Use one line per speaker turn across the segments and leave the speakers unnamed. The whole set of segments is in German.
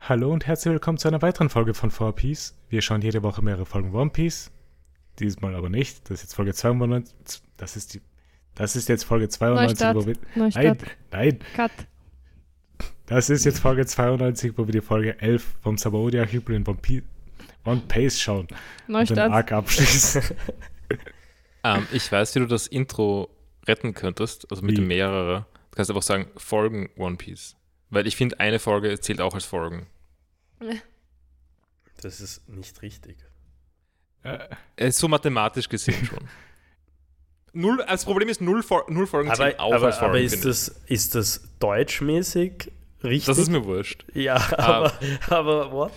Hallo und herzlich willkommen zu einer weiteren Folge von 4Piece. Wir schauen jede Woche mehrere Folgen One Piece. Diesmal aber nicht. Das ist jetzt Folge 92. Das ist die. Das ist jetzt Folge 92, wo wir.
Neustart.
Nein,
Neustart.
nein.
Cut.
Das ist jetzt Folge 92, wo wir die Folge 11 vom Sabaody Archipel in One Piece- One Piece schauen. Und den
Neustart.
Arc abschließen.
Ähm, ich weiß, wie du das Intro retten könntest, also mit
Wie?
mehrere. Du kannst einfach sagen, Folgen One Piece. Weil ich finde, eine Folge zählt auch als Folgen.
Das ist nicht richtig.
Äh,
Äh, so mathematisch gesehen schon. null, das Problem ist, null, Fol null Folgen
Aber,
zählen auch als
aber,
Folgen.
aber ist,
finde ich.
das, ist das deutschmäßig richtig?
das ist Ah. mir wurscht.
ja, aber, aber what?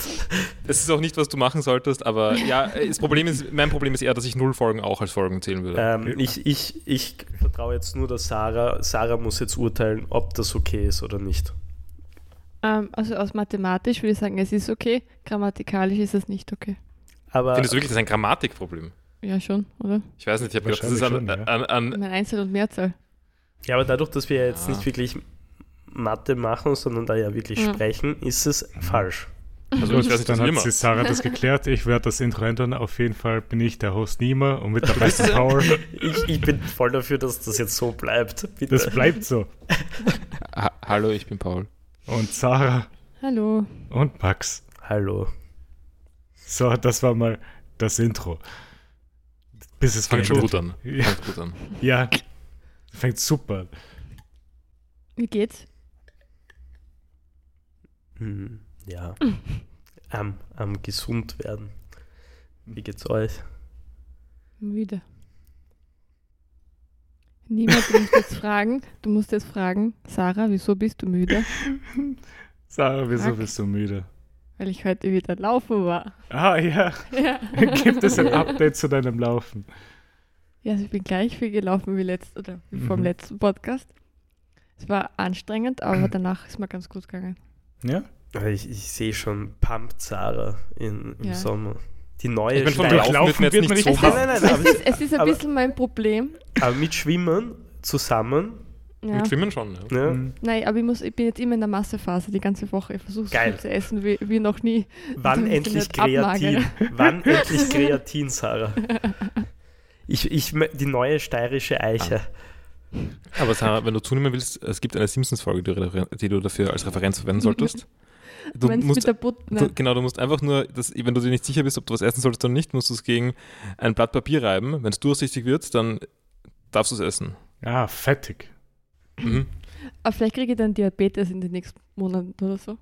Das ist auch nicht, was du machen solltest, aber ja, äh, das Problem ist, mein Problem ist eher, dass ich null Folgen auch als Folgen zählen würde.
Ähm, ich, ich, ich vertraue jetzt nur, dass Sarah, Sarah muss jetzt urteilen, ob das okay ist oder nicht.
Ähm, also aus mathematisch würde ich sagen, es ist okay. Grammatikalisch ist es nicht okay.
Aber
Findest du wirklich, das ist ein Grammatikproblem?
Ja, schon, oder?
Ich weiß nicht, ich habe gedacht, das ist an,
Wahrscheinlich schon,
an, an,
Ich meine Einzel- und Mehrzahl.
Ja, aber dadurch, dass wir jetzt
Ja.
nicht wirklich Mathe machen, sondern da ja wirklich
Mhm.
sprechen, ist es falsch.
also ich weiß nicht,
dann
was
hat
immer.
sie Sarah das geklärt. Ich werde das Intro ändern. Auf jeden Fall bin ich der Host Nima und mit der besten Power.
Ich, ich bin voll dafür, dass das jetzt so bleibt. Bitte.
Das bleibt so.
Ha Hallo, ich bin Paul.
Und Sarah
Hallo.
und Max.
Hallo.
So, das war mal das Intro. Bis es
Fängt schon
geendet.
gut an.
Ja,
Fängt gut an.
ja, fängt super an.
Wie geht's?
Mhm. Ja. Am, am gesund werden. Wie geht's euch?
Müde. Niemand muss jetzt fragen. Du musst jetzt fragen, Sarah, wieso bist du müde?
Sarah, wieso
Fuck.
bist du müde?
Weil ich heute wieder laufen war.
Ah ja,
Ja.
gibt es ein Update zu deinem Laufen?
Ja, also ich bin gleich viel gelaufen wie letzt oder wie vom
Mhm.
letzten Podcast. Es war anstrengend, aber danach ist mir ganz gut gegangen.
Ja?
Ich, ich sehe schon Pump Zara in, im
Ja.
Sommer. Die neue
Ich bin von
Steil-
Laufen wird mir jetzt nicht so
nicht
warm.
warm.
Nein, nein, nein,
Es
aber,
ist, es ist ein
aber-
bisschen mein Problem.
aber mit Schwimmen zusammen.
Ja.
Mit Schwimmen schon, ja.
Ne?
Mhm.
Nein, aber ich, muss, ich bin jetzt immer in der Massephase die ganze Woche. Ich versuche
Geil.
zu essen wie, wie noch nie.
Wann
Damit ich
endlich
nicht abmagere.
Kreatin? Wann endlich Kreatin, Sarah? Ich, ich, mö- die neue steirische Eiche.
Aber Sarah, wenn du zunehmen willst, es gibt eine Simpsons-Folge, die, du refer- die du dafür als Referenz verwenden solltest. Du
Wenn's
musst,
mit der Butter.
du, genau, du musst einfach nur, das, wenn du dir nicht sicher bist, ob du was essen solltest oder nicht, musst du es gegen ein Blatt Papier reiben. Wenn es durchsichtig wird, dann darfst du es essen.
Ah, fettig.
Mhm.
Aber vielleicht kriege ich dann Diabetes in den nächsten Monaten oder so.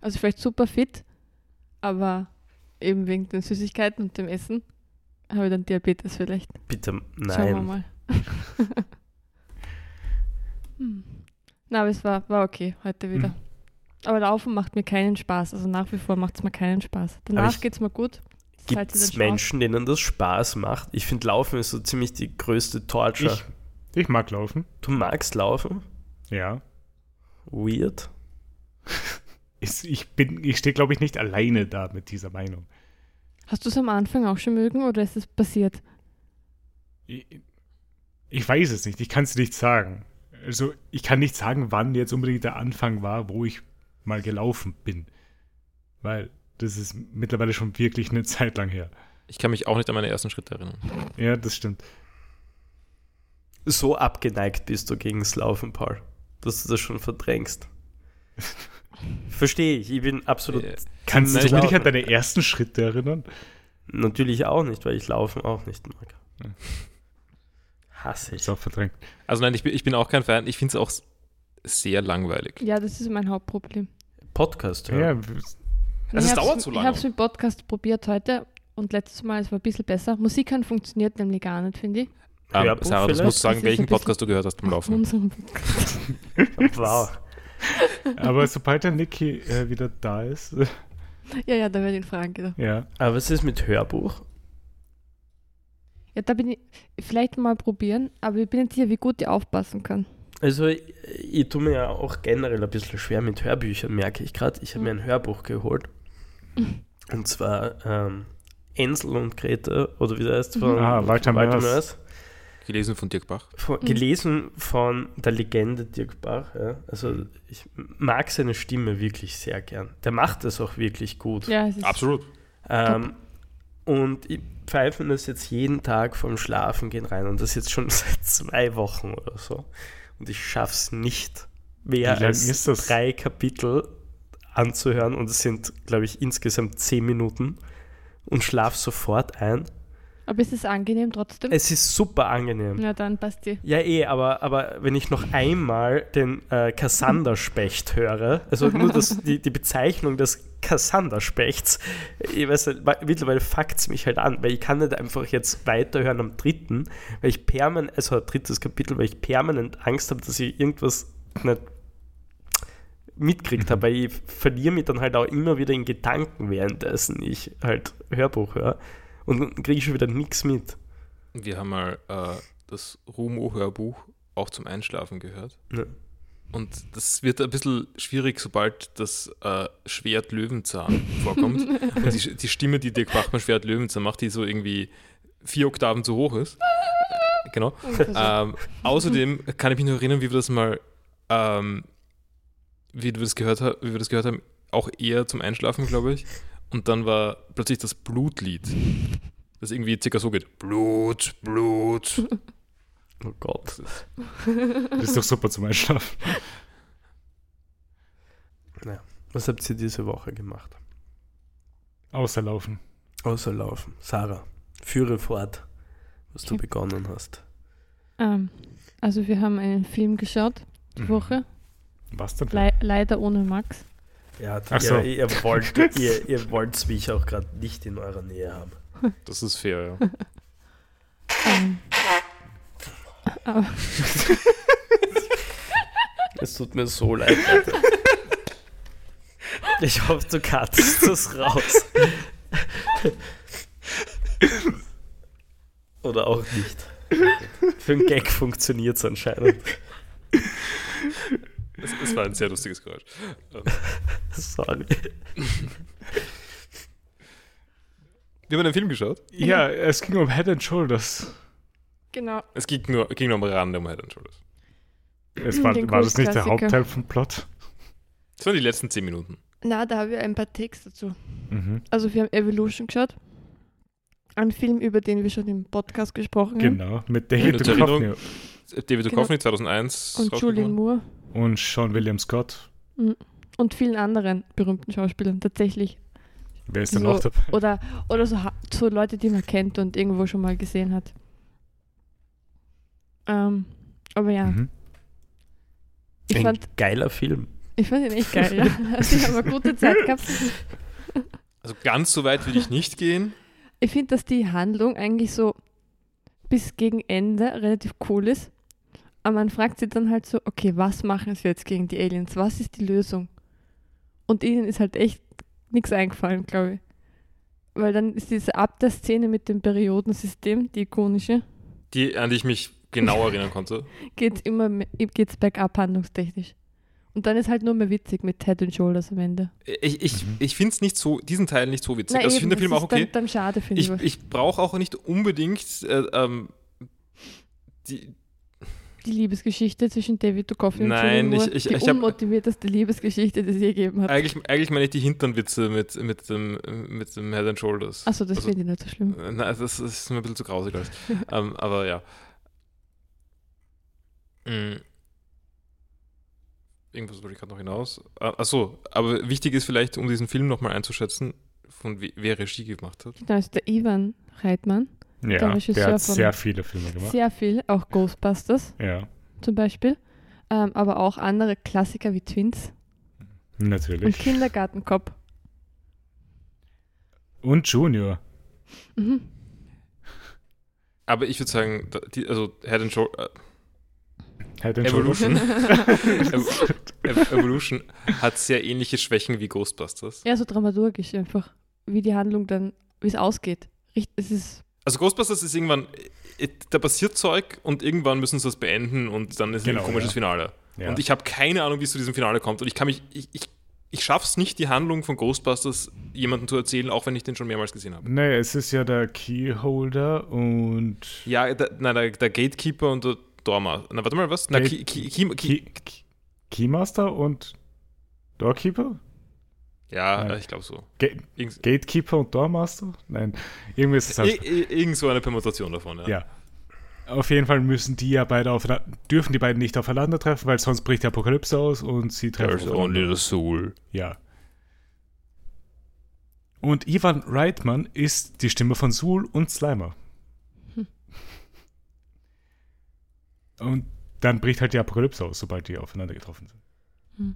Also vielleicht super fit, aber eben wegen den Süßigkeiten und dem Essen habe ich dann Diabetes vielleicht.
Bitte,
Schauen wir
nein.
mal. hm. Na, aber es war, war okay heute wieder.
Mhm.
Aber Laufen macht mir keinen Spaß. Also nach wie vor macht es mir keinen Spaß. Danach
ich-
geht es mir gut. Das
Gibt
zahlt sich
es
dann schon aus.
Menschen, denen das Spaß macht? Ich finde, Laufen ist so ziemlich die größte Torture.
Ich, ich mag laufen.
Du magst Laufen?
Ja.
Weird.
Ich, ich bin, ich stehe, glaube ich, nicht alleine da mit dieser Meinung.
Hast du es am Anfang auch schon mögen oder ist es passiert?
Ich, ich weiß es nicht. Ich kann es nicht sagen. Also, ich kann nicht sagen, wann jetzt unbedingt der Anfang war, wo ich mal gelaufen bin. Weil das ist mittlerweile schon wirklich eine Zeit lang her.
Ich kann mich auch nicht an meine ersten Schritte erinnern.
Ja, das stimmt.
So abgeneigt bist du gegens Laufen, Paul, dass du das schon verdrängst. Verstehe ich. Ich bin absolut
Äh,
Kannst
Nein,
du
ich
dich
auch
an deine ersten Schritte erinnern?
Natürlich auch nicht, weil ich Laufen auch nicht mag. Hasse ich.
Ist auch verdrängt.
Also nein, ich bin, ich bin auch kein Fan. Ich finde es auch s- sehr langweilig.
Ja, das ist mein Hauptproblem.
Podcast hören.
Ja, w-
Also es
Ich hab's-
dauert zu lange.
Ich habe es mit Podcast probiert heute und letztes Mal, es war ein bisschen besser. Musik an funktioniert nämlich gar nicht, finde ich.
Ähm,
Hörbuch
Sarah, das musst du
vielleicht?
Das
sagen,
ist ein
welchen
bisschen-
Podcast du gehört hast beim Laufen.
Unseren-
Wow.
aber sobald der Niki äh, wieder da ist, äh,
Ja, ja, da werde ich ihn fragen. Genau.
ja.
Aber was ist mit Hörbuch?
Ja, da bin ich, vielleicht mal probieren, aber ich bin nicht sicher, wie gut ich aufpassen kann.
Also, ich, ich tue mir ja auch generell ein bisschen schwer mit Hörbüchern, merke ich gerade. Ich habe mir ein Hörbuch geholt. Und zwar ähm, Ensel und Grete, oder wie das heißt, von
Ah, Walter Mörs.
Mörs.
Gelesen von Dirk Bach.
Von, gelesen von der Legende Dirk Bach. Ja. Also ich mag seine Stimme wirklich sehr gern. Der macht das auch wirklich gut.
Ja, es ist
Absolut.
Ähm, und ich pfeife mir das jetzt jeden Tag vorm Schlafengehen rein und das jetzt schon seit zwei Wochen oder so. Und ich schaff's nicht, mehr
Wie lang
als
ist das?
drei Kapitel anzuhören und es sind, glaube ich, insgesamt zehn Minuten und schlaf sofort ein.
Aber ist es angenehm trotzdem?
Es ist super angenehm.
Na dann passt die.
Ja, eh, aber, aber wenn ich noch einmal den äh, Kassanderspecht höre, also nur das, die, die Bezeichnung des Kassanderspechts, ich weiß nicht, wa- mittlerweile fuckt es mich halt an, weil ich kann nicht einfach jetzt weiterhören am dritten, weil ich permanent, also drittes Kapitel, weil ich permanent Angst habe, dass ich irgendwas nicht mitkriegt habe, weil ich verliere mich dann halt auch immer wieder in Gedanken, währenddessen ich halt Hörbuch höre und dann kriege ich schon wieder nichts mit.
Wir haben mal äh, das Rumo-Hörbuch auch zum Einschlafen gehört.
Ja.
Und das wird ein bisschen schwierig, sobald das äh, Schwert Löwenzahn vorkommt. Und die, die Stimme, die Dirk Bachmann Schwert Löwenzahn macht, die so irgendwie vier Oktaven zu hoch ist. Äh, Genau. Ähm, außerdem kann ich mich noch erinnern, wie wir das mal, ähm, wie, wir das gehört, ha- wie wir das gehört haben, auch eher zum Einschlafen, glaube ich. Und dann war plötzlich das Blutlied, das irgendwie circa so geht. Blut, Blut.
Oh Gott.
Das ist-
Das ist doch super zum Einschlafen.
Was habt ihr diese Woche gemacht?
Außerlaufen.
Außer laufen. Sarah, führe fort, was du
Okay.
begonnen hast.
Ähm, also wir haben einen Film geschaut
Mhm.
die Woche.
Was denn?
Le leider ohne Max.
Ja,
Ach so.
ihr, ihr wollt ihr, ihr wollt's mich auch gerade nicht in eurer Nähe haben.
Das ist fair, ja.
Ähm, aber
Es tut mir so leid. Leute. Ich hoffe, du cuttest das raus. Oder auch nicht. Für einen Gag funktioniert es anscheinend.
Es, es war ein sehr lustiges Geräusch.
Sorry.
Wir haben einen Film geschaut.
Ja, es ging um Head and Shoulders.
genau.
Es ging nur, ging nur am Rande um Head and Shoulders.
Es war,
Mhm, Den
war das nicht der
Kultklassiker.
Hauptteil vom Plot?
Das waren die letzten zehn Minuten.
Na, da haben wir ein paar Texte dazu.
Mhm.
Also wir haben Evolution geschaut. Ein Film, über den wir schon im Podcast gesprochen haben.
Genau, mit David
Zur Erinnerung.
Duchovny
David
Genau.
Duchovny 2001
Und Julian
rausgekommen.
Moore
und Sean William Scott.
und vielen anderen berühmten Schauspielern tatsächlich.
Wer ist denn
So.
noch dabei?
Oder, oder so, ha- so Leute, die man kennt und irgendwo schon mal gesehen hat. Ähm, aber ja,
Mhm.
ich,
Ein
fand,
geiler Film.
ich fand ihn echt geil. Ja. Also ich habe eine gute Zeit gehabt.
Also ganz so weit will ich nicht gehen.
Ich finde, dass die Handlung eigentlich so bis gegen Ende relativ cool ist. Aber man fragt sich dann halt so, okay, was machen sie jetzt gegen die Aliens? Was ist die Lösung? Und ihnen ist halt echt nichts eingefallen, glaube ich. Weil dann ist diese ab der Szene mit dem Periodensystem, die ikonische,
Die, an die ich mich genau erinnern konnte.
geht's immer me- geht's bergab handlungstechnisch. Und dann ist halt nur mehr witzig mit Head and Shoulders am Ende.
Ich, ich, ich finde es nicht so, diesen Teil nicht so witzig.
Na
also ich
eben,
finde den Film
das
auch
ist
okay.
Dann, dann schade finde ich.
Ich,
was.
ich brauche auch nicht unbedingt äh, ähm, die,
die Liebesgeschichte zwischen David Duchovny und
Nein,
Julian Moore,
ich- ich-
die
ich hab- Äh,
unmotivierteste Liebesgeschichte, die es je gegeben hat.
eigentlich, eigentlich meine ich die Hinternwitze mit, mit, dem, mit dem Head and Shoulders.
Achso, das
also-
finde ich nicht so schlimm.
Äh, Na, das ist mir ein bisschen zu grausig alles. ähm, aber ja. Mm. Irgendwas wollte ich gerade noch hinaus. Achso, aber wichtig ist vielleicht, um diesen Film nochmal einzuschätzen, von we wer Regie gemacht hat.
Genau, ist der Ivan Reitmann.
Ja,
Der Regisseur
der hat
von-
sehr viele Filme gemacht.
Sehr viel, auch Ghostbusters
Ja,
zum Beispiel. Ähm, aber auch andere Klassiker wie Twins und
natürlich.
Kindergartenkopf.
Und Junior.
Mhm.
Aber ich würde sagen, da- die, also Head and Shoulders,
Head
äh,
and Shoulders.
Evolution, Ev- Ev- Evolution hat sehr ähnliche Schwächen wie Ghostbusters.
Ja, so dramaturgisch einfach, wie die Handlung dann, wie es ausgeht. Richt- Es ist,
Also Ghostbusters ist irgendwann, äh, da passiert Zeug und irgendwann müssen sie das beenden und dann ist
Genau,
ein komisches
ja.
Finale.
Ja.
Und ich habe keine Ahnung, wie es zu diesem Finale kommt. Und ich kann mich, ich, ich ich schaff's nicht, die Handlung von Ghostbusters jemandem zu erzählen, auch wenn ich den schon mehrmals gesehen habe.
Nee, es ist ja der Keyholder und.
Ja, der, nein, der, der Gatekeeper und der Dorma. Na, warte mal, was? Na,
Gate-
Ki, Ki, Ki, Ki,
Key, Key- Keymaster und Doorkeeper?
ja,
Nein.
äh, ich glaube so.
Ga-
Irgend,
Gatekeeper und Doormaster? Nein, irgendwie ist es halt.
i- i- irgend so eine Permutation davon, ja.
Ja. Auf jeden Fall müssen die ja beide aufeinander, dürfen die beiden nicht aufeinander treffen, weil sonst bricht die Apokalypse aus und sie treffen.
There's
aufeinander.
only the soul.
Ja. Und Ivan Reitman ist die Stimme von Sul und Slimer. Und dann bricht halt die Apokalypse aus, sobald die aufeinander getroffen sind.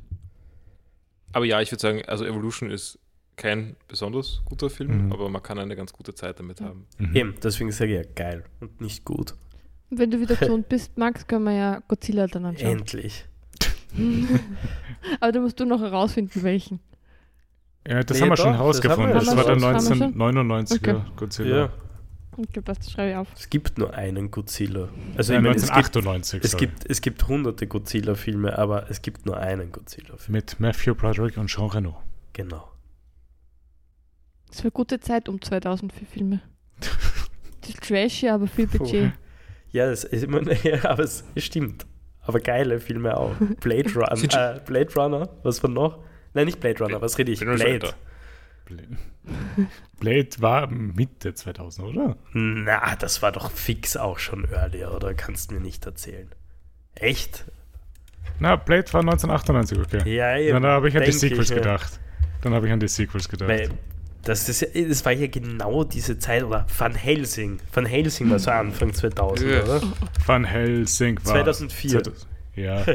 Aber ja, ich würde sagen, also Evolution ist kein besonders guter Film, aber man kann eine ganz gute Zeit damit haben.
Eben, deswegen sage ich ja geil und nicht gut.
Wenn du wieder gesund bist, Max, können wir ja Godzilla dann anschauen.
Endlich.
Aber da musst du noch herausfinden, welchen.
Ja, das
Nee,
haben wir schon
doch, das
herausgefunden.
haben
Das,
wir
war dann
schon. Haben wir schon?
1999
Okay.
er Godzilla. Also Ja.
Okay, passt, schreibe ich auf.
Es gibt nur einen Godzilla. Also ich
Nein,
meine, es gibt,
1998.
es
sorry.
gibt, es gibt hunderte Godzilla-Filme, aber es gibt nur einen Godzilla-Film.
Mit Matthew Broderick und Jean Reno.
Genau.
Das war gute Zeit um 2000 für Filme. Das ist trashy, aber viel Budget.
Ja, das ist immer, ja, aber es stimmt. Aber geile Filme auch. Blade Runner.
Sind schon-
äh, Blade Runner, was war noch? Nein, nicht Blade Runner, was rede ich?
Bin nur
Blade.
später.
Blade. Blade war Mitte 2000, oder?
Na, das war doch fix auch schon earlier, oder? Kannst mir nicht erzählen. Echt?
Na, Blade war 1998, okay.
Ja, eben.
Dann habe ich an die
Denk
Sequels
ich mir.
gedacht. Dann habe ich an die Sequels gedacht.
Weil das, ist, ja- das war ja genau diese Zeit, oder Van Helsing. Van Helsing war so
Hm.
Anfang 2000,
Ja.
oder?
Van Helsing war.
2004.
2000 Ja.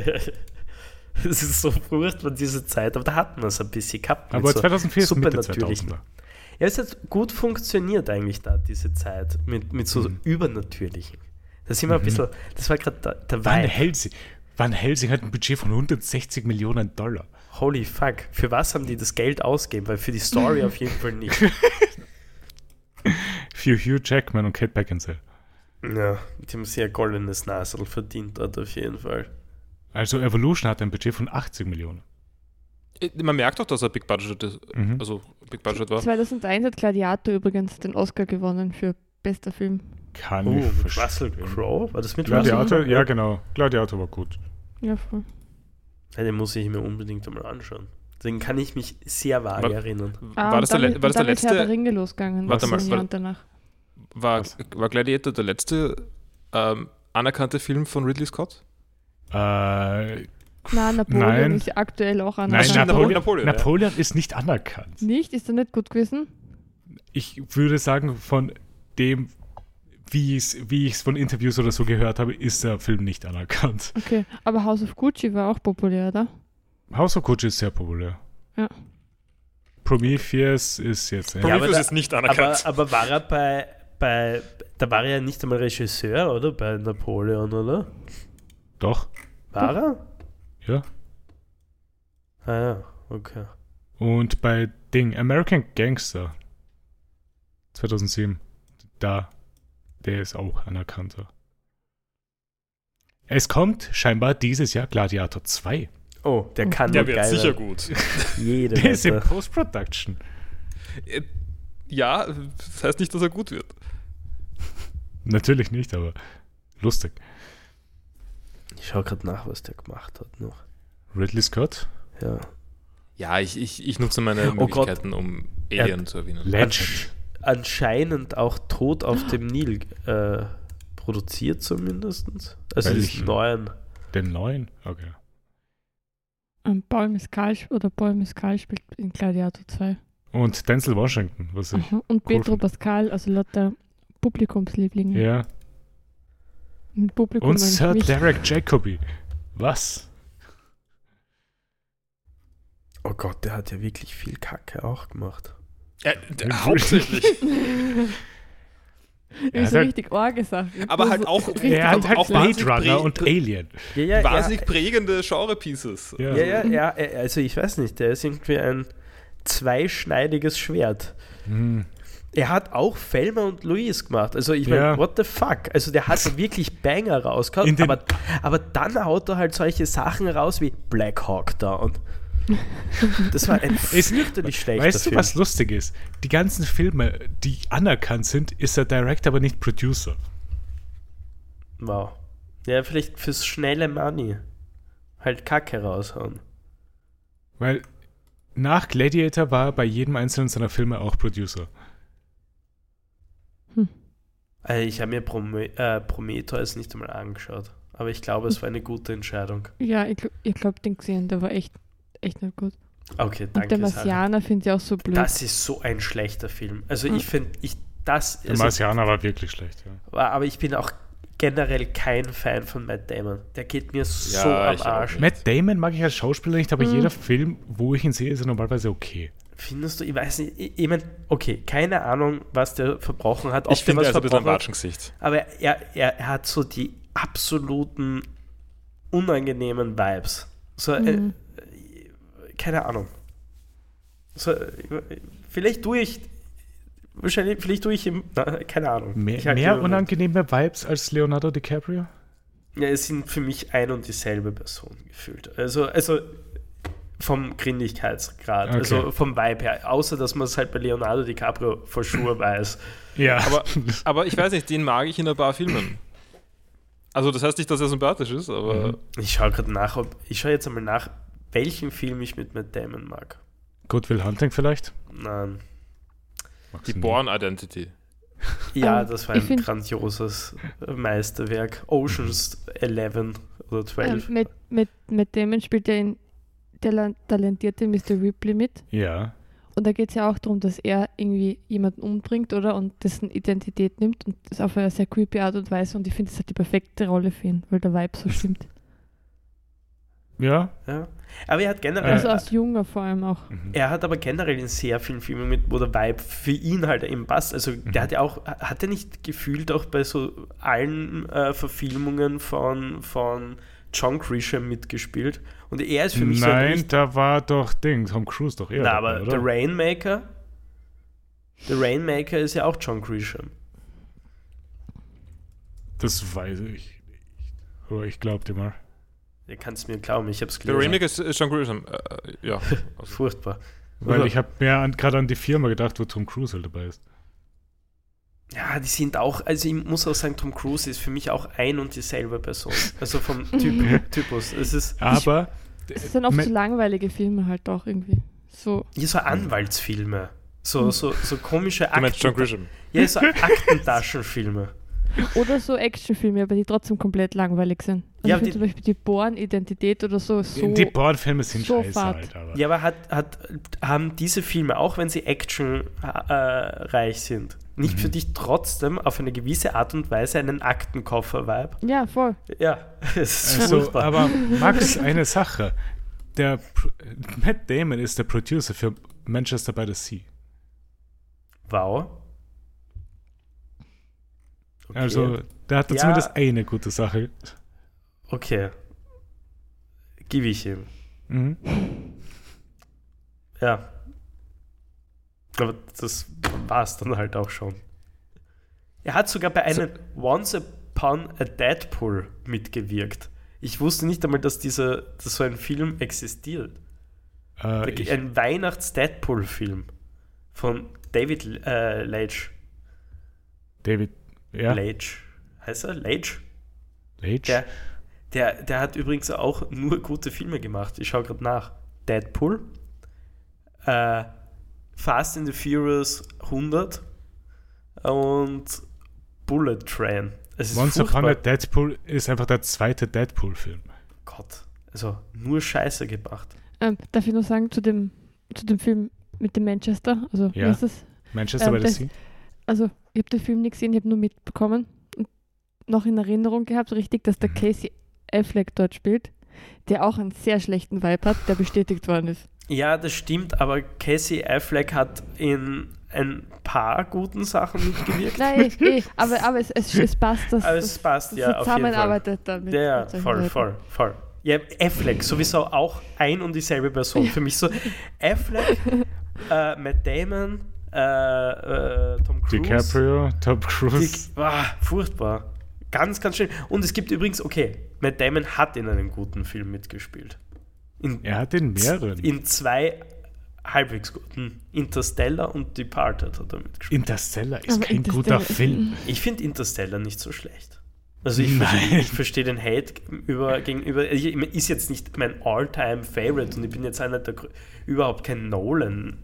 Es ist so furchtbar, diese Zeit, aber da hatten wir es ein bisschen gehabt. mit
Aber
so
2004 ist Mitte
Supernatürlichen.
2000er.
Ja, es hat gut funktioniert eigentlich da, diese Zeit, mit, mit so
Hm.
Übernatürlichen. Da sind wir
Mhm.
ein bisschen, das war gerade der, der
Van
Vibe.
Helsing. Van Helsing hat ein Budget von 160 Millionen Dollar.
Holy fuck, für was haben die das Geld ausgegeben? Weil für die Story auf jeden Fall nicht.
Für Hugh Jackman und Kate Beckinsale.
Ja, die haben sehr goldenes Nasel verdient dort auf jeden Fall.
Also Evolution hat ein Budget von 80 Millionen.
Äh, Man merkt doch, dass er Big Budget ist,
Mhm.
also Big Budget
Ah,
war.
2001 hat Gladiator übrigens den Oscar gewonnen für bester Film.
Kann
Oh,
ich
mit
verstehen.
Russell Crowe? War das mit Russell
Gladiator?
Crowe?
Ja, genau. Gladiator war gut.
Ja, voll.
Ja, den muss ich mir unbedingt einmal anschauen. Deswegen kann ich mich sehr vage
Wa-
erinnern.
Ah,
war das der, le- war das der
Ist Herr der
letzte?
Ringe losgegangen.
Warte mal,
das
warte-
Jahr danach.
War,
Was?
war Gladiator der letzte ähm, anerkannte Film von Ridley Scott?
Äh,
Na, Napoleon
Nein.
ist ja aktuell auch an.
nein,
stimmt,
Napoleon,
Napoleon-
Napoleon,
Napoleon, ja.
ist nicht anerkannt.
Nicht? Ist er nicht gut gewesen?
Ich würde sagen, von dem, wie ich es wie ich's von Interviews oder so gehört habe, ist der Film nicht anerkannt.
Okay. Aber House of Gucci war auch populär, oder?
House of Gucci ist sehr populär.
Ja.
Prometheus ist jetzt.
Ja,
aber
aber
da-
ist nicht
Aber,
anerkannt.
aber war er bei, bei, da war er ja nicht einmal Regisseur, oder? Bei Napoleon, oder?
Doch,
War er?
ja.
Ah ja, okay.
Und bei Ding, American Gangster 2007, da, der ist auch anerkannter. Es kommt scheinbar dieses Jahr Gladiator 2.
Oh, der kann
der
nur
wird
geil
sicher
werden.
gut.
Jede
Der ist in
Wette.
Post-Production.
Äh, ja, das heißt nicht, dass er gut wird.
Natürlich nicht, aber lustig.
Ich schau gerade nach, was der gemacht hat noch.
Ridley Scott,
Ja.
Ja, ich, ich, ich nutze meine
Oh Gott.
Möglichkeiten, um Alien zu erwähnen.
Legend.
Anscheinend auch Tod auf dem Nil äh, produziert zumindest. Also
Welchen?
diesen neuen.
Den neuen? Okay.
Ähm, Paul Mescal sp- oder Paul Mescal spielt in Gladiator 2.
Und Denzel Washington, was ich.
Aha. Mhm. Und Pedro
finde.
Pascal, also lauter Publikumslieblinge.
Ja.
Mit Publikum
Und
meine ich
Sir
mich.
Derek Jacobi. Was?
Oh Gott, der hat ja wirklich viel Kacke auch gemacht.
Äh, d- hauptsächlich.
Er
Ist
hat
so
halt-
richtig arge Sachen.
Aber
Also
halt auch-
richtig
Er hat
auch-
halt
auch
Blade
wahnsinnig
Runner
prä-
und
prä-
Alien.
Ja, ja,
Wahnsinnig prägende Genre-Pieces.
Ja.
Ja, ja, ja, äh, also ich weiß nicht, der ist irgendwie ein zweischneidiges Schwert.
Hm.
Er hat auch Felmer und Luis gemacht. Also ich meine,
Ja.
what the fuck? Also der hat wirklich Banger rausgehauen,
In den-
aber, aber dann haut er halt solche Sachen raus wie Black Hawk Down. Das war ein
Ist-
fürchterlich schlechter
Weißt du,
Film.
was lustig ist? Die ganzen Filme, die anerkannt sind, ist der Director, aber nicht Producer.
Wow. Ja, vielleicht fürs schnelle Money. Halt Kacke raushauen.
Weil nach Gladiator war er bei jedem einzelnen seiner Filme auch Producer.
Also ich habe mir Prome äh, Prometheus nicht einmal angeschaut. Aber ich glaube, es war eine gute Entscheidung.
Ja, ich, gl- ich glaube, den gesehen, der war echt, echt nicht gut.
Okay,
Und der
danke. Sarah.
Marsianer finde ich auch so blöd.
Das ist so ein schlechter Film. Also ich finde, ich das
Der
also,
Marsianer war wirklich schlecht, ja.
aber ich bin auch generell kein Fan von Matt Damon. Der geht mir so
Ja,
am
ich auch
Arsch.
nicht.
Matt Damon mag ich als Schauspieler nicht, aber
Mhm.
jeder Film, wo ich ihn sehe, ist er normalerweise okay.
Findest du, ich weiß nicht, ich, ich mein, okay, keine Ahnung, was der verbrochen hat. ob
Ich finde, er
der was
ist ein bisschen ein
verbrochen hat.
Watschengesicht.
Aber er, er, er hat so die absoluten unangenehmen Vibes. So, äh, keine Ahnung. So, äh, vielleicht tue ich, wahrscheinlich, vielleicht tue ich ihm, na, keine Ahnung.
Mehr,
Ich halte
mehr
ihn im Mund.
unangenehme Vibes als Leonardo DiCaprio?
Ja, es sind für mich ein und dieselbe Person gefühlt. Also, also vom Grindigkeitsgrad,
Okay.
also vom Vibe her. Außer, dass man es halt bei Leonardo DiCaprio for sure weiß.
Ja.
Aber, aber ich weiß nicht, den mag ich in ein paar Filmen. Also das heißt nicht, dass er sympathisch ist, aber
Mhm.
Ich schaue gerade nach, ob, ich schaue jetzt einmal nach, welchen Film ich mit Matt Damon mag.
Good Will Hunting vielleicht?
Nein.
Magst
die
du nicht.
Born Identity.
Ja,
Ähm,
das war
ich
ein
find-
grandioses Meisterwerk. Oceans 11 oder 12.
Ähm, mit, mit, mit Damon spielt ja in der la- talentierte Mr. Ripley mit.
Ja.
Und da geht es ja auch darum, dass er irgendwie jemanden umbringt, oder? Und dessen Identität nimmt und das auf eine sehr creepy Art und Weise. Und ich finde, das hat die perfekte Rolle für ihn, weil der Vibe so stimmt.
Ja.
ja. Aber er hat generell.
Also als Junger vor allem auch.
Mhm.
Er hat aber generell in sehr vielen Filmen mit, wo der Vibe für ihn halt eben passt. Also
Mhm.
der hat ja auch, hat er nicht gefühlt auch bei so allen äh, Verfilmungen von, von John Grisham mitgespielt. Und er ist für mich so ein
Nein,
richtig-
da war doch Ding, Tom Cruise doch eher.
Na,
dabei,
aber The
oder?
Rainmaker. The Rainmaker ist ja auch John Grisham.
Das weiß ich nicht. Aber ich glaub dir mal.
Ihr kannst mir glauben, ich hab's
Der
gelesen.
Remake ist, ist John Grisham. Äh, ja. Also,
Furchtbar.
Weil
Oder?
ich habe mehr an, gerade an die Firma gedacht, wo Tom Cruise halt dabei ist.
Ja, die sind auch, also ich muss auch sagen, Tom Cruise ist für mich auch ein und dieselbe Person. Also vom typ, Typus. Es ist
Aber
Es sind oft
Me-
so langweilige Filme halt auch irgendwie. So.
ja, so Anwaltsfilme. So, so, so komische
du meinst John
Akten,
Grisham.
ja, so Aktentaschenfilme.
Oder so Actionfilme, aber die trotzdem komplett langweilig sind. Also
Ja,
ich
aber
finde zum Beispiel die Born-Identität oder so. so
die Born-Filme sind
so
scheiße
fad.
halt. Aber.
Ja, aber hat, hat, haben diese Filme, auch wenn sie actionreich sind, nicht
Mhm.
für dich trotzdem auf eine gewisse Art und Weise einen Aktenkoffer-Vibe?
ja, voll.
Ja, es ist
Also,
furchtbar.
aber Max, eine Sache. Der Pro Matt Damon ist der Producer für Manchester by the Sea.
wow. Okay.
Also, der hat da
Ja.
zumindest eine gute Sache.
Okay. Gebe ich ihm.
Mhm.
Ja. Aber das war's dann halt auch schon. Er hat sogar bei einem Once Upon a Deadpool mitgewirkt. Ich wusste nicht einmal, dass, dieser, dass so ein Film existiert.
Äh, ich,
ein Weihnachts-Deadpool-Film von David äh, Leitch.
David, ja,
Leitch. Heißt er? Leitch?
Leitch.
Der, der, der hat übrigens auch nur gute Filme gemacht. Ich schaue gerade nach. Deadpool, äh, Fast and the Furious 100 und Bullet Train. Es ist
Once
furchtbar.
Upon a Deadpool ist einfach der zweite Deadpool-Film.
Gott, also nur Scheiße gemacht.
Ähm, darf ich nur sagen zu dem, zu dem Film mit dem Manchester? Also,
Ja.
wie ist das?
Manchester
Ähm,
by the
das-
Sea.
Also, ich habe den Film nicht gesehen, ich habe nur mitbekommen und noch in Erinnerung gehabt, richtig, dass der
Mhm.
Casey Affleck dort spielt, der auch einen sehr schlechten Vibe hat, der bestätigt worden ist.
Ja, das stimmt, aber Casey Affleck hat in ein paar guten Sachen mitgewirkt.
Nein, eh, eh, aber, aber es, es, es passt, dass
Aber es passt,
dass
ja, auf jeden Fall.
zusammenarbeitet damit.
Ja, ja, voll, voll, voll. Ja, Affleck, sowieso auch ein und dieselbe Person. Für mich so Affleck, äh, Matt Damon, äh, äh, Tom Cruise.
DiCaprio, Tom Cruise.
Dick, ah, furchtbar. Ganz, ganz schön. Und es gibt übrigens, okay, Matt Damon hat in einem guten Film mitgespielt. In,
Er hat den mehreren.
in zwei halbwegs guten. Interstellar und Departed hat er mitgespielt.
Interstellar ist
Aber
kein
Interstellar
guter
ist-
Film.
ich finde Interstellar nicht so schlecht. Also ich
Nein.
verstehe versteh den Hate über, gegenüber. also Ich, ich- ist jetzt nicht mein All-Time Favorite und ich bin jetzt einer der grö- überhaupt kein Nolan.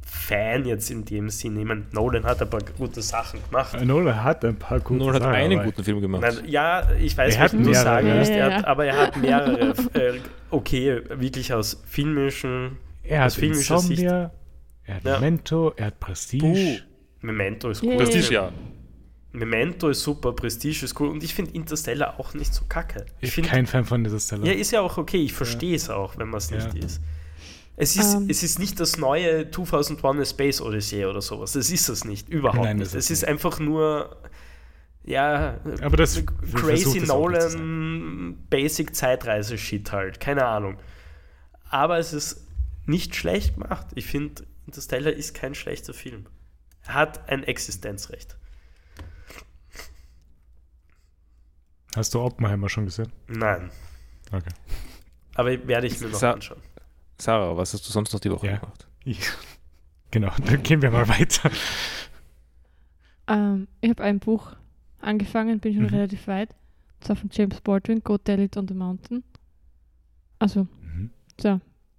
Fan jetzt in dem Sinne. Ich meine, Nolan hat ein paar gute Sachen gemacht.
Äh, Nolan hat ein paar gute
Nolan hat
Sachen,
einen
aber-
guten Film gemacht.
Nein, ja, ich weiß,
Er hat
was du
mehrere.
sagen willst, er
Ja,
hat,
ja.
aber er hat mehrere, f- äh, okay, wirklich aus filmischen,
Er
aus
hat
filmischer Sicht.
Insomnia, er hat
Ja.
Memento, er hat Prestige.
Memento ist
Yeah.
cool.
Prestige, ja.
Memento ist super, Prestige ist cool und ich finde Interstellar auch nicht so kacke.
Ich bin
finde,
kein Fan von Interstellar.
ja, ist ja auch okay, ich verstehe es auch, wenn man es nicht
Ja.
ist. Es ist,
Ähm.
es ist nicht das neue 2001 A Space Odyssey oder sowas. Das ist es nicht, überhaupt
Nein,
nicht.
das ist
Es ist
nicht.
einfach nur, ja, äh,
Aber das
crazy
versucht es auch nicht zu sein.
Nolan Basic Zeitreise Shit halt, keine Ahnung. Aber es ist nicht schlecht gemacht. Ich finde Interstellar ist kein schlechter Film. Er hat ein Existenzrecht.
Hast du Oppenheimer schon gesehen?
Nein,
Okay.
aber werde ich mir noch
Sa-
anschauen.
Sarah, was hast du sonst noch die Woche
Ja.
gemacht?
Ich- Genau, dann gehen wir mal weiter.
Ähm, ich habe ein Buch angefangen, bin schon
Mhm.
relativ weit. Und zwar von James Baldwin, Go Tell It on the Mountain. Also,
Mhm.
so,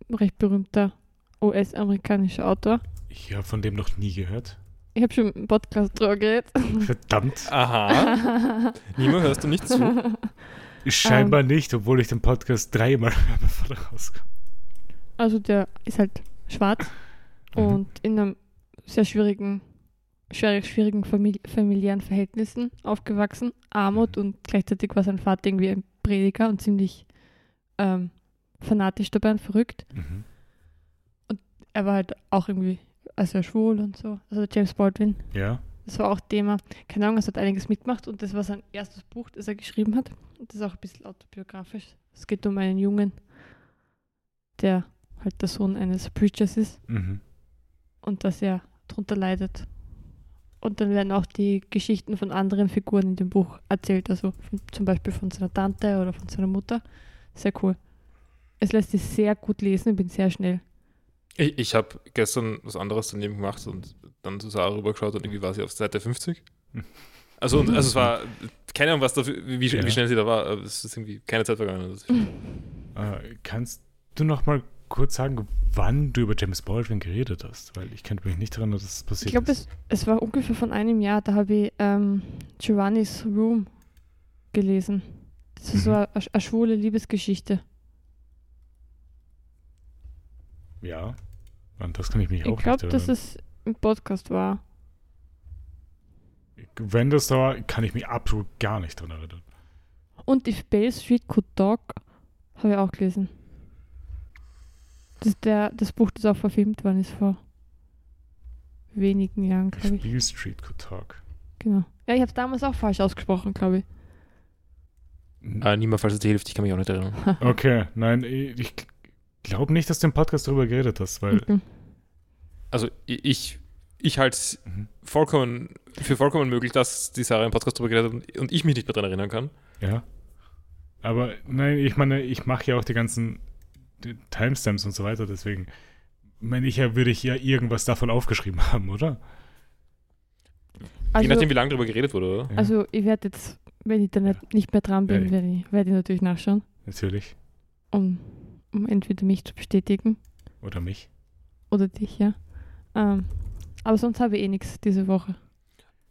ein recht berühmter US-amerikanischer Autor.
Ich habe von dem noch nie gehört.
Ich habe schon im Podcast drüber geredet.
Verdammt.
Aha. Nima, hörst du nicht zu?
Ähm.
Scheinbar nicht, obwohl ich den Podcast dreimal höre, bevor er rauskommt.
Also, der ist halt schwarz
Mhm.
und in einem sehr schwierigen, schwer, schwierigen famili familiären Verhältnissen aufgewachsen. Armut und gleichzeitig war sein Vater irgendwie ein Prediger und ziemlich ähm, fanatisch dabei und verrückt.
Mhm.
er war halt auch irgendwie, also schwul und so. Also James Baldwin,
Ja.
das war auch Thema. Keine Ahnung, es hat einiges mitgemacht und das war sein erstes Buch, das er geschrieben hat. Und das ist auch ein bisschen autobiografisch. Es geht um einen Jungen, der halt der Sohn eines Preachers ist
Mhm.
und dass er drunter leidet. Und dann werden auch die Geschichten von anderen Figuren in dem Buch erzählt, also von, zum Beispiel von seiner Tante oder von seiner Mutter. Sehr cool. Es lässt sich sehr gut lesen, ich bin sehr schnell.
Ich, ich habe gestern was anderes daneben gemacht und dann zu Sarah rübergeschaut und irgendwie war sie auf Seite 50. Also, und, also es war, keine Ahnung, was da, wie, wie
Ja.
schnell sie da war. aber Es ist irgendwie keine Zeit vergangen. Also, Das-
Äh, kannst du noch mal kurz sagen, wann du über James Baldwin geredet hast? Weil ich könnte mich nicht erinnern, dass das passiert
Ich glaube,
ist.
es, es war ungefähr von einem Jahr, da habe ich ähm, Giovanni's Room gelesen. Das ist so
Mhm.
eine, eine schwule Liebesgeschichte.
Ja. An das kann ich mich
Ich,
auch
glaube,
nicht erinnern.
dass es im Podcast war.
Wenn das da war, kann ich mich absolut gar nicht dran erinnern.
Und If Bay Street Could Talk habe ich auch gelesen. Das, ist der, das Buch, das auch verfilmt worden ist vor wenigen Jahren, glaube ich.
Beale Street Could Talk.
Genau. Ja, ich habe es damals auch falsch ausgesprochen, glaube ich.
Ah, Nima, falls es dir hilft, ich kann mich auch nicht erinnern.
Okay, nein, ich glaube nicht, dass du im Podcast darüber geredet hast, weil
Mhm.
Also ich- ich, ich halte es
Mhm.
vollkommen, für vollkommen möglich, dass die Sarah im Podcast drüber geredet hat und- und ich mich nicht mehr daran erinnern kann.
Ja. Aber nein, ich meine, ich mache ja auch die ganzen die Timestamps und so weiter, deswegen meine ich ja, würde ich ja irgendwas davon aufgeschrieben haben, oder?
Also,
Je nachdem, wie lange darüber geredet wurde, oder?
Ja,
also ich werde jetzt, wenn ich da nicht, nicht mehr dran bin,
Ja.
werde ich, werd ich natürlich nachschauen.
natürlich.
um, um entweder mich zu bestätigen
Oder mich.
oder dich, ja. Ähm, aber sonst habe ich eh nichts diese Woche,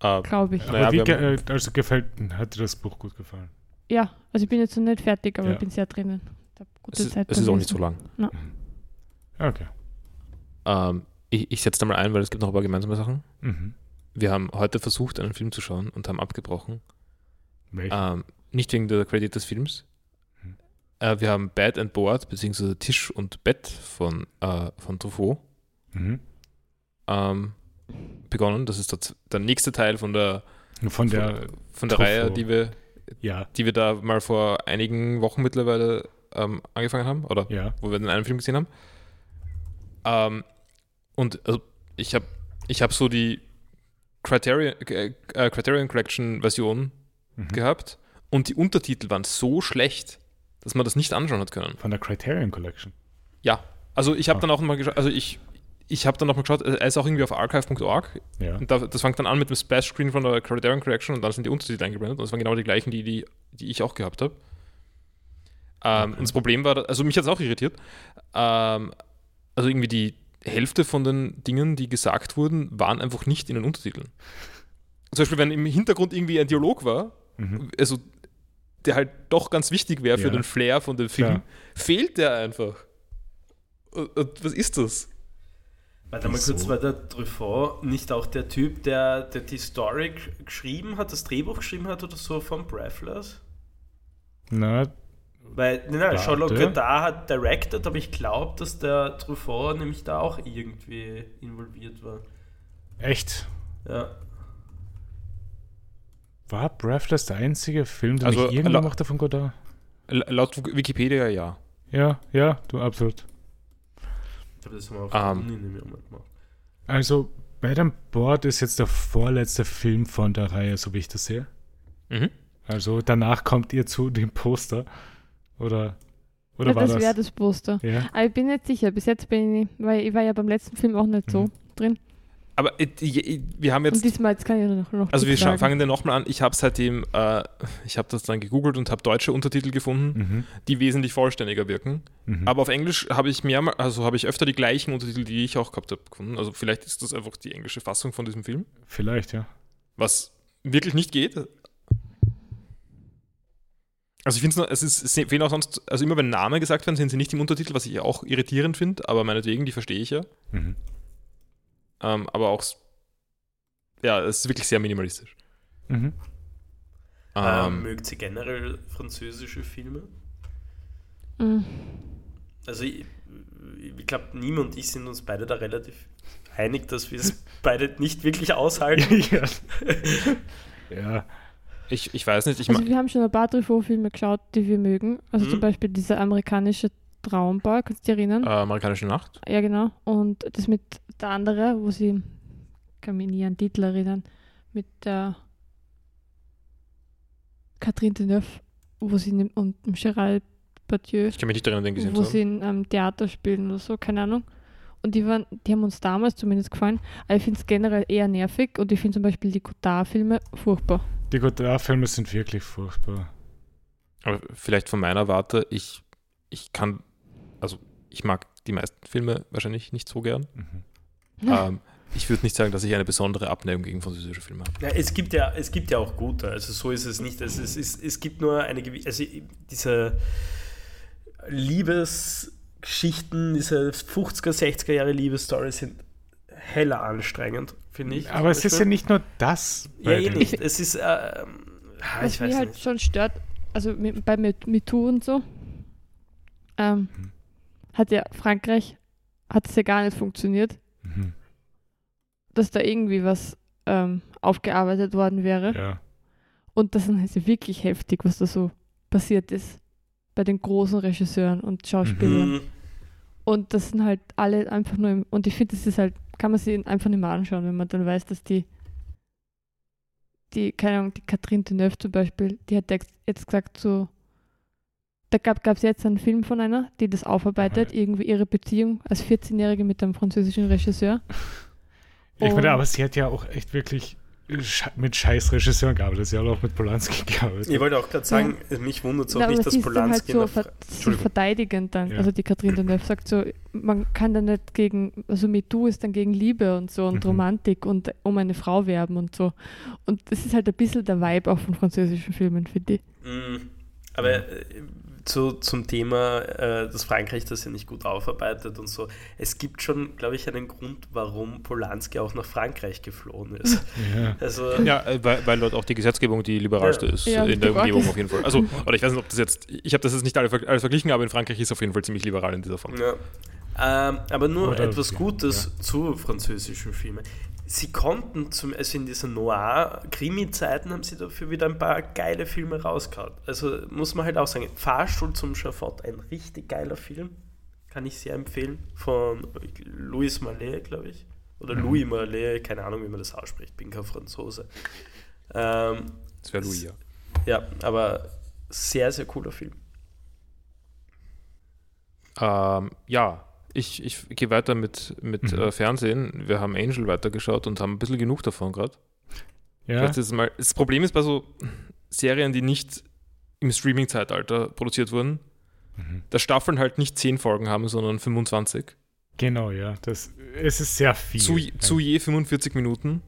Ah,
glaube ich.
Naja,
Aber wie
wir
ge äh, also gefällt, hat dir das Buch gut gefallen?
Ja, also ich bin jetzt noch nicht fertig, aber
Ja.
ich bin sehr drinnen. Ich habe gute
es ist,
Zeit.
es
beim
ist auch
Lesen.
nicht so lang.
Okay.
Ähm, ich ich setze da mal ein, weil es gibt noch ein paar gemeinsame Sachen.
Mhm.
Wir haben heute versucht, einen Film zu schauen und haben abgebrochen.
Welch?
Ähm, nicht wegen der Qualität des Films.
Mhm.
Äh, wir haben Bed and Board, beziehungsweise Tisch und Bett von, äh, von Truffaut
Mhm.
ähm, begonnen. Das ist der, z- der nächste Teil von der,
Von der,
von der
Truffaut.
Reihe, die wir,
ja,
die wir da mal vor einigen Wochen mittlerweile ähm, angefangen haben. Oder
ja.
wo wir den einen Film gesehen haben. Ähm, und also ich habe ich hab so die Criterion, äh, äh, Criterion Collection Version
Mhm.
gehabt und die Untertitel waren so schlecht, dass dass man das nicht anschauen hat können.
Von der Criterion Collection.
Ja, also ich habe
Ah.
dann auch nochmal geschaut, also ich, ich habe dann nochmal geschaut, äh, er ist auch irgendwie auf archive.org
Ja.
und da, das fängt dann an mit dem Splash-Screen von der Criterion Collection und dann sind die Untertitel eingeblendet und das waren genau die gleichen, die, die, die ich auch gehabt habe. Ähm, Und das Problem war, also mich hat es auch irritiert, ähm, also irgendwie die Hälfte von den Dingen, die gesagt wurden, waren einfach nicht in den Untertiteln. Zum Beispiel, wenn im Hintergrund irgendwie ein Dialog war,
Mhm.
also der halt doch ganz wichtig wäre für
Ja.
den Flair von dem Film,
Klar.
fehlt der einfach. Und, und was ist das?
Warte mal
Wieso?
kurz, war der Truffaut nicht auch der Typ, der, der die Story g- geschrieben hat, das Drehbuch geschrieben hat oder so von Breathless?
Na,
Weil, nein, nein,
Warte.
Charlotte Godard hat directed, aber ich glaube, dass der Truffaut nämlich da auch irgendwie involviert war.
echt.
Ja.
War Breathless der einzige Film, den
Also,
ich irgendwann
la-
machte von Godard?
La- Laut Wikipedia ja.
Ja, ja, du absolut.
Ich glaube, das haben wir auf
Ähm.
der Uni nämlich auch mal gemacht.
Also, Bad an Board ist jetzt der vorletzte Film von der Reihe, so wie ich das sehe.
Mhm.
Also, danach kommt ihr zu dem Poster. Oder, oder
ja,
war
das
das?
wäre das Poster.
ja,
Aber ich bin nicht sicher, bis jetzt bin ich nicht, weil ich war ja beim letzten Film auch nicht so drin.
Aber äh, die- äh, wir haben
Und
Mhm. jetzt,
diesmal jetzt kann ich noch, noch
also wir
nichts
scha-
sagen.
fangen den nochmal an. Ich habe seitdem, äh, ich habe das dann gegoogelt und habe deutsche Untertitel gefunden,
mhm.
die wesentlich vollständiger wirken.
Mhm.
Aber auf Englisch habe ich mehrmal, also habe ich öfter die gleichen Untertitel, die ich auch gehabt habe, gefunden. Also vielleicht ist das einfach die englische Fassung von diesem Film,
vielleicht, ja.
was wirklich nicht geht. Also ich finde es, ist- es fehlen auch sonst, also immer wenn Namen gesagt werden, sind sie nicht im Untertitel, was ich ja auch irritierend finde, aber meinetwegen, die verstehe ich ja.
Mhm.
Ähm, aber auch, s- ja, es ist wirklich sehr minimalistisch.
Mhm.
Ähm,
Ähm,
mögt sie generell französische Filme?
Mhm.
Also ich, ich glaube, niemand und ich sind uns beide da relativ einig, dass wir es beide nicht wirklich aushalten.
ja. ja.
ich, ich weiß nicht, ich
Also
mein-
wir haben schon ein paar Truffaut-Filme geschaut, die wir mögen. Also
Mhm.
zum Beispiel dieser amerikanische Traumbau, kannst du dich erinnern?
äh, amerikanische Nacht.
Ja, genau. Und das mit der andere, wo sie, kann mich nie an den Titel erinnern, mit der Catherine Deneuve, wo sie in dem- und dem Gerald Badieu,
Ich kann mich nicht erinnern, den gesehen
wo
zu
sie
haben.
in einem Theater spielen oder so, keine Ahnung. Und die waren, die haben uns damals zumindest gefallen, aber ich finde es generell eher nervig und ich finde zum Beispiel die Godard-Filme furchtbar.
Die Godard-Filme sind wirklich furchtbar.
Aber vielleicht von meiner Warte, ich, ich kann, also ich mag die meisten Filme wahrscheinlich nicht so gern.
Mhm.
ähm, ich würde nicht sagen, dass ich eine besondere Abneigung gegen französische Filme habe.
Ja, es, gibt ja, es gibt ja auch gute, also so ist es nicht. Also es, ist, es gibt nur eine gewisse, also diese Liebesgeschichten, diese 50er, 60er Jahre Liebesstories sind heller anstrengend, finde ich.
Aber es ist ja nicht nur das.
Ja,
bei
eh
dem-
nicht. Es ist, äh, ähm, ah,
Was
ich
mich
weiß
halt
nicht.
schon stört, also mit- bei Me- MeToo und so, ähm,
Mhm.
hat ja Frankreich, hat es ja gar nicht funktioniert,
Mhm.
dass da irgendwie was ähm, aufgearbeitet worden wäre.
Ja.
Und das ist ja wirklich heftig, was da so passiert ist bei den großen Regisseuren und Schauspielern.
Hm,
Und das sind halt alle einfach nur, im, und ich finde, das ist halt, kann man sie einfach nicht mehr anschauen, wenn man dann weiß, dass die, die, keine Ahnung, die Katrin Deneuve zum Beispiel, die hat jetzt- jetzt gesagt so, da gab es jetzt einen Film von einer, die das aufarbeitet, irgendwie ihre Beziehung als 14-Jährige mit einem französischen Regisseur.
Ich
Und-
meine, aber sie hat ja auch echt wirklich äh, sche- mit scheiß Regisseuren gearbeitet. Sie hat auch mit Polanski gearbeitet.
Ich wollte auch gerade sagen, mich wundert es auch
Na,
nicht,
aber
dass
sie ist dann halt
Polanski
so,
nach-
ver so
Entschuldigung.
verteidigend dann,
Ja.
also die Katrin Deneuve sagt so, man kann da nicht gegen, also MeToo ist dann gegen Liebe und so und
Mhm.
Romantik und um eine Frau werben und so. Und das ist halt ein bisschen der Vibe auch von französischen Filmen, finde ich.
Mm, Aber äh, zu, zum Thema, äh, dass Frankreich das ja nicht gut aufarbeitet und so. Es gibt schon, glaube ich, einen Grund, warum Polanski auch nach Frankreich geflohen ist.
Ja.
Also,
Ja, äh, weil, weil dort auch die Gesetzgebung die liberalste
Ja.
ist
Ja,
äh, in der
richtig arg.
Umgebung auf jeden Fall. Also, oder ich weiß nicht, ob das jetzt, ich habe das jetzt nicht alle, ver- alles verglichen, aber in Frankreich ist auf jeden Fall ziemlich liberal in dieser Form.
ja. ähm, aber nur
Oder-
etwas
ja,
Gutes zu französischen Filmen. Sie konnten, zum, also in diesen Noir-Krimi-Zeiten haben sie dafür wieder ein paar geile Filme rausgehauen. Also muss man halt auch sagen, Fahrstuhl zum Schafott, ein richtig geiler Film. Kann ich sehr empfehlen. Von Louis Mallet, glaube ich. Oder
Mhm.
Louis Mallet, keine Ahnung, wie man das ausspricht. Bin kein Franzose. Ähm,
Das wäre Louis, ja.
ja, aber sehr, sehr cooler Film.
Ähm, ja, ich, ich gehe weiter mit, mit
Mhm.
äh, Fernsehen. Wir haben Angel weitergeschaut und haben ein bisschen genug davon gerade.
Ja,
Vielleicht ist es mal, das Problem ist bei so Serien, die nicht im Streaming-Zeitalter produziert wurden,
Mhm.
dass Staffeln halt nicht 10 Folgen haben, sondern 25.
genau, ja. Das, es ist sehr viel.
Zu,
ja.
zu je 45 Minuten.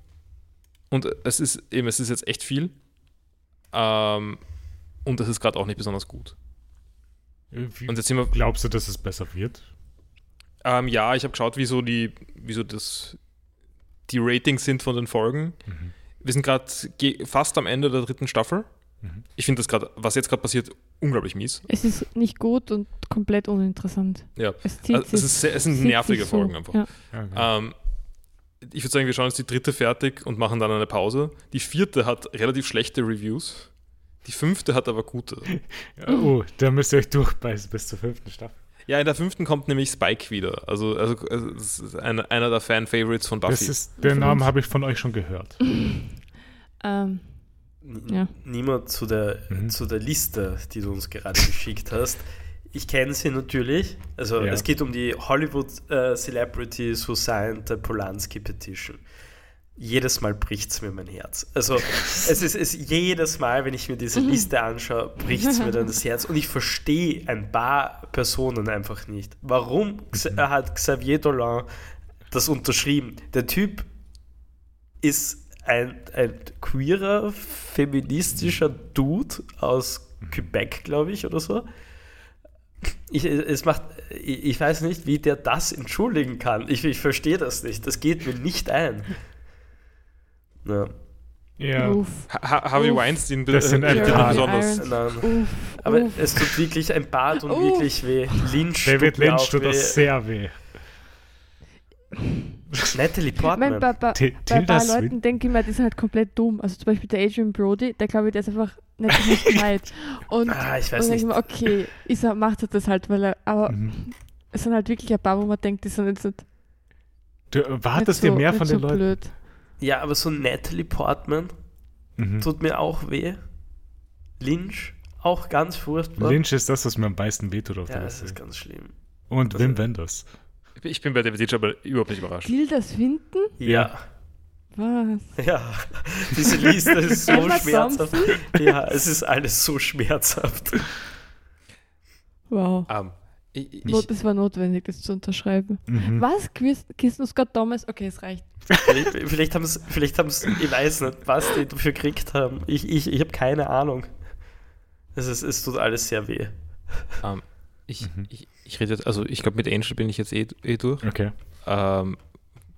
Und es ist eben, es ist jetzt echt viel. Ähm, und das ist gerade auch nicht besonders gut.
Äh, Wie,
Und jetzt sind wir
glaubst du, dass es besser wird?
Ähm, ja, ich habe geschaut, wie so die, wie so das, die Ratings sind von den Folgen.
Mhm.
Wir sind gerade fast am Ende der dritten Staffel.
Mhm.
Ich finde das gerade, was jetzt gerade passiert, unglaublich mies.
Es ist nicht gut und komplett uninteressant.
Ja.
Es zieht
Also, es,
sich.
ist sehr, es
zieht
sind
sich
nervige
so.
Folgen einfach.
Ja.
Ja, genau.
Ähm, ich würde sagen, wir schauen jetzt die dritte fertig und machen dann eine Pause. Die vierte hat relativ schlechte Reviews. Die fünfte hat aber gute.
Oh, da müsst ihr euch durchbeißen bis zur fünften Staffel.
Ja, in der fünften kommt nämlich Spike wieder. Also, also also, das ist eine, einer der Fan-Favorites von Buffy.
Das ist, den Namen habe ich von euch schon gehört.
Mhm. Ähm,
N-
Ja.
Niemand zu der,
Mhm.
zu der Liste, die du uns gerade geschickt hast. Ich kenne sie natürlich. Also
Ja.
es geht um die Hollywood äh, Celebrities Who Signed the Polanski Petition. Jedes Mal bricht es mir mein Herz. Also es ist es, jedes Mal, wenn ich mir diese Liste anschaue, bricht es mir dann das Herz. Und ich verstehe ein paar Personen einfach nicht. Warum Xa- hat Xavier Dolan das unterschrieben? Der Typ ist ein, ein queerer, feministischer Dude aus Quebec, glaube ich, oder so. Ich, es macht, ich, ich weiß nicht, wie der das entschuldigen kann. Ich, ich verstehe das nicht. Das geht mir nicht ein. Ja,
Ja.
Uff,
Ha ha Harvey
Uff.
Weinstein
Das sind ein
bitte
paar.
besonders.
Irons.
nein.
uff,
Aber
uff.
es tut wirklich ein Bart und
Uff.
wirklich weh. Lynch.
David
mir
Lynch
auch
tut
weh.
das sehr weh.
Natalie Portman.
Mein, bei, bei,
Til-
bei ein
Tilda
paar
Swin-
Leuten denke ich mir, die sind halt komplett dumm. Also zum Beispiel der Adrian Brody, der glaube ich, der ist einfach nicht, nicht gescheit. Und
ah, ich
dann
weiß
denke ich
nicht.
mir, okay, ist er, macht er das halt, weil er, aber
Mhm.
es sind halt wirklich ein paar, wo man denkt, die sind jetzt nicht,
Du
nicht
erwartest
so,
dir mehr
nicht
von
so
den Leuten.
blöd.
Ja, aber so Natalie Portman
Mhm.
tut mir auch weh. Lynch auch ganz furchtbar.
Lynch ist das, was mir am meisten wehtut auf
Ja,
der
das
Liste.
ist ganz schlimm.
Und
das-
Wim Wenders.
Ich bin bei David Lynch aber überhaupt nicht überrascht.
Tilda Swinton?
Ja.
Was?
Ja, diese Liste ist so
Emma
schmerzhaft. Ja, es ist alles so schmerzhaft.
Wow.
Ähm, ich, ich,
Not, es war notwendig, das zu unterschreiben.
Mhm.
Was? Chris- Kirsten Scott Thomas? Okay, es reicht.
Vielleicht, vielleicht haben es, vielleicht haben's, ich weiß nicht, was die dafür gekriegt haben. Ich, ich, ich habe keine Ahnung. Es, ist, es tut alles sehr weh.
ähm, ich,
Mhm.
ich, ich rede jetzt, also ich glaube, mit Angel bin ich jetzt eh, eh durch.
Okay.
Ähm,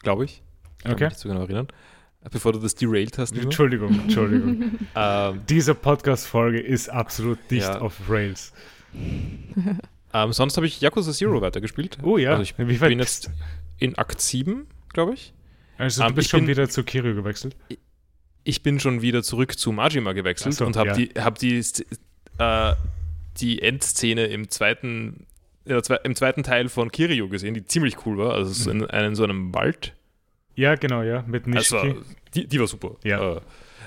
glaube ich. Ich kann
Okay.
mich nicht so genau erinnern. Bevor du das derailed hast, Nino.
Entschuldigung, Entschuldigung.
ähm,
Diese Podcast-Folge ist absolut nicht
Ja.
auf Rails.
ähm, sonst habe ich Yakuza Zero weitergespielt.
Oh ja,
Also ich
wie weit
bin
bist-
jetzt in Akt 7, glaube ich.
Also
Ähm,
du bist
ich
schon
bin-
wieder zu Kiryu gewechselt.
Ich bin schon wieder zurück zu Majima gewechselt
Ach so,
und habe
ja.
die, hab die, Sz- äh, die Endszene im zweiten, in der zwe im zweiten Teil von Kiryu gesehen, die ziemlich cool war. Also es ist
Hm.
in, in so einem Wald.
Ja, genau, ja. Mit
Also,
Nishiki.
die, die war super.
Ja.
Äh,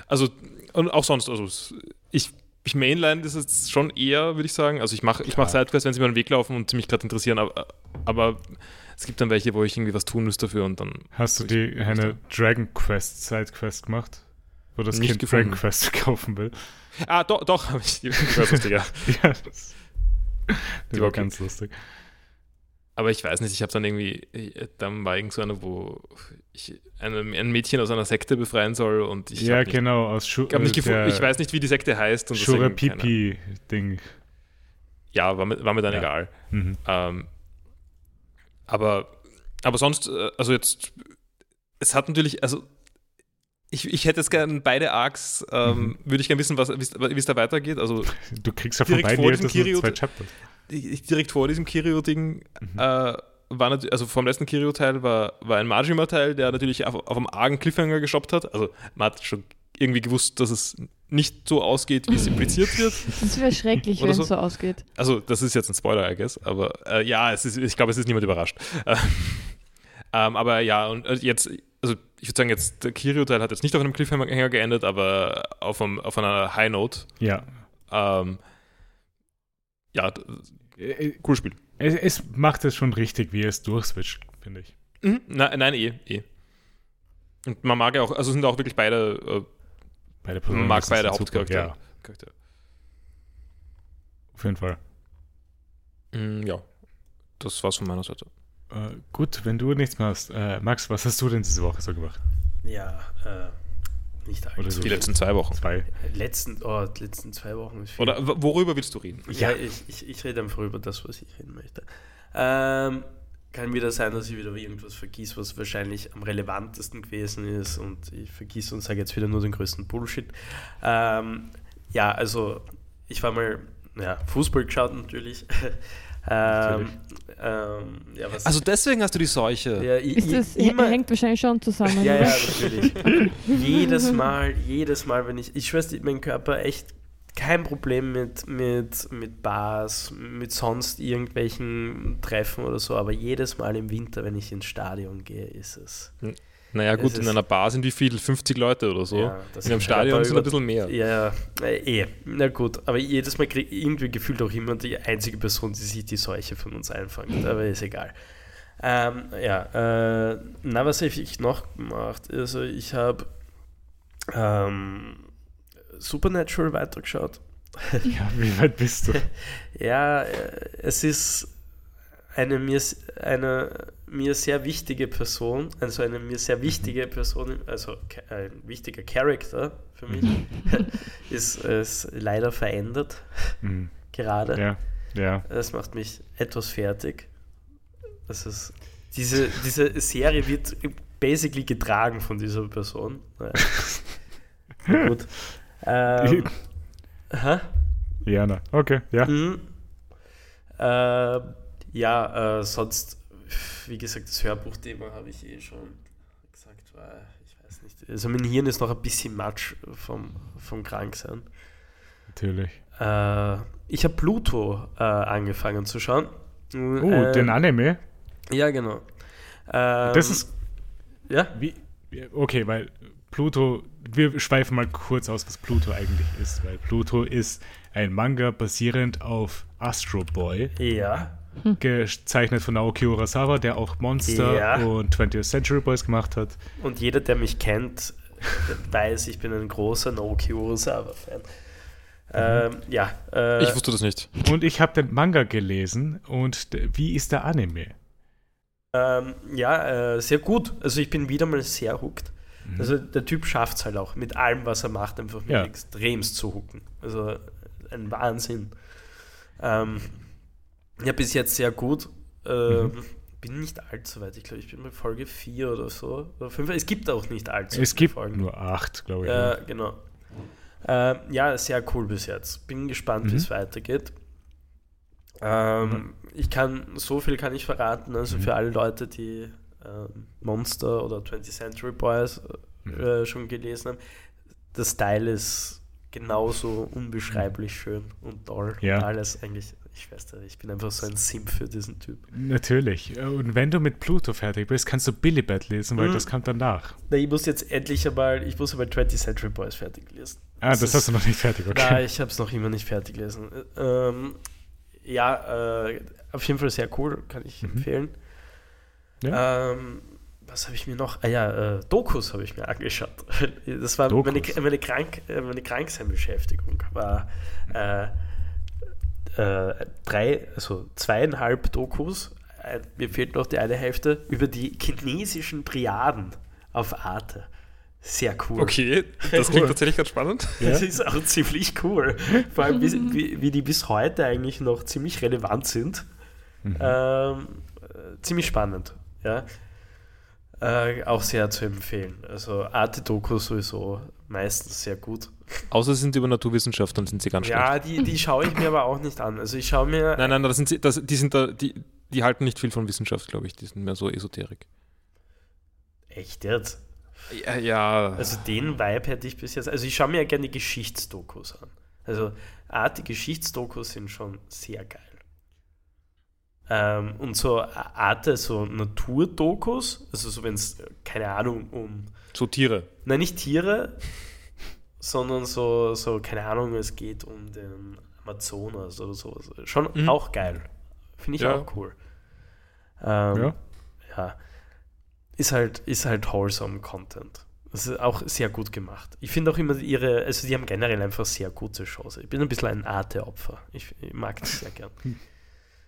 Also, und auch sonst, also es- ich, ich mainline das jetzt schon eher, würde ich sagen. Also ich mache ich mach
Klar.
Sidequests, wenn sie mir den Weg laufen und sie mich gerade interessieren, aber, aber es gibt dann welche, wo ich irgendwie was tun müsste dafür und dann.
Hast du die eine Dragon Quest Sidequest gemacht? Wo das
Nicht
Kind
gefunden.
Dragon Quest kaufen will.
Ah, doch, doch, habe ich die die war lustig, ja.
ja, das, die
Die
war
war
ganz lustig.
Aber ich weiß nicht, ich habe dann irgendwie, äh, dann war irgend so eine, wo ich eine, ein Mädchen aus einer Sekte befreien soll und ich
ja,
habe nicht,
genau, aus Schu
ich hab nicht gefunden,
der
ich weiß nicht, wie die Sekte heißt und
Shura
deswegen keine-
Pipi-Ding.
Ja, war mir, war mir dann
Ja.
egal.
Mhm.
Ähm, aber, aber sonst, äh, also jetzt, es hat natürlich, also ich, ich hätte jetzt gerne beide Arcs, ähm, würde ich gerne wissen, was- wie es- wie es da weitergeht. Also
Du kriegst ja von
Direkt
beiden
vor
jedes Mal
diesem Kiryu-
zwei Chapters.
ich- ich- direkt vor diesem Kirio-Ding äh, war natürlich, also vom letzten Kirio-Teil war, war ein Majima-Teil, der natürlich auf, auf einem argen Cliffhanger gestoppt hat. Also man hat schon irgendwie gewusst, dass es nicht so ausgeht, wie es impliziert wird.
Das wäre schrecklich,
Oder
wenn es
so.
so. ausgeht.
Also, das ist jetzt ein Spoiler, I guess, aber äh, ja, es ist, ich glaube, es ist niemand überrascht. Äh, ähm, aber ja, und äh, jetzt, also ich würde sagen, jetzt der Kirio-Teil hat jetzt nicht auf einem Cliffhanger geendet, aber auf, einem, auf einer High Note.
Ja.
Ähm, ja, d- cooles Spiel.
Es, es macht es schon richtig, wie es durchswitcht, finde ich.
Mhm. Nein, nein, eh, eh. Und man mag ja auch, also sind auch wirklich beide,
Beide
äh, man
Personen
mag
sind
beide
super,
Hauptcharaktere.
Ja, auf jeden Fall.
Mm, ja, das war's von meiner Seite.
Äh, gut, wenn du nichts mehr hast. Äh, Max, was hast du denn diese Woche so gemacht?
Ja, äh, nicht
Oder so
allzu.
Die letzten zwei Wochen.
zwei.
Letzten, oh, die letzten zwei Wochen ist viel.
Oder w- worüber willst du reden?
Ja, ich, ich, ich rede einfach über das, was ich reden möchte. Ähm, kann wieder sein, dass ich wieder irgendwas vergieß, was wahrscheinlich am relevantesten gewesen ist und ich vergieße und sage jetzt wieder nur den größten Bullshit. Ähm, ja, also ich war mal ja, Fußball geschaut natürlich. ähm,
Natürlich.
ähm, ja, was
Also deswegen hast du die Seuche.
ja, i-
Ist
i-
das,
immer-
hängt wahrscheinlich schon zusammen.
ja, ja,
oder?
natürlich. jedes Mal, jedes Mal, wenn ich, ich schwör's dir, mein Körper echt kein Problem mit, mit, mit Bars, mit sonst irgendwelchen Treffen oder so, aber jedes Mal im Winter, wenn ich ins Stadion gehe, ist es.
Naja, gut,
Es
in
ist-
einer Bar sind wie viel? 50 Leute oder so.
Ja, das
in einem
ist-
Stadion
da
sind
über-
ein bisschen mehr.
Ja, äh, eh, na gut, aber jedes Mal kriege irgendwie gefühlt auch immer die einzige Person, die sich die Seuche von uns einfängt, aber ist egal. Ähm, ja, äh, na, was habe ich noch gemacht? Also, ich habe ähm, Supernatural weitergeschaut.
Ja, wie weit bist du?
Ja, äh, es ist eine mir, s- eine mir sehr wichtige Person, also eine mir sehr wichtige Person, also ke- ein wichtiger Charakter für mich, ist, ist leider verändert
Mhm.
gerade.
Ja, ja.
Das macht mich etwas fertig. Das ist, diese, diese Serie wird basically getragen von dieser Person. Naja. Na Gut. Ähm, hä?
ja, na. Okay, ja.
Mhm. Äh, ja, äh, sonst, wie gesagt, das Hörbuchthema habe ich eh schon gesagt, weil ich weiß nicht. Also mein Hirn ist noch ein bisschen matsch vom, vom Kranksein.
Natürlich.
Äh, ich habe Pluto äh, angefangen zu schauen. Ähm,
Oh, den Anime?
Ja, genau. Ähm,
Das ist
Ja,
Wie, ja, okay, weil Pluto, wir schweifen mal kurz aus, was Pluto eigentlich ist, weil Pluto ist ein Manga basierend auf Astro Boy,
ja,
gezeichnet von Naoki Urasawa, der auch Monster
Ja.
und 20th Century Boys gemacht hat.
und jeder, der mich kennt, weiß, ich bin ein großer Naoki
Mhm.
Urasawa-Fan. Ähm, ja, äh,
Ich wusste das nicht.
Und ich habe den Manga gelesen und d- wie ist der Anime?
ähm, ja äh, sehr gut. Also ich bin wieder mal sehr hooked. Also der Typ schafft es halt auch, mit allem, was er macht, einfach mit
Mhm. Ja.
extremst zu hooken. Also ein Wahnsinn. Ähm, ja, bis jetzt sehr gut.
Mhm.
Ähm, Bin nicht allzu weit. Ich glaube, ich bin bei Folge 4 oder so. Oder 5. Es gibt auch nicht allzu
Es
viele
gibt
Folgen.
nur acht, glaube ich.
Ja, genau. Ähm, ja, sehr cool bis jetzt. Bin gespannt,
Mhm.
wie es weitergeht. Ähm, ich kann, so viel kann ich verraten,
Mhm.
also für alle Leute, die ähm, Monster oder 20th Century Boys
Mhm.
äh, schon gelesen haben, das Style ist genauso unbeschreiblich schön und toll
Mhm. Ja.
und alles eigentlich, ich weiß nicht, ich bin einfach so ein Simp für diesen Typ.
Natürlich. Und wenn du mit Pluto fertig bist, kannst du Billy Bat lesen, weil
Mhm.
das kommt danach.
Na, ich muss jetzt endlich einmal, ich muss einmal 20th Century Boys fertig lesen.
Ah, das,
ist-
hast du noch nicht fertig, okay.
Na, ich habe es noch immer nicht fertig gelesen. Ä- Ähm, ja, äh, auf jeden Fall sehr cool, kann ich
Mhm.
empfehlen. Ähm, was habe ich mir noch? Ah ja, äh, Dokus habe ich mir angeschaut. Das war meine,
Dokus.
meine, Krank, äh, meine Kranksein-Beschäftigung. War äh, äh, drei, also zweieinhalb Dokus. Äh, Mir fehlt noch die eine Hälfte über die chinesischen Triaden auf Arte. Sehr cool.
Okay, das klingt tatsächlich ganz spannend.
Das ist auch ziemlich cool. Vor allem, wie, wie, wie die bis heute eigentlich noch ziemlich relevant sind.
Mhm.
Ähm, äh, ziemlich spannend, ja. Äh, auch sehr zu empfehlen. Also Arte-Dokus sowieso meistens sehr gut.
Außer sie sind über Naturwissenschaft, dann sind sie ganz schlecht.
Ja, die, die schaue ich mir aber auch nicht an. Also ich schaue mir,
Nein, nein, das sind sie, das, die sind da, die, die halten nicht viel von Wissenschaft, glaube ich. Die sind mehr so esoterik.
echt jetzt,
Ja, ja.
also den Vibe hätte ich bis jetzt, also ich schaue mir ja gerne die Geschichtsdokus an. Also Arte-Geschichtsdokus sind schon sehr geil. Ähm, und so Arte, so Naturdokus, also so wenn es, keine Ahnung, um
so Tiere.
Nein, nicht Tiere, sondern so, so, keine Ahnung, es geht um den Amazonas oder sowas. Schon auch geil. Finde ich
Ja.
auch cool. Ähm,
Ja.
ja. Ist halt, ist halt wholesome Content. Das ist auch sehr gut gemacht. Ich finde auch immer ihre, also die haben generell einfach sehr gute Shows. Ich bin ein bisschen ein Arte-Opfer. Ich, ich mag das sehr gern.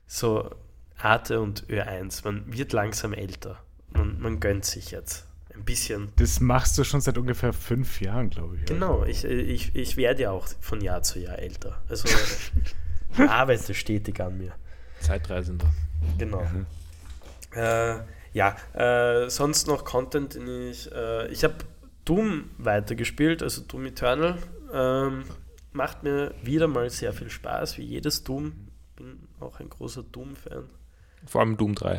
So, Arte und Ö1, man wird langsam älter. Man, man gönnt sich jetzt ein bisschen.
Das machst du schon seit ungefähr fünf Jahren, glaube ich.
Genau, ich, ich, ich werde ja auch von Jahr zu Jahr älter. Also ich arbeite stetig an mir.
Zeitreisender.
Genau. Äh, ja, äh, sonst noch Content, den ich. Äh, ich habe Doom weitergespielt, also Doom Eternal. Ähm, macht mir wieder mal sehr viel Spaß, wie jedes Doom. Bin auch ein großer Doom-Fan.
Vor allem Doom 3.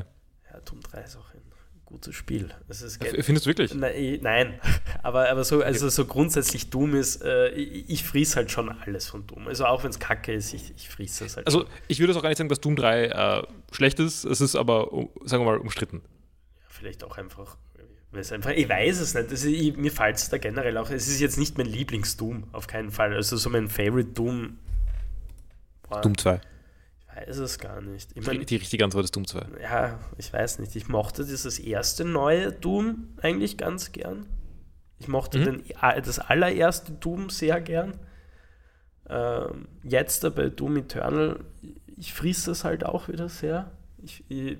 Ja, Doom 3 ist auch ein gutes Spiel. Es ist
F- Findest du wirklich?
Nein, eh, nein. aber, aber so, also so grundsätzlich Doom ist, äh, ich, ich friess halt schon alles von Doom. Also auch wenn es kacke ist, ich, ich friess es halt.
Also, ich würde es auch gar nicht sagen, dass Doom 3 äh, schlecht ist. Es ist aber, um, sagen wir mal, umstritten.
Vielleicht auch einfach, weil es einfach, ich weiß es nicht. Also ich, mir fällt es da generell auch. Es ist jetzt nicht mein Lieblings-Doom, auf keinen Fall. Also so mein Favorite Doom. Boah,
2.
Ich weiß es gar nicht. Ich
Die,
mein,
die richtige Antwort ist Doom 2.
ja, ich weiß nicht. Ich mochte dieses erste neue Doom eigentlich ganz gern. Ich mochte
Mhm.
den, das allererste Doom sehr gern. Ähm, jetzt dabei Doom Eternal, ich friss das halt auch wieder sehr. Ich, ich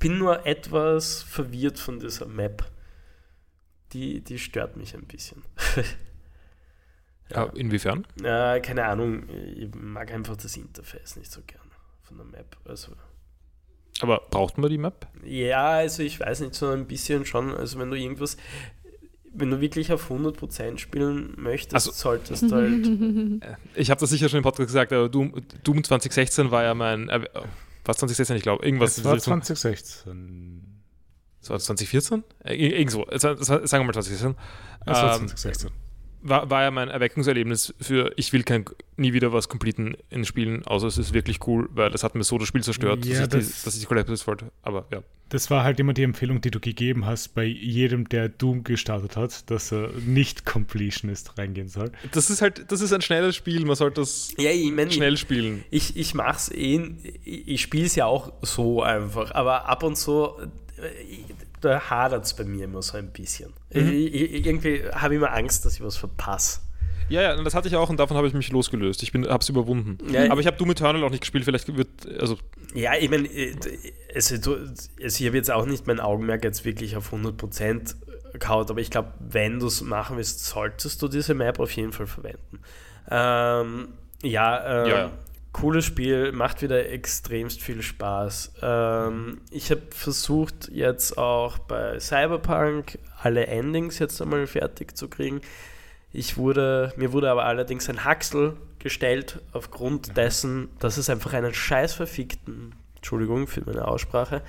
bin nur etwas verwirrt von dieser Map. Die, die stört mich ein bisschen.
Ja. inwiefern?
Äh, keine Ahnung, ich mag einfach das Interface nicht so gern von der Map. Also
Aber braucht man die Map?
Ja, also ich weiß nicht, so ein bisschen schon. Also wenn du irgendwas, wenn du wirklich auf 100% spielen möchtest,
Also-
solltest du halt...
Äh, Ich habe das sicher schon im Podcast gesagt, aber Doom, Doom 2016 war ja mein. Äh, was 2016, ich glaube, irgendwas.
Was war
so-
2016?
so 2014? Äh, ir- irgendwo. Äh, sa- sa- Sagen wir mal 2016.
Das war
Ähm,
2016.
war, war ja mein Erweckungserlebnis für ich will kein, nie wieder was completen in Spielen, außer es ist wirklich cool, weil das hat mir so das Spiel zerstört,
Ja,
dass, ich
das-
die, dass ich die Collapse wollte. Aber ja.
Das war halt immer die Empfehlung, die du gegeben hast bei jedem, der Doom gestartet hat, dass er nicht Completionist reingehen soll.
Das ist halt, das ist ein schnelles Spiel, man sollte das
Ja, ich meine,
schnell spielen.
ich, ich mach's eh, ich, ich spiele es ja auch so einfach, aber ab und zu, äh, ich- da hadert es bei mir immer so ein bisschen. Ich, ich, irgendwie habe ich immer Angst, dass ich was verpasse.
Ja, ja, das hatte ich auch und davon habe ich mich losgelöst. Ich bin, hab's überwunden.
Ja,
Aber ich habe Doom Eternal auch nicht gespielt, vielleicht wird, also
Ja, ich meine, also, du- also ich habe jetzt auch nicht mein Augenmerk jetzt wirklich auf 100% gehaut, aber ich glaube, wenn du es machen willst, solltest du diese Map auf jeden Fall verwenden. Ähm, ja,
Ja,
ähm,
ja.
cooles Spiel, macht wieder extremst viel Spaß. Ähm, ich habe versucht, jetzt auch bei Cyberpunk alle Endings jetzt einmal fertig zu kriegen. Ich wurde, mir wurde aber allerdings ein Haxel gestellt, aufgrund dessen, dass es einfach einen scheißverfickten, Entschuldigung für meine Aussprache,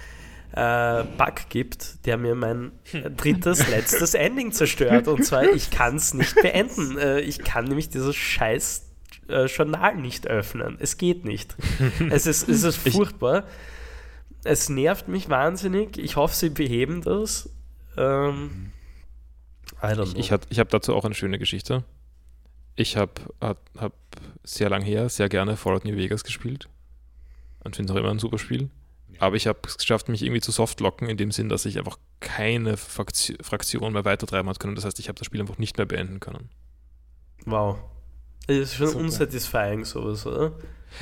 äh, Bug gibt, der mir mein drittes, letztes Ending zerstört. Und zwar, ich kann es nicht beenden. Äh, ich kann nämlich dieses scheiß äh, Journal nicht öffnen. Es geht nicht. Es ist, es ist furchtbar. Es nervt mich wahnsinnig. Ich hoffe, sie beheben das.
Mhm.
Ähm, I don't
Ich,
know.
ich, hat- ich habe dazu auch eine schöne Geschichte. Ich habe hab, hab sehr lang her sehr gerne Fallout New Vegas gespielt und finde es auch immer ein super Spiel. Aber ich habe es geschafft, mich irgendwie zu softlocken, in dem Sinn, dass ich einfach keine Faktio Fraktion mehr weitertreiben hat können. Das heißt, ich habe das Spiel einfach nicht mehr beenden können.
Wow. Das ist schon
Super.
unsatisfying sowas, oder?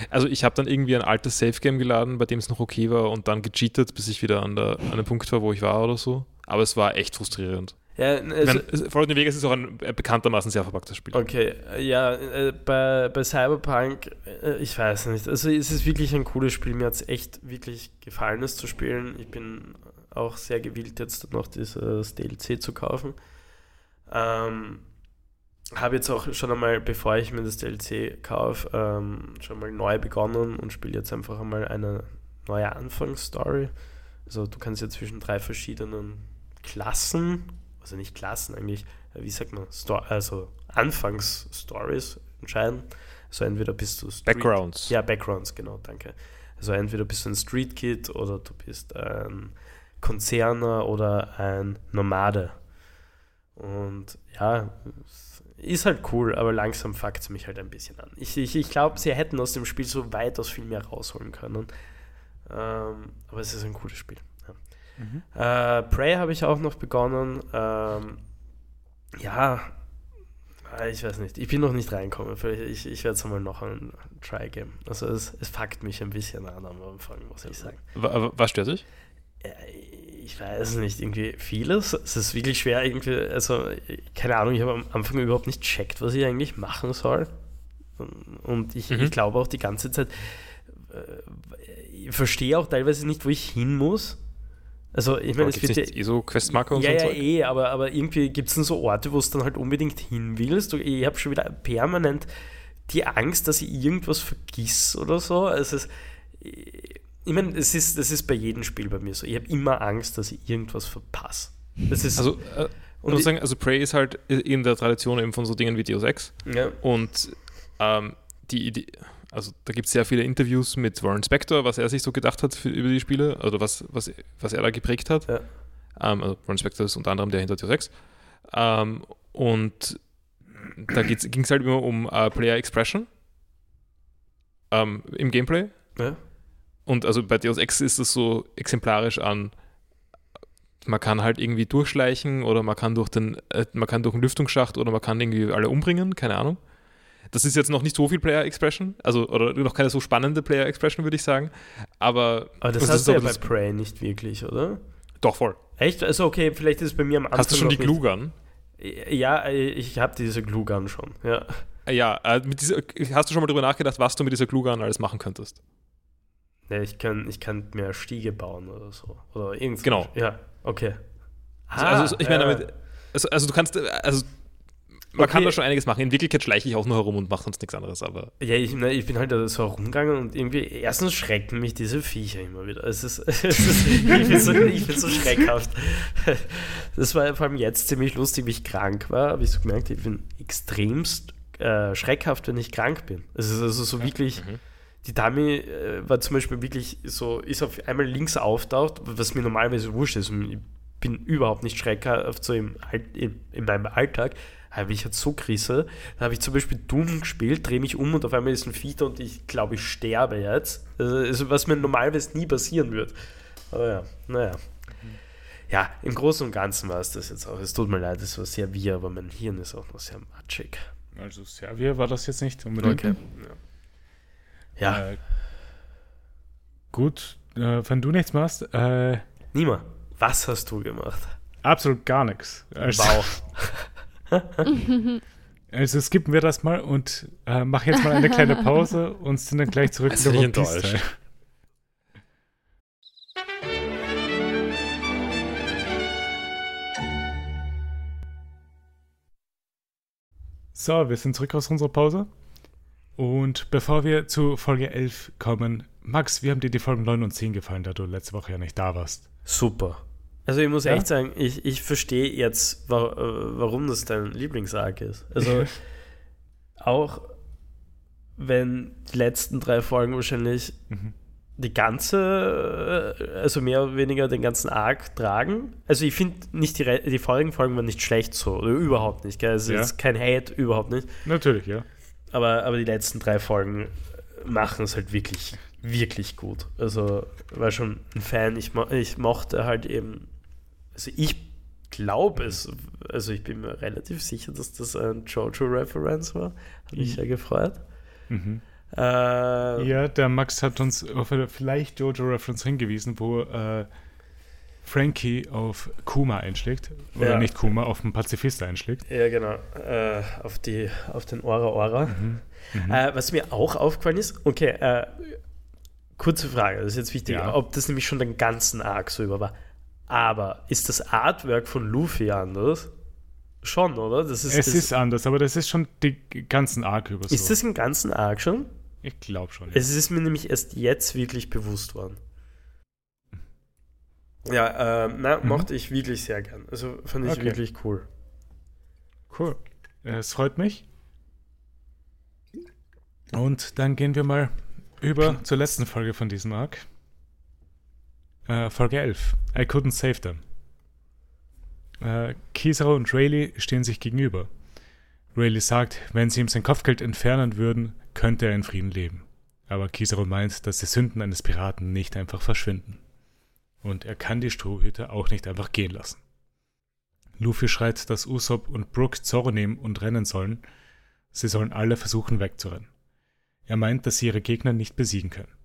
Also ich habe dann irgendwie ein altes Safe-Game geladen, bei dem es noch okay war und dann gecheatet, bis ich wieder an, der, an dem Punkt war, wo ich war oder so. Aber es war echt frustrierend.
Ja,
Ich
also,
mein, Fallout New Vegas ist auch ein äh, bekanntermaßen sehr verpacktes Spiel.
okay, ja, äh, bei, bei Cyberpunk, äh, ich weiß nicht. Also es ist wirklich ein cooles Spiel. Mir hat es echt wirklich gefallen, es zu spielen. Ich bin auch sehr gewillt, jetzt noch dieses DLC zu kaufen. Ähm, habe jetzt auch schon einmal, bevor ich mir das DLC kaufe, ähm, schon mal neu begonnen und spiele jetzt einfach einmal eine neue Anfangsstory. Also du kannst ja zwischen drei verschiedenen Klassen, also nicht Klassen eigentlich, äh, wie sagt man, Sto also Anfangsstories entscheiden. Also entweder bist du Street-
Backgrounds.
ja, Backgrounds, genau, danke. Also entweder bist du ein Street Kid oder du bist ein Konzerner oder ein Nomade. Und ja, es ist halt cool, aber langsam fuckt es mich halt ein bisschen an. Ich, ich, ich glaube, sie hätten aus dem Spiel so weitaus viel mehr rausholen können. Ähm, aber es ist ein cooles Spiel. Ja. Äh, Prey habe ich auch noch begonnen. Ähm, ja, Ah, ich weiß nicht. Ich bin noch nicht reingekommen. Vielleicht- Ich, ich werde es mal noch einen Try geben. Also es, es fuckt mich ein bisschen an am Anfang, muss ich sagen.
Wa- wa- Was stört dich?
Ja, ich weiß nicht, irgendwie vieles. Es ist wirklich schwer, irgendwie, also keine Ahnung, ich habe am Anfang überhaupt nicht checkt, was ich eigentlich machen soll. Und ich,
Mhm.
ich glaube auch die ganze Zeit, äh, ich verstehe auch teilweise nicht, wo ich hin muss. Also ich meine,
Aber
es
gibt's
wird ja
nicht eh so Questmarker und
ja, ja,
so ein Zeug?
eh, aber, aber irgendwie gibt es dann so Orte, wo es dann halt unbedingt hin willst. Du- Ich habe schon wieder permanent die Angst, dass ich irgendwas vergiss oder so. Also es, ich meine, es ist, das ist bei jedem Spiel bei mir so. Ich habe immer Angst, dass ich irgendwas verpasse. Das ist
Also, äh,
Und
und muss
ich-
sagen, also Prey ist halt in der Tradition eben von so Dingen wie Deus Ex.
ja.
Und ähm, die Idee, also da gibt es sehr viele Interviews mit Warren Spector, was er sich so gedacht hat für, über die Spiele, also was, was, was er da geprägt hat.
Ja.
Ähm, also Warren Spector ist unter anderem der hinter Deus Ex. Ähm, und da ging es halt immer um äh, Player Expression ähm, im Gameplay.
Ja.
Und also bei Deus Ex ist es so exemplarisch an, man kann halt irgendwie durchschleichen oder man kann durch den, äh, man kann durch einen Lüftungsschacht oder man kann irgendwie alle umbringen, keine Ahnung. Das ist jetzt noch nicht so viel Player Expression, also oder noch keine so spannende Player Expression, würde ich sagen. Aber,
Aber das
und
hast
ist
du ja
aber
bei
das-
Prey nicht wirklich, oder?
Doch voll.
Echt? Also okay, vielleicht ist es bei mir am Anfang
Hast du schon die
noch nicht-
Glue-Gun?
Ja, ich habe diese Glue-Gun schon, ja.
Äh, Ja, äh, mit dieser, hast du schon mal drüber nachgedacht, was du mit dieser Glue-Gun alles machen könntest?
Ja, ich kann, ich kann mehr Stiege bauen oder so. Oder irgendwas.
Genau.
Ja, okay.
Also,
Ah,
also ich meine
ja.
damit, also, also du kannst, äh, also man
Okay.
kann da schon einiges machen. In Wirklichkeit schleiche ich auch nur herum und mache sonst nichts anderes, aber
Ja, ich, ne, ich bin halt da so herumgegangen und irgendwie, erstens schrecken mich diese Viecher immer wieder. Es ist, es ist ich bin so, ich bin so schreckhaft. Das war vor allem jetzt ziemlich lustig, wie ich krank war, habe ich so gemerkt, ich bin extremst äh, schreckhaft, wenn ich krank bin. Es ist also so wirklich,
Mhm.
die Dame äh, war zum Beispiel wirklich so, ist auf einmal links auftaucht, was mir normalerweise wurscht ist. Und ich bin überhaupt nicht schreckhaft so im, Alt- in, in meinem Alltag. Aber ich hatte so Krisse. Da habe ich zum Beispiel dumm gespielt, drehe mich um und auf einmal ist ein Vieter und ich glaube, ich sterbe jetzt. Also, also was mir normalerweise nie passieren wird. Aber ja, naja. Ja, im Großen und Ganzen war es das jetzt auch. Es tut mir leid, es war sehr wir, aber mein Hirn ist auch noch sehr matschig.
Also Serbien war das jetzt nicht unbedingt.
Ja,
Äh, gut, äh, wenn du nichts machst, äh,
Nima, was hast du gemacht?
absolut gar nichts. Also,
Wow.
also skippen wir das mal und äh, machen jetzt mal eine kleine Pause und sind dann gleich zurück
Das
in der
finde
One
ich
Piece
enttäuscht.
Teil. So, wir sind zurück aus unserer Pause. Und bevor wir zu Folge 11 kommen, Max, wie haben dir die Folgen 9 und 10 gefallen, da du letzte Woche ja nicht da warst?
Super. Also ich muss
Ja?
echt sagen, ich, ich verstehe jetzt, wa äh, warum das dein Lieblingsarc ist. Also auch wenn die letzten drei Folgen wahrscheinlich
Mhm.
die ganze, äh, also mehr oder weniger den ganzen Arc tragen. Also ich finde nicht die, Re- die vorigen Folgen waren nicht schlecht so, oder überhaupt nicht. Gell? Also
Ja.
jetzt kein Hate, überhaupt nicht.
Natürlich, ja.
Aber, aber die letzten drei Folgen machen es halt wirklich, wirklich gut. Also war schon ein Fan. Ich, mo ich mochte halt eben, also ich glaube es, also ich bin mir relativ sicher, dass das ein Jojo-Reference war. Hat mich sehr gefreut.
Mhm.
Äh,
Ja, der Max hat uns auf eine vielleicht Jojo-Reference hingewiesen, wo äh, Frankie auf Kuma einschlägt. Oder
Ja.
nicht Kuma, auf einen Pazifist einschlägt.
Ja, genau. Äh, auf, die, auf den Ora Ora. Äh, was mir auch aufgefallen ist, okay, äh, kurze Frage, das ist jetzt wichtig,
Ja.
ob das nämlich schon den ganzen Arc so über war. Aber ist das Artwork von Luffy anders? Schon, oder? Das ist,
es
das,
ist anders, aber das ist schon den ganzen Arc über so.
ist das im ganzen Arc schon?
Ich glaube schon. Ja.
Es ist mir nämlich erst jetzt wirklich bewusst worden. Ja, äh, na, mochte ich wirklich sehr gern. Also fand ich
Okay.
wirklich cool.
Cool. Äh, Es freut mich. Und dann gehen wir mal über zur letzten Folge von diesem Arc. Äh, Folge 11. I couldn't save them. Äh, Kizaru und Rayleigh stehen sich gegenüber. Rayleigh sagt, wenn sie ihm sein Kopfgeld entfernen würden, könnte er in Frieden leben. Aber Kizaru meint, dass die Sünden eines Piraten nicht einfach verschwinden. Und er kann die Strohhüte auch nicht einfach gehen lassen. Luffy schreit, dass Usopp und Brook Zorro nehmen und rennen sollen. Sie sollen alle versuchen wegzurennen. Er meint, dass sie ihre Gegner nicht besiegen können.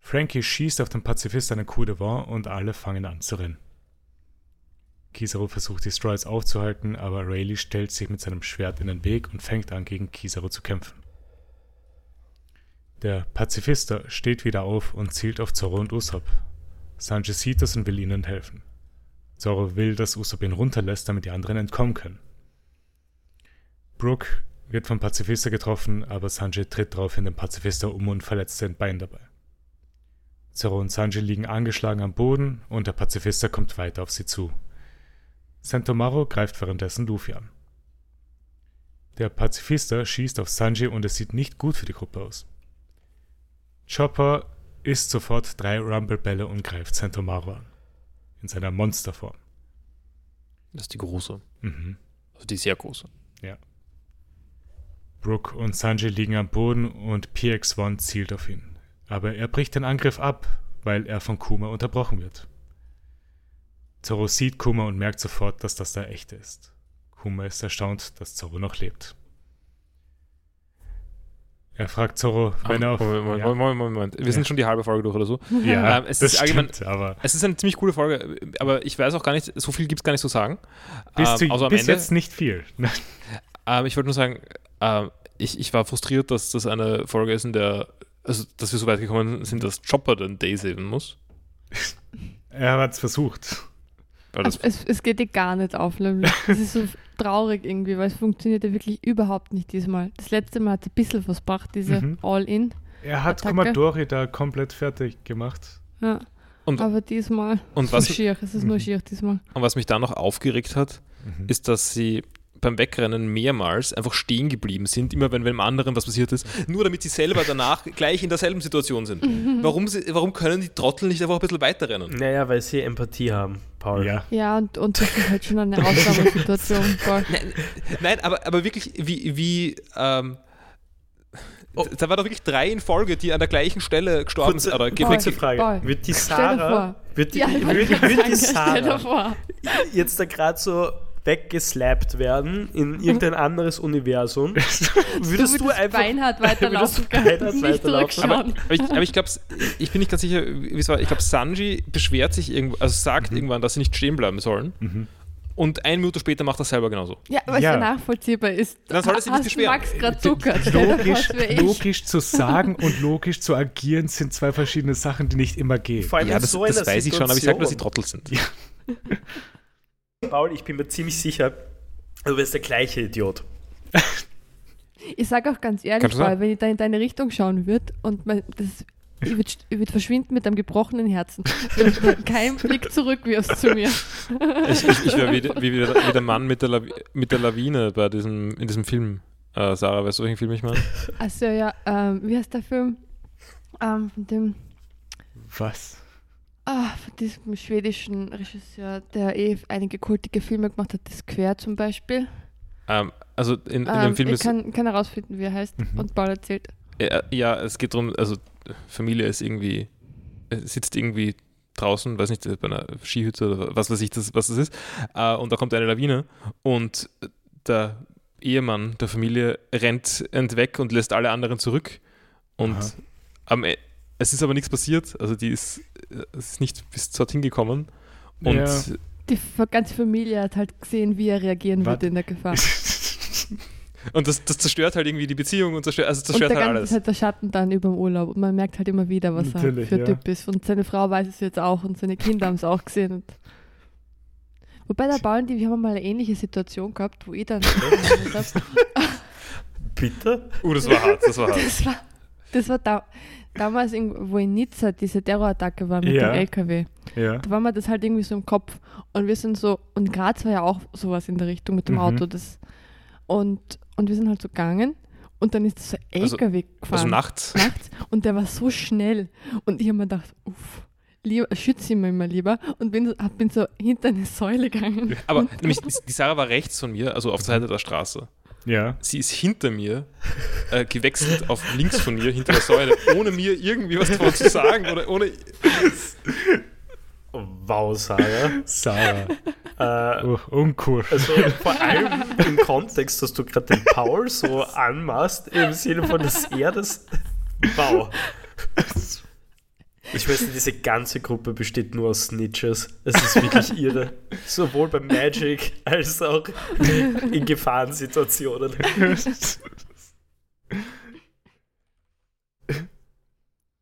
Frankie schießt auf den Pazifist einen Coup de Vent und alle fangen an zu rennen. Kizaru versucht die Strides aufzuhalten, aber Rayleigh stellt sich mit seinem Schwert in den Weg und fängt an, gegen Kizaru zu kämpfen. Der Pazifister steht wieder auf und zielt auf Zorro und Usopp. Sanji sieht das und will ihnen helfen. Zorro will, dass Usopp ihn runterlässt, damit die anderen entkommen können. Brooke wird vom Pazifister getroffen, aber Sanji tritt daraufhin den Pazifister um und verletzt sein Bein dabei. Zorro und Sanji liegen angeschlagen am Boden und der Pazifister kommt weiter auf sie zu. Sentomaro greift währenddessen Luffy an. Der Pazifister schießt auf Sanji und es sieht nicht gut für die Gruppe aus. Chopper isst sofort drei Rumble-Bälle und greift Sentomaro an. In seiner Monsterform.
Das ist die große.
Mhm.
Also die sehr große.
Brooke und Sanji liegen am Boden und PX-1 zielt auf ihn. Aber er bricht den Angriff ab, weil er von Kuma unterbrochen wird. Zoro sieht Kuma und merkt sofort, dass das der echte ist. Kuma ist erstaunt, dass Zoro noch lebt. Er fragt Zoro, wenn er auf.
Ah, Moment, Moment,
ja,
Moment, Moment, Moment. Wir sind schon die halbe Folge durch oder so.
ja
Ähm, es
das
ist allgemein-
stimmt, aber
Es ist eine ziemlich coole Folge, aber ich weiß auch gar nicht, so viel gibt es gar nicht zu sagen.
bis,
Ähm,
zu,
außer am
bis
Ende.
jetzt nicht viel.
Ähm, ich wollte nur sagen, ähm, ich, ich war frustriert, dass das eine Folge ist, in der, also dass wir so weit gekommen sind, dass Chopper den Day saven muss.
er hat es versucht.
Weil das,
Also es, es geht dir gar nicht auf, Lemmy. Es ist so traurig irgendwie, weil es funktioniert ja wirklich überhaupt nicht diesmal. Das letzte Mal hat es ein bisschen was gebracht, diese
Mhm.
All-In.
Er hat
Attacke.
Kommodori da komplett fertig gemacht.
Ja.
Und-
Aber diesmal
und,
was?
was,
schier. Es ist nur
Mhm.
schier diesmal.
und was mich da noch aufgeregt hat,
Mhm.
ist, dass sie beim Wegrennen mehrmals einfach stehen geblieben sind, immer wenn einem anderen was passiert ist, nur damit sie selber danach gleich in derselben Situation sind. Warum, sie, warum können die Trottel nicht einfach ein bisschen weiterrennen?
Naja, weil sie Empathie haben, Paul.
ja.
Ja, und, und das ist halt schon eine Ausnahmesituation. voll.
Nein, aber, aber wirklich, wie, wie, ähm, da waren doch wirklich drei in Folge, die an der gleichen Stelle gestorben
Kurze,
sind. Oder ge-
Paul,
nächste Frage.
Paul,
Wird die
stell dir
Sarah, wird die,
Ja, ich wollte
wird,
gerade
wird die
sagen, stell dir
Sarah
vor.
jetzt da gerade so weggeslappt werden in irgendein anderes Universum? Würdest du, einfach
Beinhard
würdest du
weiterlaufen
Beinhard
können, nicht
weiterlaufen?
zurückschauen.
Aber ich, aber ich glaube, ich bin nicht ganz sicher, wie es war. Ich glaube, Sanji beschwert sich irgendwann, also sagt irgendwann, dass sie nicht stehen bleiben sollen. Und eine Minute später macht er selber genauso.
Ja, was
Ja.
ja nachvollziehbar ist.
Dann soll er sich nicht
Hast
beschweren.
Max gerade zuckert. Stell dir vor,
Logisch,
das wär ich.
logisch zu sagen und logisch zu agieren sind zwei verschiedene Sachen, die nicht immer gehen.
Vor allem in so einer
weiß ich schon, aber ich sage nur, dass sie
Situation.
Trottel sind.
Paul, ich bin mir ziemlich sicher, du bist der gleiche Idiot.
Ich sage auch ganz ehrlich,
Kannst du sagen?
Paul, wenn ich da in deine Richtung schauen würde und man, das, ich würde würd verschwinden mit einem gebrochenen Herzen. Kein Blick zurück wirfst zu mir.
Ich, ich, ich wäre wie, der- wie, der- wie der Mann mit der, Lawi- mit der Lawine bei diesem, in diesem Film. Äh, Sarah, weißt du, welchen Film ich meine?
Also ja, ähm, wie heißt der Film? Ähm, von dem,
Was?
ah, von diesem schwedischen Regisseur, der eh einige kultige Filme gemacht hat, das Quer zum Beispiel.
Ähm, also in, in
Ähm,
dem Film
ich
ist. Mhm.
kann, kann herausfinden, wie er heißt. Und Paul erzählt.
Ja, Äh, ja, es geht darum, also Familie ist irgendwie, äh, sitzt irgendwie draußen, weiß nicht, äh, bei einer Skihütte oder was weiß ich, das, was das ist. Äh, und da kommt eine Lawine und der Ehemann der Familie rennt entweg und lässt alle anderen zurück. Und
Aha.
am, E- es ist aber nichts passiert. Also die ist, äh, es ist nicht bis dorthin gekommen. Und
Ja.
Die f- ganze Familie hat halt gesehen, wie er reagieren
Warte.
würde in der Gefahr.
Und das, das zerstört halt irgendwie die Beziehung und zerstört, also
und der
zerstört halt
ganze
alles.
ist halt der Schatten dann über dem Urlaub. Und man merkt halt immer wieder, was
Natürlich,
er für
ja.
Typ ist. Und seine Frau weiß es jetzt auch und seine Kinder haben es auch gesehen. Und Wobei der Bauern, die, wir haben mal eine ähnliche Situation gehabt, wo ich dann.
Bitte?
Uh, das war hart, das war hart.
das war, das war da, damals, irgendwo in Nizza diese Terrorattacke war mit
Ja.
dem LKW.
Ja.
Da war mir das halt irgendwie so im Kopf. Und wir sind so, und Graz war ja auch sowas in der Richtung mit dem
Mhm.
Auto. Das, und, und wir sind halt so gegangen und dann ist so ein
Also-
LKW gefahren.
Also nachts.
nachts. Und der war so schnell. Und ich habe mir gedacht, uff, lieber, schütze ihn mir immer lieber. Und bin, so- hab- bin so hinter eine Säule gegangen.
Aber nämlich, die Sarah war rechts von mir, also auf der Seite der Straße.
Ja.
Sie ist hinter mir, äh, gewechselt auf links von mir, hinter der Säule, ohne mir irgendwie was davon zu sagen oder ohne.
Wow, Sarah.
Sarah.
Äh,
Oh, uncool.
Also vor allem im Kontext, dass du gerade den Paul so anmachst, im Sinne von, dass er das. Wow. Ich weiß nicht, diese ganze Gruppe besteht nur aus Snitches. Es ist wirklich irre. Sowohl bei Magic als auch in Gefahrensituationen.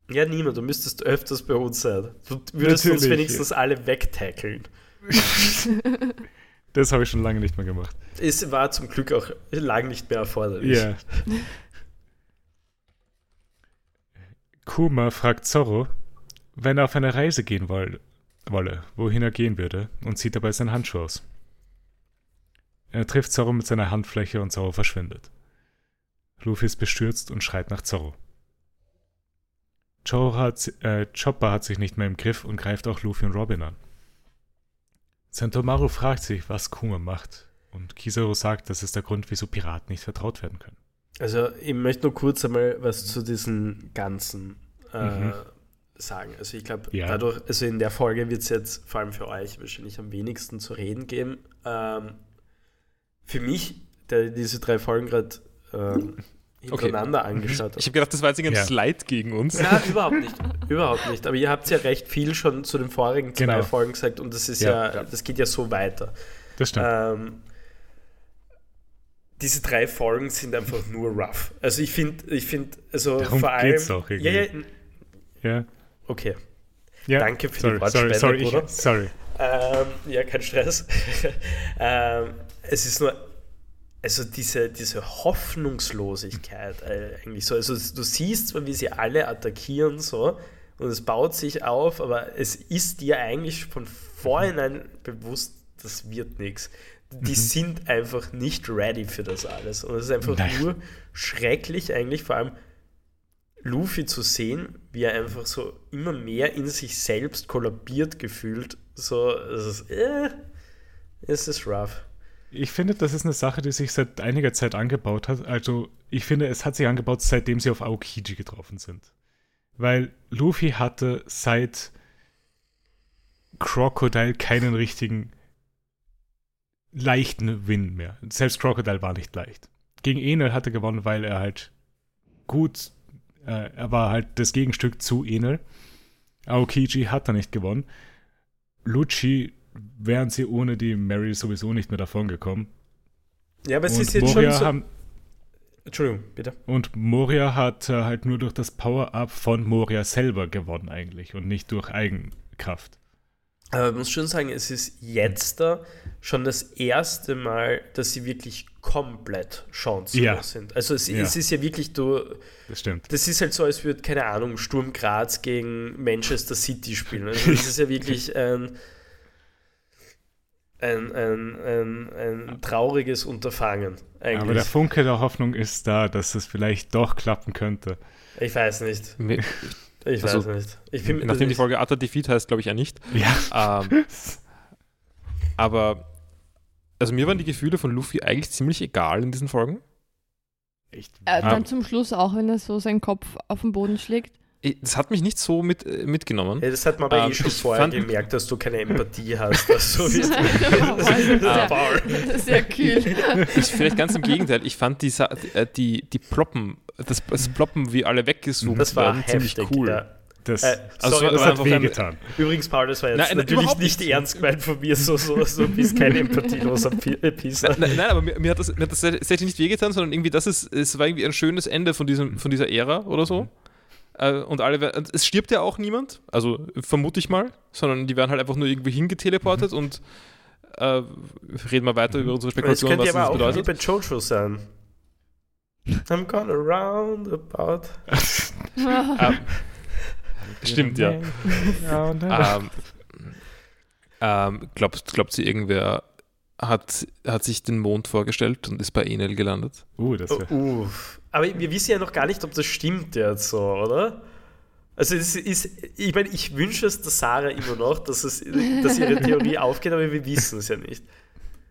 Ja, Nima, du müsstest öfters bei uns sein. Du würdest uns
Natürlich.
wenigstens alle wegtackeln.
Das habe ich schon lange nicht mehr gemacht.
Es war zum Glück auch lang nicht mehr erforderlich.
Ja. Kuma fragt Zorro, wenn er auf eine Reise gehen woll wolle, wohin er gehen würde, und zieht dabei seinen Handschuh aus. Er trifft Zorro mit seiner Handfläche und Zorro verschwindet. Luffy ist bestürzt und schreit nach Zorro. Joe hat, äh, Chopper hat sich nicht mehr im Griff und greift auch Luffy und Robin an. Santomaru fragt sich, was Kuma macht, und Kizaru sagt, das ist der Grund, wieso Piraten nicht vertraut werden können.
Also, ich möchte nur kurz einmal was zu diesen ganzen äh,
Mhm.
sagen. Also, ich glaube,
Ja.
dadurch, also in der Folge wird es jetzt vor allem für euch wahrscheinlich am wenigsten zu reden geben. Ähm, für mich, der diese drei Folgen gerade ähm, hintereinander
Mhm.
angeschaut hat.
Ich habe gedacht, das war jetzt irgendein
Ja.
Slide gegen uns.
Na, überhaupt nicht. Überhaupt nicht. Aber ihr habt ja recht viel schon zu den vorigen zwei
Genau.
Folgen gesagt und das ist
Ja.
ja, das geht ja so weiter.
Das stimmt.
Ähm, diese drei Folgen sind einfach nur rough. Also ich finde, ich finde, also
Darum
vor allem.
geht's doch irgendwie.
ja, ja, n-
ja.
okay.
ja.
danke für die
sorry, sorry,
Wortspende,
sorry,
Bruder.
ich, sorry.
Ähm, ja, kein Stress. ähm, es ist nur, also diese, diese Hoffnungslosigkeit äh, eigentlich so. Also du siehst zwar, wie sie alle attackieren so und es baut sich auf, aber es ist dir eigentlich von vornherein bewusst, das wird nichts. Die sind einfach nicht ready für das alles. Und es ist einfach
Nein.
nur schrecklich eigentlich, vor allem Luffy zu sehen, wie er einfach so immer mehr in sich selbst kollabiert gefühlt. So, es ist, äh, es ist rough.
Ich finde, das ist eine Sache, die sich seit einiger Zeit angebaut hat. Also, ich finde, es hat sich angebaut, seitdem sie auf Aokiji getroffen sind. Weil Luffy hatte seit Crocodile keinen richtigen leichten Win mehr. Selbst Crocodile war nicht leicht. Gegen Enel hat er gewonnen, weil er halt gut, äh, er war halt das Gegenstück zu Enel. Aokiji hat er nicht gewonnen. Lucci wären sie ohne die Mary sowieso nicht mehr davongekommen.
Ja, aber es ist
Und
jetzt
Moria,
schon so.
haben,
Entschuldigung, bitte.
und Moria hat äh, halt nur durch das Power-Up von Moria selber gewonnen eigentlich und nicht durch Eigenkraft.
Aber man muss schon sagen, es ist jetzt da schon das erste Mal, dass sie wirklich komplett chancenlos
Ja.
sind. Also es,
Ja.
es ist ja wirklich, du,
Das stimmt.
das ist halt so, als würde, keine Ahnung, Sturm Graz gegen Manchester City spielen. Also es ist ja wirklich ein, ein, ein, ein, ein trauriges Unterfangen. Eigentlich.
Aber der Funke der Hoffnung ist da, dass es vielleicht doch klappen könnte.
ich weiß nicht.
Mir-
Ich weiß
Also,
nicht. Ich bin,
Nachdem die
ich-
Folge Atta Defeat heißt, glaube ich ja nicht.
Ja.
Ähm, aber also mir waren die Gefühle von Luffy eigentlich ziemlich egal in diesen Folgen.
Echt?
Äh,
Ah,
dann zum Schluss auch, wenn er so seinen Kopf auf den Boden schlägt.
Ich- Das hat mich nicht so mit, äh, mitgenommen.
Ja, das hat man aber
Ähm,
eh schon
ich
vorher
fand-
gemerkt, dass du keine Empathie hast. Dass du
Das ist
Ah,
ja-
Paul.
Sehr kühl.
Ich, vielleicht ganz im Gegenteil. Ich fand die, Sa- äh, die, die Ploppen, das, das Ploppen, wie alle weggezoomt
Das war
werden,
heftig.
ziemlich cool.
Ja.
Das,
Äh,
Also,
sorry,
das hat
aber
einfach ein-
wehgetan.
übrigens, Paul, das war jetzt
Nein, nein,
natürlich
überhaupt
nicht
nicht.
ernst gemeint von mir. So, so, so bist kein empathieloser Pi- äh, Pisser.
Nein, nein, aber mir, mir, hat das, mir hat das tatsächlich nicht wehgetan, sondern irgendwie, das ist, es war irgendwie ein schönes Ende von, diesem, von dieser Ära oder
Mhm.
so. Äh, und alle, wer- es stirbt ja auch niemand, also vermute ich mal, sondern die werden halt einfach nur irgendwie hingeteleportet und äh, reden wir weiter über unsere
Mhm. Das
Spekulationen,
könnte
was
ja aber
das
auch wie
bedeutet.
bei Jojo sein. I'm gone around about.
Ähm, stimmt, ja. Ähm, ähm, glaubt, glaubt sie, irgendwer hat, hat sich den Mond vorgestellt und ist bei Enel gelandet?
Uh, das wär,
Oh, uff. Aber wir wissen ja noch gar nicht, ob das stimmt jetzt so, oder? Also es ist, ich meine, ich wünsche es der Sarah immer noch, dass, es, dass ihre Theorie aufgeht, aber wir wissen es ja nicht.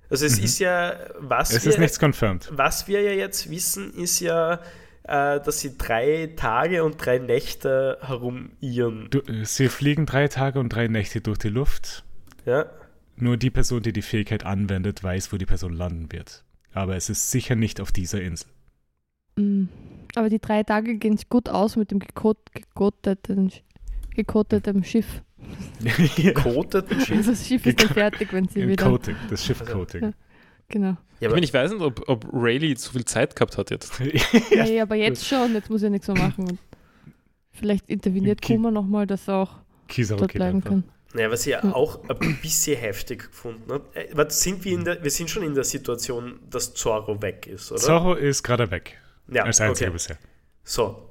Also es ist ja, was
Mhm. Es
wir,
ist nichts confirmed.
was wir ja jetzt wissen, ist ja, äh, dass sie drei Tage und drei Nächte herumirren.
Du, äh, sie fliegen drei Tage und drei Nächte durch die Luft.
Ja?
Nur die Person, die die Fähigkeit anwendet, weiß, wo die Person landen wird. Aber es ist sicher nicht auf dieser Insel.
Mm. Aber die drei Tage gehen sich gut aus mit dem gekot gekoteten, Sch- gekotetem Schiff.
Koteten Schiff.
Also das Schiff ist dann
Geko-
fertig, wenn sie
Im
wieder. Also,
Coating, das Schiff-Coating.
Genau.
Ich
Ja,
meine, ich weiß nicht, ob, ob Rayleigh so viel Zeit gehabt hat jetzt.
Ja.
Nee, aber jetzt schon, jetzt muss ich nichts mehr machen. Und vielleicht interveniert
Okay.
Kuma nochmal, dass er auch
Kizaru
dort
geht
bleiben
einfach.
kann.
Naja, was ich
Hm.
ja auch ein bisschen heftig gefunden habe. Äh, was Sind wir, in der, wir sind schon in der Situation, dass Zorro weg ist, oder?
Zorro ist gerade weg.
ja,
als einziger
okay.
bisher.
So,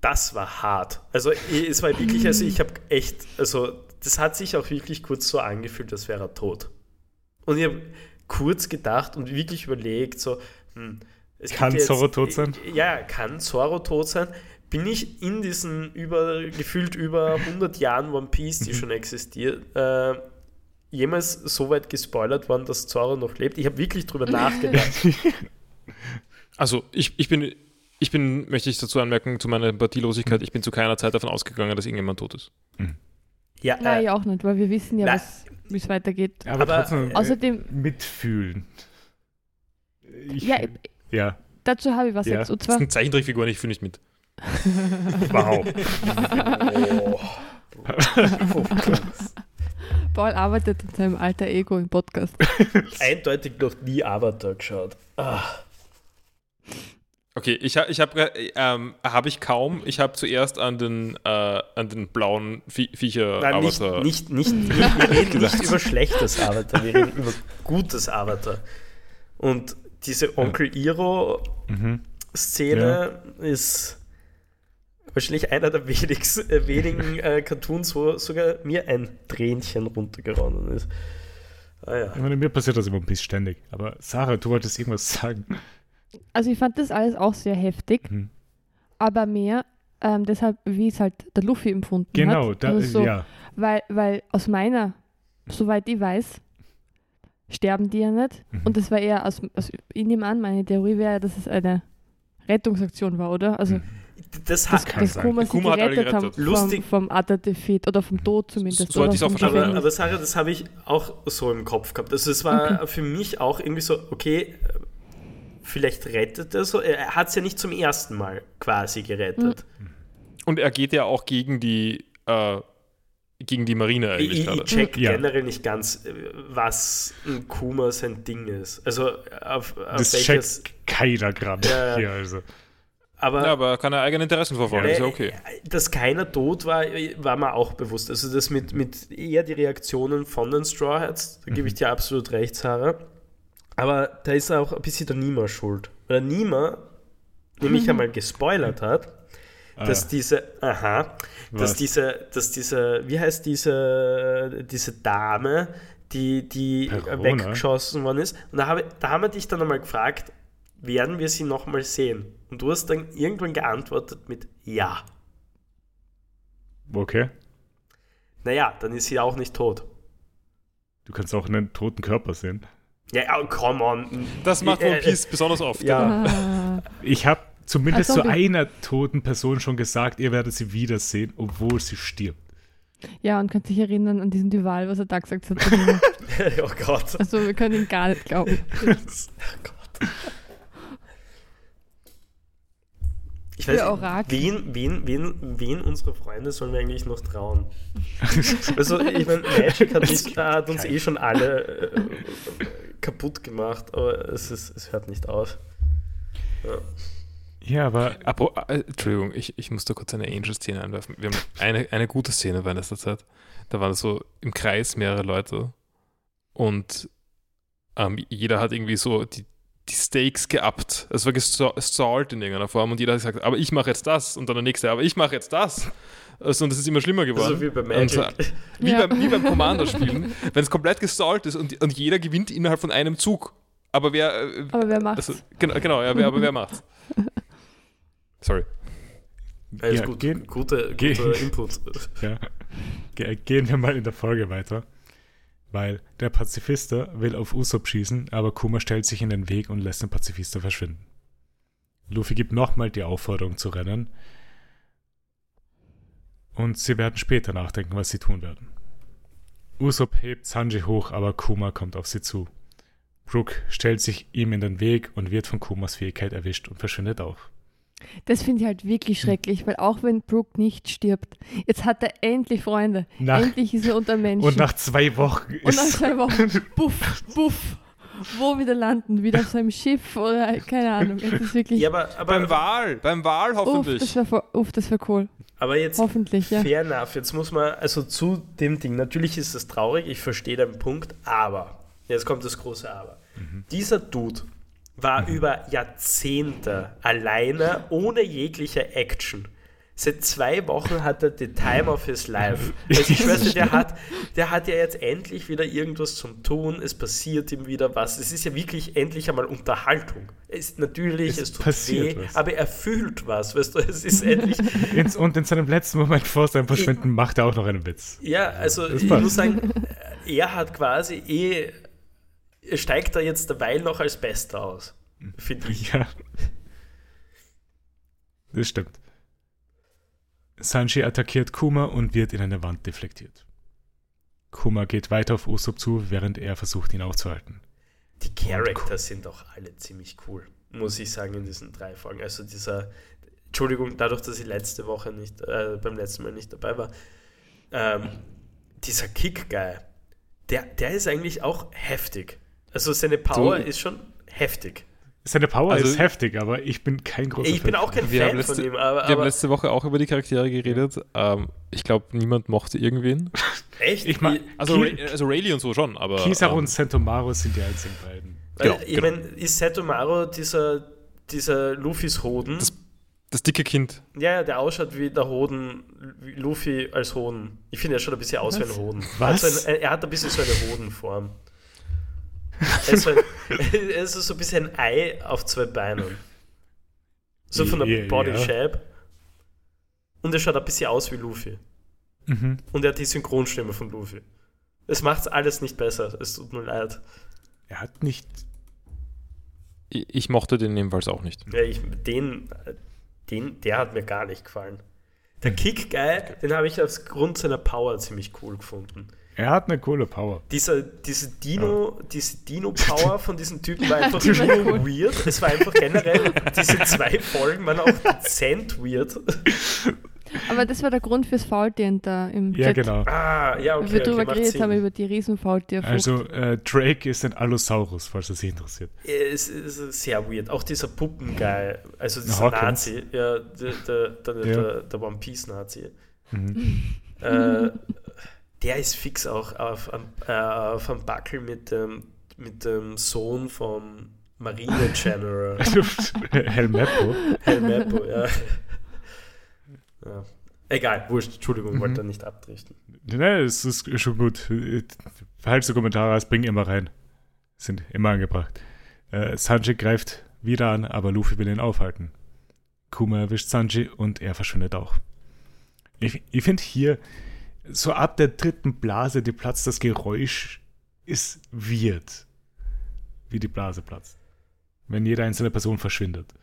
das war hart. Also ich- es war wirklich, also ich habe echt, also das hat sich auch wirklich kurz so angefühlt, als wäre er tot. Und ich habe kurz gedacht und wirklich überlegt, so, hm, es gibt
Kann
ja jetzt- Äh,
Zorro tot sein?
Ja, kann Zorro tot sein? Bin ich in diesen über, gefühlt über 100 Jahren One Piece,
Mhm.
die schon existiert, äh, jemals so weit gespoilert worden, dass Zorro noch lebt? Ich habe wirklich drüber nachgedacht.
Also ich, ich bin, ich bin, möchte ich dazu anmerken, zu meiner Empathielosigkeit, ich bin zu keiner Zeit davon ausgegangen, dass irgendjemand tot ist.
Mhm.
Ja,
Nein,
äh,
ja auch nicht, weil wir wissen ja,
na-
was- wie es weitergeht.
Aber,
Aber,
trotzdem äh,
Außerdem,
mitfühlen. Ich,
ja, äh,
ja,
ich- dazu habe ich was
Ja.
jetzt. Und
Das
zwar,
ist eine Zeichentrickfigur und ich fühle nicht mit.
Wow.
Oh,
Paul arbeitet an seinem alter Ego im Podcast.
eindeutig noch nie Avatar geschaut. Ah.
Okay, ich, ha- ich habe ähm, hab ich kaum. Ich habe zuerst an den, äh, an den blauen Vie Viecher
Nein, nicht,
Avatar.
nicht, nicht, nicht, wir reden nicht über schlechtes Avatar, wir reden über gutes Avatar. Und diese Onkel Iro-Szene
Mhm. Ja.
ist wahrscheinlich einer der wenigsten, äh, wenigen äh, Cartoons, wo sogar mir ein Tränchen runtergeronnen ist. Ah ja.
Ich meine, mir passiert das immer ein bisschen ständig. Aber Sarah, du wolltest irgendwas sagen.
Also ich fand das alles auch sehr heftig,
Mhm.
aber mehr ähm, deshalb, wie es halt der Luffy empfunden
Genau,
hat.
da,
also so,
ja.
weil, weil aus meiner, soweit ich weiß, sterben die ja nicht.
Mhm.
Und das war eher aus, aus ich nehme an, meine Theorie wäre, dass es eine Rettungsaktion war, oder? Also
Das,
dass,
hat,
kann
dass
sein.
Kuma sie
Kuma hat alle
gerettet, haben
gerettet.
vom,
Lustig.
vom Atta-Defeat oder vom Tod zumindest.
So hatte
oder
ich's auch
vom
verstanden.
Aber,
Gefängnis.
aber Sarah, das habe ich auch so im Kopf gehabt. Also es war für mich auch irgendwie so, okay, äh, vielleicht rettet er so. Er hat es ja nicht zum ersten Mal quasi gerettet.
Mhm. Und er geht ja auch gegen die, äh, gegen die Marine
Ich,
eigentlich
ich ich
gerade.
check
Ja.
generell nicht ganz, äh, was ein Kuma sein Ding ist. Also auf, auf
Das
welches.
checkt keiner gerade.
Ja.
hier, also.
Aber,
Ja, aber er kann er eigene Interessen verfolgen,
äh,
ist ja okay.
dass keiner tot war, äh, war mir auch bewusst. Also das mit, mit eher die Reaktionen von den Straw Hats, da
Mhm.
gebe ich dir absolut recht, Sarah. Aber da ist auch ein bisschen der Nima schuld. Weil der Nima nämlich einmal gespoilert hat, dass
Ah,
diese, aha,
Was?
dass diese, dass diese, wie heißt diese, diese Dame, die, die
Perona?
weggeschossen worden ist. Und da, habe, da haben wir dich dann einmal gefragt, werden wir sie nochmal sehen? Und du hast dann irgendwann geantwortet mit Ja.
okay.
Naja, dann ist sie auch nicht tot.
Du kannst auch einen toten Körper sehen.
Ja, oh, come on.
Das macht
Äh,
One Piece besonders oft.
Ja,
Ah.
Ich habe zumindest
Ach so,
zu
okay.
einer toten Person schon gesagt, ihr werdet sie wiedersehen, obwohl sie stirbt.
Ja, und kannst dich erinnern an diesen Duval, was er da gesagt hat. zu mir.
oh Gott. Oh
Also wir können ihm gar nicht glauben.
Ich weiß
Für
nicht,
Orakel.
wen, wen, wen, wen unsere Freunde sollen wir eigentlich noch trauen? Also, ich meine, Magic hat uns, hat uns eh schon alle äh, kaputt gemacht, aber es, ist, es hört nicht auf.
Ja, aber
Apro äh, Entschuldigung, ich, ich muss da kurz eine Angel-Szene einwerfen. Wir haben eine, eine gute Szene war in letzter Zeit. Da waren so im Kreis mehrere Leute und ähm, jeder hat irgendwie so die, die Stakes geappt. Es war gestallt in irgendeiner Form und jeder hat gesagt, aber ich mache jetzt das und dann der nächste, aber ich mache jetzt das. Also, und das ist immer schlimmer geworden.
So wie bei
Und
Magic.
so- wie,
Ja.
beim, wie beim Commander-Spielen, wenn es komplett gestallt ist und, und jeder gewinnt innerhalb von einem Zug. Aber wer, äh,
Aber wer macht's?
also, genau, genau ja, wer, aber wer macht's? Sorry.
Alles
ja,
gut.
gehen-
Gute,
geh-
guter Input.
ja, Ge gehen wir mal in der Folge weiter. Weil der Pazifister will auf Usopp schießen, aber Kuma stellt sich in den Weg und lässt den Pazifister verschwinden. Luffy gibt nochmal die Aufforderung zu rennen. Und sie werden später nachdenken, was sie tun werden. Usopp hebt Sanji hoch, aber Kuma kommt auf sie zu. Brook stellt sich ihm in den Weg und wird von Kumas Fähigkeit erwischt und verschwindet auch.
Das finde ich halt wirklich schrecklich, weil auch wenn Brooke nicht stirbt, jetzt hat er endlich Freunde.
Nach-
endlich ist er unter Menschen.
Und nach zwei Wochen
Und nach
ist
zwei Wochen, puff, puff, wo wieder landen? Wieder auf seinem Schiff oder keine Ahnung. Es ist wirklich.
Ja, aber, aber,
Beim Wahl, Äh, beim Wahl
uff,
hoffentlich.
das war, voll- uff, das war cool.
aber jetzt
Hoffentlich, ja.
Fair enough. Jetzt muss man, also zu dem Ding, natürlich ist es traurig, ich verstehe deinen Punkt, aber, jetzt kommt das große Aber.
Mhm.
Dieser Dude war über Jahrzehnte alleine, ohne jegliche Action. Seit zwei Wochen hat er the time of his life. Also ich weiß nicht, der hat, der hat ja jetzt endlich wieder irgendwas zum Tun, es passiert ihm wieder was. Es ist ja wirklich endlich einmal Unterhaltung. Es ist natürlich, es,
Es
tut
passiert
weh,
was.
aber er fühlt was, weißt du, es ist endlich,
ins, und in seinem letzten Moment vor seinem Verschwinden macht er auch noch einen Witz.
Ja, also
Das
ich
passt.
muss sagen, äh, er hat quasi eh, er steigt da jetzt derweil noch als Bester aus, finde ich.
Ja. Das stimmt. Sanji attackiert Kuma und wird in eine Wand deflektiert. Kuma geht weiter auf Usopp zu, während er versucht, ihn aufzuhalten.
Die Characters sind auch alle ziemlich cool, muss ich sagen, in diesen drei Folgen. Also dieser, Entschuldigung, dadurch, dass ich letzte Woche nicht, äh, beim letzten Mal nicht dabei war, ähm, dieser Kick-Guy, der, der ist eigentlich auch heftig. Also seine Power
Du-
ist schon heftig.
Seine Power
Also-
ist heftig, aber ich bin kein großer
Ich bin
Fan.
auch kein
Wir haben,
Fan
letzte,
von ihm,
wir
aber,
haben
aber
letzte Woche auch über die Charaktere geredet. Ähm, ich glaube, niemand mochte irgendwen.
echt,
Ich mein,
Also,
Ki-
Ray, also Rayleigh und so schon, aber.
Kizaru
ähm,
und Sentomaru sind die einzigen beiden.
Weil,
Genau,
ich
genau.
meine, ist Setomaro dieser, dieser Luffys Hoden?
Das- Das dicke Kind.
ja, ja, der ausschaut wie der Hoden, wie Luffy als Hoden. Ich finde, er schaut ein bisschen aus wie ein Hoden.
Was?
Also ein, er hat ein bisschen so eine Hodenform. Er ist, so ein, er ist so ein bisschen ein Ei auf zwei Beinen. So von der
Ja, ja.
Body Shape. Und er schaut ein bisschen aus wie Luffy.
Mhm.
Und er hat die Synchronstimme von Luffy. Es macht alles nicht besser. Es tut mir leid.
Er hat nicht.
Ich, ich mochte den ebenfalls auch nicht.
Ja, ich, den, den, der hat mir gar nicht gefallen.
Mhm.
Der Kick Guy, den habe ich aufgrund seiner Power ziemlich cool gefunden.
Er hat eine coole Power.
Dieser, diese Dino, diese Dino-Power von diesem Typen war einfach
Ah. Die war
nur
cool.
weird. Es war einfach generell, diese zwei Folgen waren auch dezent weird.
Aber das war der Grund fürs Faultier da im
Ja,
Chat.
genau.
Ah, ja,
Weil
okay,
wir
okay
drüber
macht
geredet
Sinn.
haben, über die Riesenfaultierfrucht.
Also, äh, Drake ist ein Allosaurus, falls das Sie interessiert.
Äh, Es ist sehr weird. Auch dieser Puppenguy, also dieser
Hawkins.
Nazi, ja, der, der, der,
Ja.
der, der One Piece-Nazi.
Mhm.
Äh, der ist fix auch auf, am- äh, auf einem Buckel mit dem, mit dem Sohn vom Marine General
Also, Helmeppo.
El Meppo, ja. ja. Egal, wurscht, Entschuldigung,
Mhm.
wollte da nicht abdrichten.
Ne, es ist schon gut. Falls du Kommentare hast, bring immer rein. Sind immer angebracht. Äh, Sanji greift wieder an, aber Luffy will ihn aufhalten. Kuma erwischt Sanji und er verschwindet auch. Ich, ich finde hier, so ab der dritten Blase, die platzt, das Geräusch ist weird. Wie die Blase platzt. Wenn jede einzelne Person verschwindet.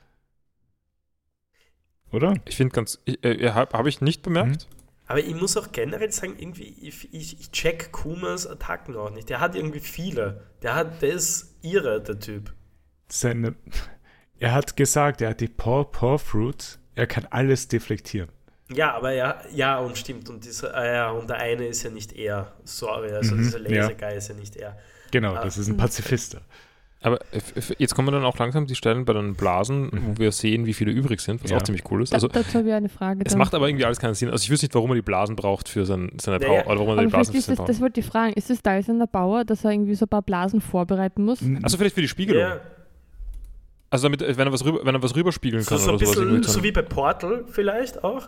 Oder?
Ich finde ganz. ich- Äh, Habe hab ich nicht bemerkt.
Aber ich muss auch generell sagen, irgendwie, ich, ich, ich check Kumas Attacken auch nicht. Der hat irgendwie viele. Der hat, der ist irre, der Typ.
seine. Er hat gesagt, er hat die Paw Paw Fruit. Er kann alles deflektieren.
Ja, aber ja, ja, und stimmt. Und dieser, ah ja, und der eine ist ja nicht er. Sorry, also
Mhm,
dieser
ja.
Laser-Guy ist ja nicht er.
Genau,
Ah.
das ist ein Pazifister.
Aber f- f- jetzt kommen dann auch langsam die Stellen bei den Blasen, wo wir sehen, wie viele übrig sind, was
Ja.
auch ziemlich cool ist.
Da,
Also,
dazu habe ich eine Frage.
es
dann.
macht aber irgendwie alles keinen Sinn. Also, ich wüsste nicht, warum er die Blasen braucht für sein, seine
Naja,
Power. Oder warum er
aber
die
vielleicht
Blasen für
ist
seine
das,
Power.
das wollte ich fragen, ist das Teil seiner Power, dass er irgendwie so ein paar Blasen vorbereiten muss?
Also, vielleicht für die
Genau.
Spiegelung.
Ja,
Also, damit, äh, wenn er was, rüber, wenn er was rüberspiegeln
so,
kann
so ein
oder sowas.
bisschen
irgendwie
so
dann-
wie bei Portal vielleicht auch.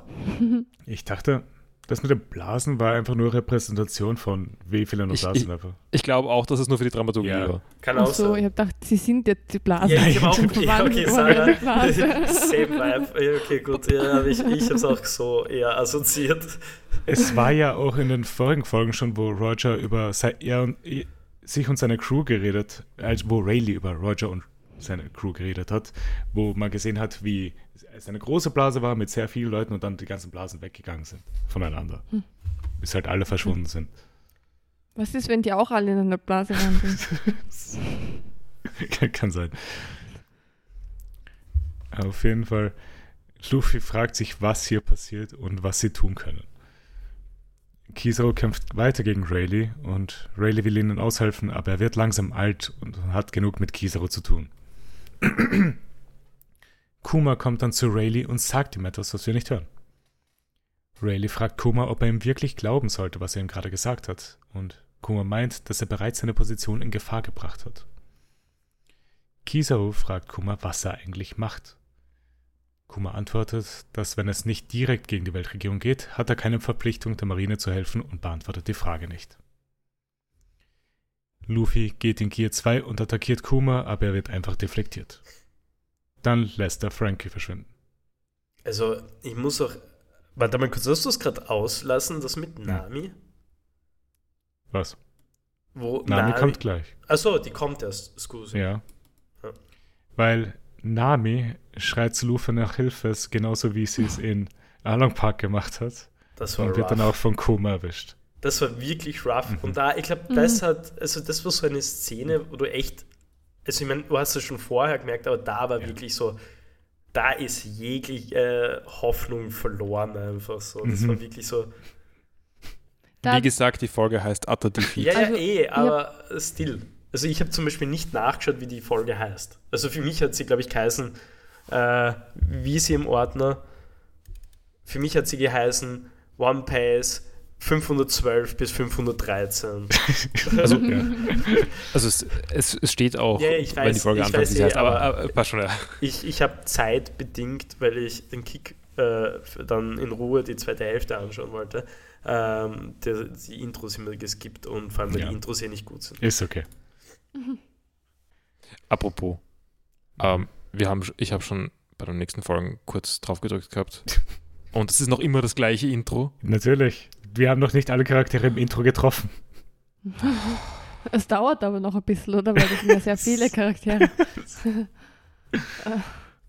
Ich dachte, Das mit den Blasen war einfach nur Repräsentation von Wehfehlern und
Ich-
Blasen einfach.
Ich glaube auch, dass es nur für die Dramaturgie
Ja.
war.
Kann
Ach
auch
so, ich
sein.
habe gedacht, sie sind jetzt die Blase.
Ja, ich habe auch
Dann
okay,
waren
okay,
die Organe
Sarah.
Blase.
Same Vibe. Ja, Okay, gut. Ja, aber ich, ich habe es auch so eher assoziiert.
Es war ja auch in den vorigen Folgen schon, wo Roger über se- er und, i- sich und seine Crew geredet, also wo Rayleigh über Roger und seine Crew geredet hat, wo man gesehen hat, wie es eine große Blase war mit sehr vielen Leuten und dann die ganzen Blasen weggegangen sind voneinander.
Hm.
Bis halt alle verschwunden sind.
Was ist, wenn die auch alle in einer Blase waren? sind?
Kann- Kann sein. Auf jeden Fall, Luffy fragt sich, was hier passiert und was sie tun können. Kizaru kämpft weiter gegen Rayleigh und Rayleigh will ihnen aushelfen, aber er wird langsam alt und hat genug mit Kizaru zu tun. Kuma kommt dann zu Rayleigh und sagt ihm etwas, was wir nicht hören. Rayleigh fragt Kuma, ob er ihm wirklich glauben sollte, was er ihm gerade gesagt hat, und Kuma meint, dass er bereits seine Position in Gefahr gebracht hat. Kizaru fragt Kuma, was er eigentlich macht. Kuma antwortet, dass wenn es nicht direkt gegen die Weltregierung geht, hat er keine Verpflichtung, der Marine zu helfen und beantwortet die Frage nicht. Luffy geht in Gear 2 und attackiert Kuma, aber er wird einfach deflektiert. Dann lässt er Frankie verschwinden.
Also, ich muss auch. Warte mal kurz, hast du es gerade auslassen, das mit Nami?
Was?
Wo
Nami kommt gleich.
Achso, die kommt erst. Excuse.
Ja.
Ja.
Weil Nami schreit zu Luffy nach Hilfe, genauso wie sie es in Along Park gemacht hat.
Das war
Und wird dann
rough.
auch von Kuma erwischt.
Das war wirklich rough.
Mhm.
Und da, ich glaube, das hat, also das war so eine Szene, wo du echt, also ich meine, du hast es schon vorher gemerkt, aber da war wirklich so, da ist jegliche äh, Hoffnung verloren einfach so. Das
Mhm.
war wirklich so.
Da,
Wie gesagt, die Folge heißt Utter Defeat.
Ja,
Also,
ja, eh, aber still. Also ich habe zum Beispiel nicht nachgeschaut, wie die Folge heißt. Also für mich hat sie, glaube ich, geheißen, äh, wie sie im Ordner. Für mich hat sie geheißen One Piece 512 bis 513.
Also, ja.
Also es, es, es steht auch,
Ja, ja, ich
wenn die
weiß,
Folge
ich
anfängt,
weiß
wie
eh,
sie heißt. Aber,
aber-
aber passt schon, ja.
Ich, ich habe Zeit bedingt, weil ich den Kick äh, für dann in Ruhe die zweite Hälfte anschauen wollte. Ähm, die, die Intros immer geskippt und vor allem, weil
Ja.
die Intros eh nicht gut sind.
Ist okay.
Apropos, ähm, wir haben, sch- ich habe schon bei den nächsten Folgen kurz drauf gedrückt gehabt. Und es ist noch immer das gleiche Intro.
Natürlich. Wir haben noch nicht alle Charaktere im Intro getroffen.
es dauert aber noch ein bisschen, oder? Weil das sind ja sehr viele Charaktere.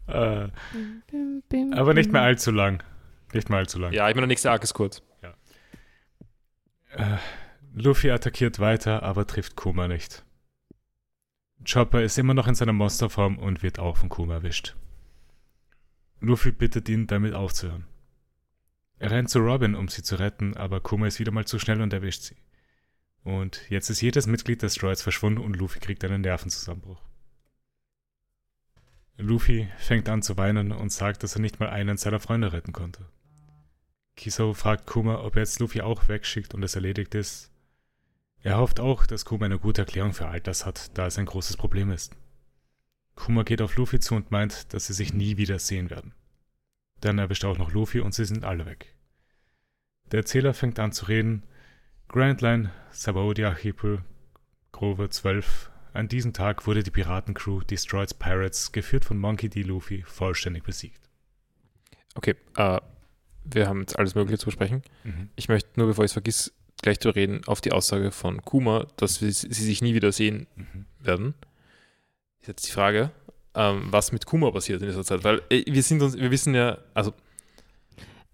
Äh, aber nicht
Mhm.
mehr allzu lang. Nicht mehr allzu lang.
Ja, ich meine, der nächste Arc ist kurz.
Äh, Luffy attackiert weiter, aber trifft Kuma nicht. Chopper ist immer noch in seiner Monsterform und wird auch von Kuma erwischt. Luffy bittet ihn, damit aufzuhören. Er rennt zu Robin, um sie zu retten, aber Kuma ist wieder mal zu schnell und erwischt sie. Und jetzt ist jedes Mitglied des Droids verschwunden und Luffy kriegt einen Nervenzusammenbruch. Luffy fängt an zu weinen und sagt, dass er nicht mal einen seiner Freunde retten konnte. Kiso fragt Kuma, ob er jetzt Luffy auch wegschickt und es erledigt ist. Er hofft auch, dass Kuma eine gute Erklärung für all das hat, da es ein großes Problem ist. Kuma geht auf Luffy zu und meint, dass sie sich nie wieder sehen werden. Dann erwischt er auch noch Luffy und sie sind alle weg. Der Erzähler fängt an zu reden. Grand Line, Sabaody Archipel, Grove 12. An diesem Tag wurde die Piratencrew Destroyed Pirates, geführt von Monkey D. Luffy, vollständig besiegt.
Okay, äh, wir haben jetzt alles Mögliche zu besprechen.
Mhm,
Ich möchte nur, bevor ich es vergiss, gleich zu reden auf die Aussage von Kuma, dass wir, sie sich nie wieder sehen
Mhm.
werden. Ist jetzt die Frage, ähm, was mit Kuma passiert in dieser Zeit. Weil äh, wir sind uns, wir wissen ja, also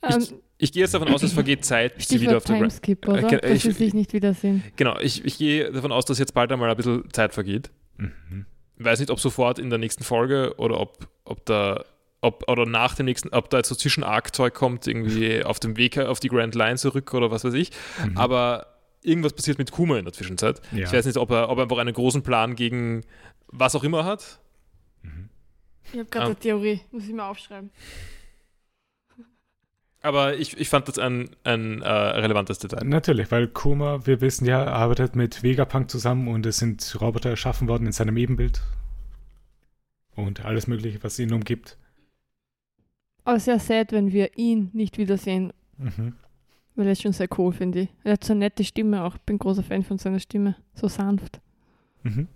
Ähm,
ich gehe jetzt davon aus, es vergeht Zeit, bis sie wieder
Stichwort
auf der Gra-
Timeskip,
Äh,
oder?
ge-
Dass
ich-
sie sich nicht wiedersehen.
Genau, ich, ich gehe davon aus, dass jetzt bald einmal ein bisschen Zeit vergeht.
Mhm.
Weiß nicht, ob sofort in der nächsten Folge oder ob, ob da ob, oder nach dem nächsten, ob da jetzt so zwischen Arc-Zeug kommt, irgendwie auf dem Weg auf die Grand Line zurück oder was weiß ich.
Mhm.
Aber irgendwas passiert mit Kuma in der Zwischenzeit.
ja.
Ich weiß nicht, ob er, ob er einfach einen großen Plan gegen was auch immer hat.
Mhm.
Ich habe
grad Ähm. eine
Theorie, muss ich mir aufschreiben.
Aber ich, ich fand das ein, ein äh, relevantes Detail.
Natürlich, weil Kuma, wir wissen ja, arbeitet mit Vegapunk zusammen und es sind Roboter erschaffen worden in seinem Ebenbild. Und alles Mögliche, was ihn umgibt.
Aber sehr sad, wenn wir ihn nicht wiedersehen. Weil er ist schon sehr cool, finde ich. Er hat so eine nette Stimme auch. Bin großer Fan von seiner Stimme. So sanft.
Mhm.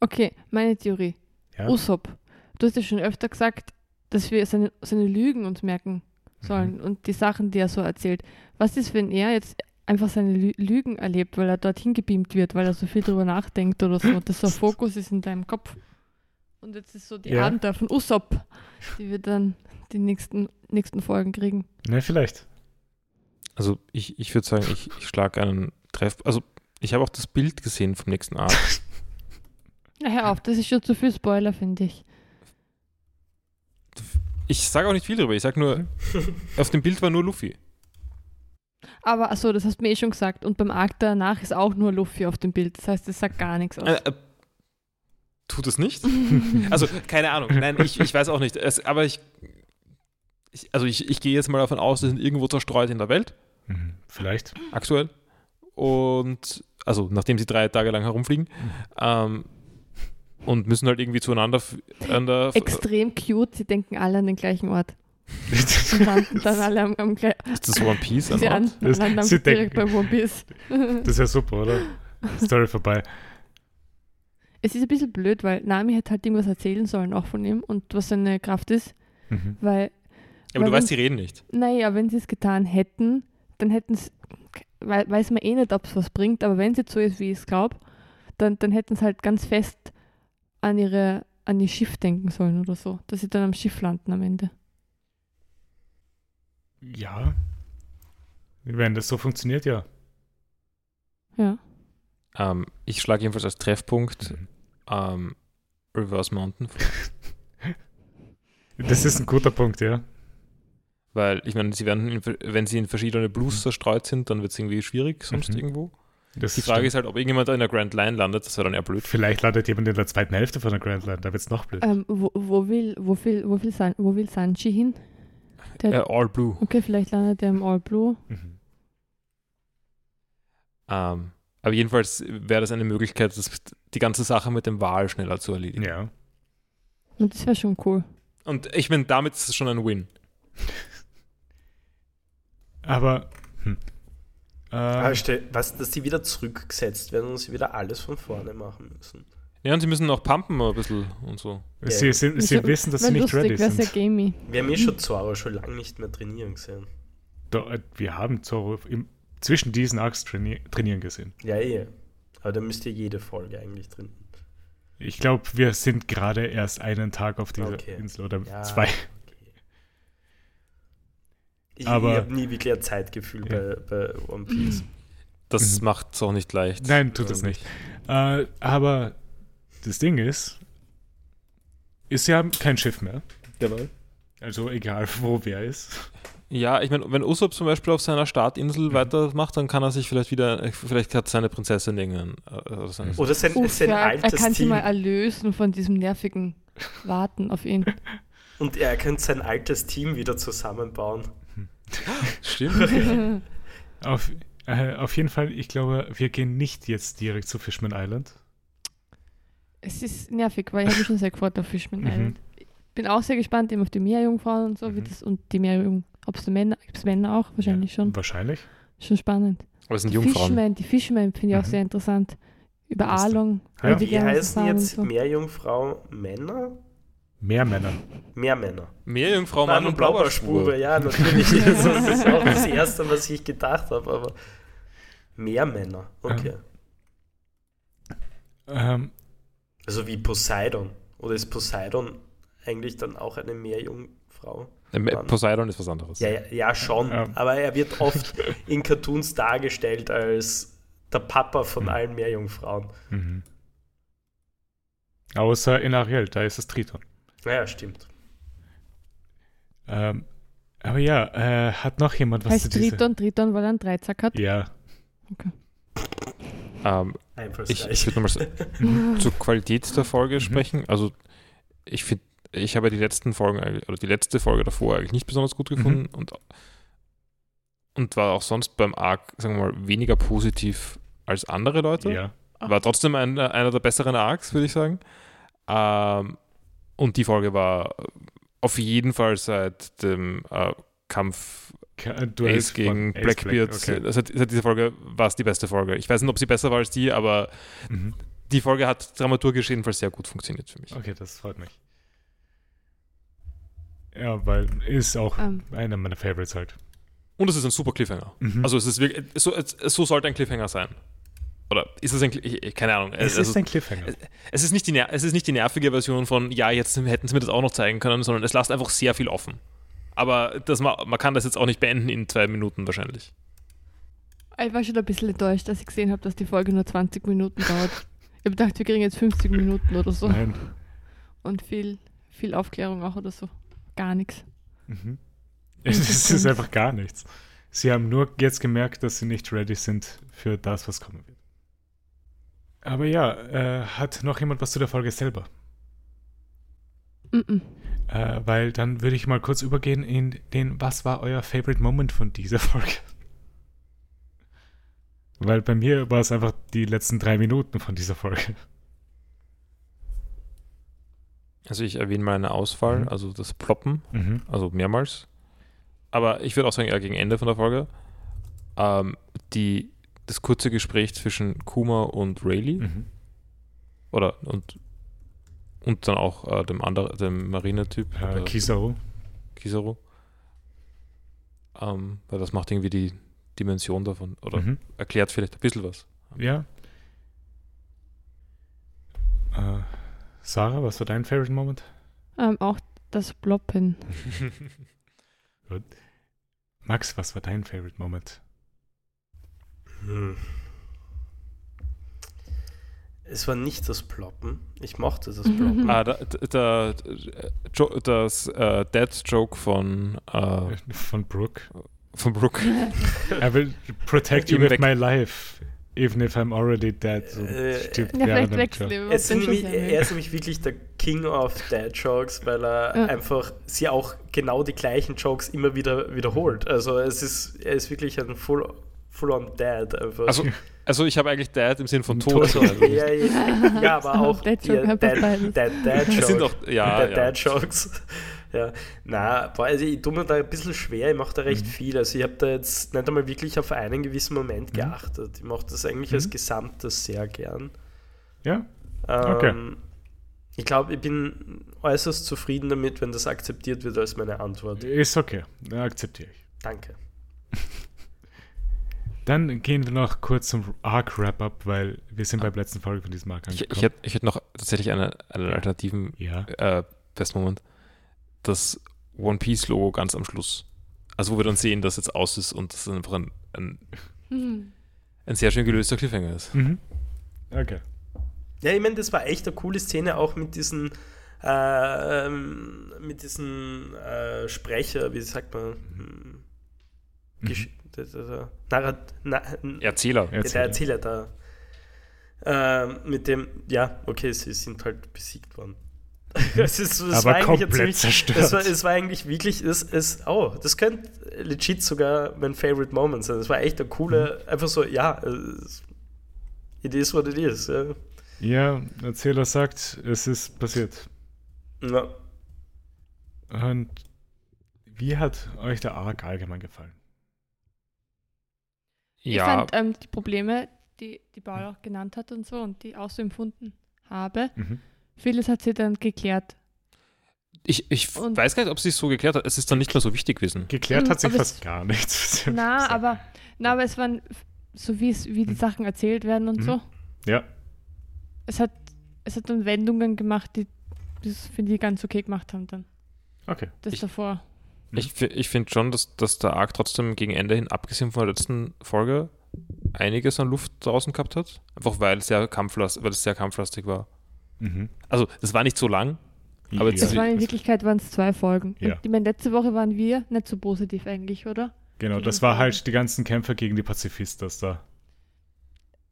Okay, meine Theorie.
Ja.
Usopp. Du hast ja schon öfter gesagt, dass wir seine, seine Lügen uns merken sollen
Mhm.
und die Sachen, die er so erzählt. Was ist, wenn er jetzt einfach seine Lü Lügen erlebt, weil er dorthin gebeamt wird, weil er so viel drüber nachdenkt oder so, dass so ein Fokus ist in deinem Kopf. Und jetzt ist so die
Ja.
Abenteuer von Usopp, die wir dann die nächsten, nächsten Folgen kriegen.
Ne, vielleicht.
Also ich, ich würde sagen, ich, ich schlage einen Treff. Also ich habe auch das Bild gesehen vom nächsten Abend.
Na, hör auf, das ist schon zu viel Spoiler, finde ich.
Ich sage auch nicht viel darüber. Ich sage nur, auf dem Bild war nur Luffy.
Aber achso, das hast du mir eh schon gesagt. Und beim Arc danach ist auch nur Luffy auf dem Bild. Das heißt, das sagt gar nichts aus.
Äh, äh, tut es nicht?
Äh.
Also keine Ahnung. Nein, ich, ich weiß auch nicht. Es, aber ich, ich also ich, ich gehe jetzt mal davon aus, sie sind irgendwo zerstreut in der Welt
Mhm. Vielleicht.
aktuell. Und also nachdem sie drei Tage lang herumfliegen ähm, und müssen halt irgendwie zueinander f- einander f-
Extrem cute, sie denken alle an den gleichen Ort. Sie landen dann alle am, am gleichen
Ist das One Piece?
Sie
An
an,
Das-
landen am
sie
direkt
denken-
beim One Piece.
Das ist ja super, oder? Story vorbei.
Es ist ein bisschen blöd, weil Nami hätte halt irgendwas erzählen sollen, auch von ihm und was seine Kraft ist,
Mhm.
weil,
aber du
Warum?
weißt, die reden nicht.
naja, wenn sie es getan hätten, dann hätten es, wei- weiß man eh nicht, ob es was bringt, aber wenn es jetzt so ist, wie ich es glaube, dann, dann hätten es halt ganz fest an ihre, an ihr Schiff denken sollen oder so, dass sie dann am Schiff landen am Ende.
Ja. Wenn das so funktioniert, ja.
Ja.
Ähm, ich schlage jedenfalls als Treffpunkt
Mhm.
ähm, Reverse Mountain,
Das ist ein guter Punkt, ja.
weil ich meine, sie werden, in, wenn sie in verschiedene Blues zerstreut sind, dann wird es irgendwie schwierig sonst
Mhm.
irgendwo.
Das
Die Frage ist halt, ob irgendjemand da in der Grand Line landet, das wäre dann eher blöd.
Vielleicht landet jemand in der zweiten Hälfte von der Grand Line, da wird es noch blöd.
Ähm, wo, wo, will, wo, will, wo, will San, wo will Sanji hin?
Äh,
Der,
all Blue.
okay, vielleicht landet er im All Blue.
Mhm.
Ähm, aber jedenfalls wäre das eine Möglichkeit, das, die ganze Sache mit dem Wal schneller zu erledigen.
Ja.
Und das wäre schon cool.
Und ich meine, damit ist es schon ein Win.
Aber. Hm. Ähm,
Ah, stell, was, dass die wieder zurückgesetzt werden und sie wieder alles von vorne machen müssen.
Ja, und sie müssen auch pumpen ein bisschen und so.
sie, sie, sie
Wieso-
wissen, dass
Wär
sie nicht
lustig,
ready
wär's
sind.
ja gamey.
Wir haben eh schon Zoro schon lange nicht mehr trainieren gesehen.
Da, äh, wir haben Zorro im, zwischen diesen Arcs traini trainieren gesehen.
Ja, eh. Aber da müsst ihr jede Folge eigentlich drin.
Ich glaube, wir sind gerade erst einen Tag auf dieser
Okay.
Insel oder
Ja.
zwei.
Ich,
Aber-
ich habe nie wirklich ein Zeitgefühl bei, bei One Piece.
Das
Mhm.
macht es auch nicht leicht.
Nein, tut es nicht. Äh, aber das Ding ist, ist, sie haben kein Schiff mehr. Also egal, wo wer ist.
Ja, ich meine, wenn Usopp zum Beispiel auf seiner Startinsel weitermacht, dann kann er sich vielleicht wieder, äh, vielleicht hat seine Prinzessin irgendeinen. äh, Oder seine,
Oder sein,
Uff,
sein
ja, er
altes
kann sie
Team.
mal erlösen von diesem nervigen Warten auf ihn.
und er könnte sein altes Team wieder zusammenbauen.
Stimmt.
Auf, äh, auf jeden Fall, ich glaube, wir gehen nicht jetzt direkt zu Fishman Island.
es ist nervig, weil ich habe mich schon sehr gefreut auf Fishman
Mhm.
Island. Bin auch sehr gespannt eben auf die Meerjungfrauen und so, wie
Mhm.
das und die Meerjung, ob es Männer, ob's Männer auch wahrscheinlich
Ja,
schon.
Wahrscheinlich.
Schon spannend.
Aber es sind
Die
Jungfrauen.
Fishman, die Fishman finde ich auch
Mhm.
sehr interessant. Über
Das-
Ahlung.
Ja.
die
Wie
gerne
heißen
fahren und
jetzt
so.
Meerjungfrau Männer?
Mehr Männer.
Mehr Männer.
Mehr Jungfrauen
Mann
Mann und Blaubartspube.
Blaubartspube, ja, natürlich. das ist auch das Erste, was ich gedacht habe, aber mehr Männer, okay.
Ähm,
Also wie Poseidon. Oder ist Poseidon eigentlich dann auch eine Meerjungfrau?
Ähm, äh, Poseidon ist was anderes.
Ja, ja, ja schon,
Ja.
aber er wird oft in Cartoons dargestellt als der Papa von allen Meerjungfrauen.
mhm. Außer in Ariel, da ist es Triton.
Naja, stimmt.
Ähm, aber ja, äh, hat noch jemand was zu
Heißt
dieser?
Triton, Triton, weil er einen Dreizack hat.
Ja. Ah.
Ähm, ich
Einfallsreich.
ich würde nochmal zur Qualität der Folge sprechen. Also ich finde, ich habe ja die letzten Folgen eigentlich- oder die letzte Folge davor eigentlich nicht besonders gut gefunden und, und war auch sonst beim Arc, sagen wir mal, weniger positiv als andere Leute.
Ja.
War trotzdem einer, einer der besseren Arcs, würde ich sagen. Ähm, und die Folge war auf jeden Fall seit dem äh, Kampf
Ke- Duell
Ace gegen
von
Also
Ace
Blackbeard.
Okay.
Das hat, das hat diese Folge war es die beste Folge. Ich weiß nicht, ob sie besser war als die, aber
Mhm.
die Folge hat dramaturgisch jedenfalls sehr gut funktioniert für mich.
okay, das freut mich. Ja, weil ist auch
Ähm.
einer meiner Favorites halt.
Und es ist ein super Cliffhanger.
Mhm.
Also es ist wirklich, so, es, so sollte ein Cliffhanger sein. Oder ist es ein, Cl- ich, ich- keine Ahnung.
es
also,
ist ein Cliffhanger.
es, ist nicht die, ner- es ist nicht die nervige Version von, ja, jetzt hätten sie mir das auch noch zeigen können, sondern es lässt einfach sehr viel offen. Aber das, ma- man kann das jetzt auch nicht beenden in zwei Minuten wahrscheinlich.
Ich war schon ein bisschen enttäuscht, als ich gesehen habe, dass die Folge nur 20 Minuten dauert. Ich habe gedacht, wir kriegen jetzt 50 Minuten oder so.
Nein.
Und viel, viel Aufklärung auch oder so. Gar nichts.
Mhm. Es ist einfach gar nichts. Sie haben nur jetzt gemerkt, dass sie nicht ready sind für das, was kommen wird. Aber ja, äh, hat noch jemand was zu der Folge selber?
Mm -mm.
Äh, weil dann würde ich mal kurz übergehen in den, was war euer Favorite Moment von dieser Folge? Weil bei mir war es einfach die letzten drei Minuten von dieser Folge.
Also ich erwähne mal eine Auswahl,
Mhm.
also das Ploppen,
Mhm.
also mehrmals. Aber ich würde auch sagen, eher gegen Ende von der Folge. Ähm, die, das kurze Gespräch zwischen Kuma und Rayleigh.
Mhm.
Oder und, und dann auch äh, dem anderen, dem Marine-Typ.
Äh,
äh,
Kizaru.
Kizaru. Ähm, weil das macht irgendwie die Dimension davon. Oder
Mhm.
erklärt vielleicht ein bisschen was.
Ja. Äh, Sarah, was war dein Favorite Moment?
Ähm, auch das Bloppen.
Max, was war dein Favorite Moment?
Hm. Es war nicht das Ploppen. Ich mochte das Ploppen.
ah, da, da, da, jo, das äh, Dad-Joke von, äh,
Von Brooke.
von Brooke.
I will protect you
Ihm
with
weg.
my life, even if I'm already dead. So
Äh,
stirbt
Ja,
der
vielleicht
an dem Job.
wechseln wir.
Er ist,
den
nämlich,
schon
er ist nämlich wirklich der King of Dad Jokes, weil er
Ja.
einfach sie auch genau die gleichen Jokes immer wieder wiederholt. Also es ist, er ist wirklich ein Full, full on Dad einfach.
Also, also ich habe eigentlich Dad im Sinn von
Tot.
Tod. also-
ja, ja, ja, aber auch
Dad Joke
ihr
hat
Dad,
beides.
Dad, Dad Joke.
Es sind auch, ja,
Dad,
Ah, ja.
Dad Jokes. Ja, na, boah, also ich tue mir da ein bisschen schwer, ich mache da recht viel. Also ich habe da jetzt nicht einmal wirklich auf einen gewissen Moment geachtet. Ich mache das eigentlich als Gesamtes sehr gern.
Ja, Okay.
Ähm, Ich glaube, ich bin äußerst zufrieden damit, wenn das akzeptiert wird als meine Antwort.
ist okay. Da akzeptiere ich.
Danke.
Dann gehen wir noch kurz zum Arc-Wrap-Up, weil wir sind bei der letzten Folge von diesem Arc
Ah. Ich,
angekommen.
ich hätte ich hätt noch tatsächlich einen, einen alternativen
ja.
äh, besten Moment, das One Piece Logo ganz am Schluss. Also wo wir dann sehen, dass jetzt aus ist und das einfach ein, ein,
Mhm.
ein sehr schön gelöster Cliffhanger ist.
Mhm. Okay.
Ja, ich meine, das war echt eine coole Szene, auch mit diesen, äh, ähm, mit diesen äh, Sprecher, wie sagt man? Hm, Gesch- da- da- da- Narrat na, n-
Erzähler.
Ja.
der Erzähler da. Ähm, mit dem, ja, okay, sie sind halt besiegt worden. es ist, es
Mhm. Aber
eigentlich ein
komplett zerstört.
Es war, es war eigentlich wirklich, es, es, oh, das könnte legit sogar mein Favorite Moment sein. Es war echt der coole,
Mhm.
einfach so, ja, es, it is what it is. Ja.
Ja, Erzähler sagt, es ist passiert.
Ja.
Und wie hat euch der Arc allgemein gefallen?
Ich
Ja,
fand ähm, die Probleme, die die Paul auch genannt hat und so und die auch so empfunden habe,
Mhm.
vieles hat sie dann geklärt.
ich, ich
Und-
weiß gar nicht, ob sie es so geklärt hat. Es ist dann nicht mehr so wichtig gewesen.
Geklärt
Mhm,
hat sich
aber
fast
es-
gar nichts.
Na, aber, na, aber es waren f- so wie es, wie die
Mhm.
Sachen erzählt werden und
Mhm.
so.
Ja,
Es hat, es hat dann Wendungen gemacht, die das finde ich ganz okay gemacht haben dann.
okay.
Das
Ich-
davor.
Mhm.
Ich, fi- ich finde schon, dass, dass der Arc trotzdem gegen Ende hin, abgesehen von der letzten Folge, einiges an Luft draußen gehabt hat. Einfach weil es sehr, kampflast, weil es sehr kampflastig war.
Mhm.
Also, das war nicht so lang. Aber
ja.
jetzt-
Das also waren in Wirklichkeit waren es zwei Folgen.
Ja.
Und ich meine, letzte Woche waren wir nicht so positiv eigentlich, oder?
genau, das war halt die ganzen Kämpfe gegen die Pazifistas da.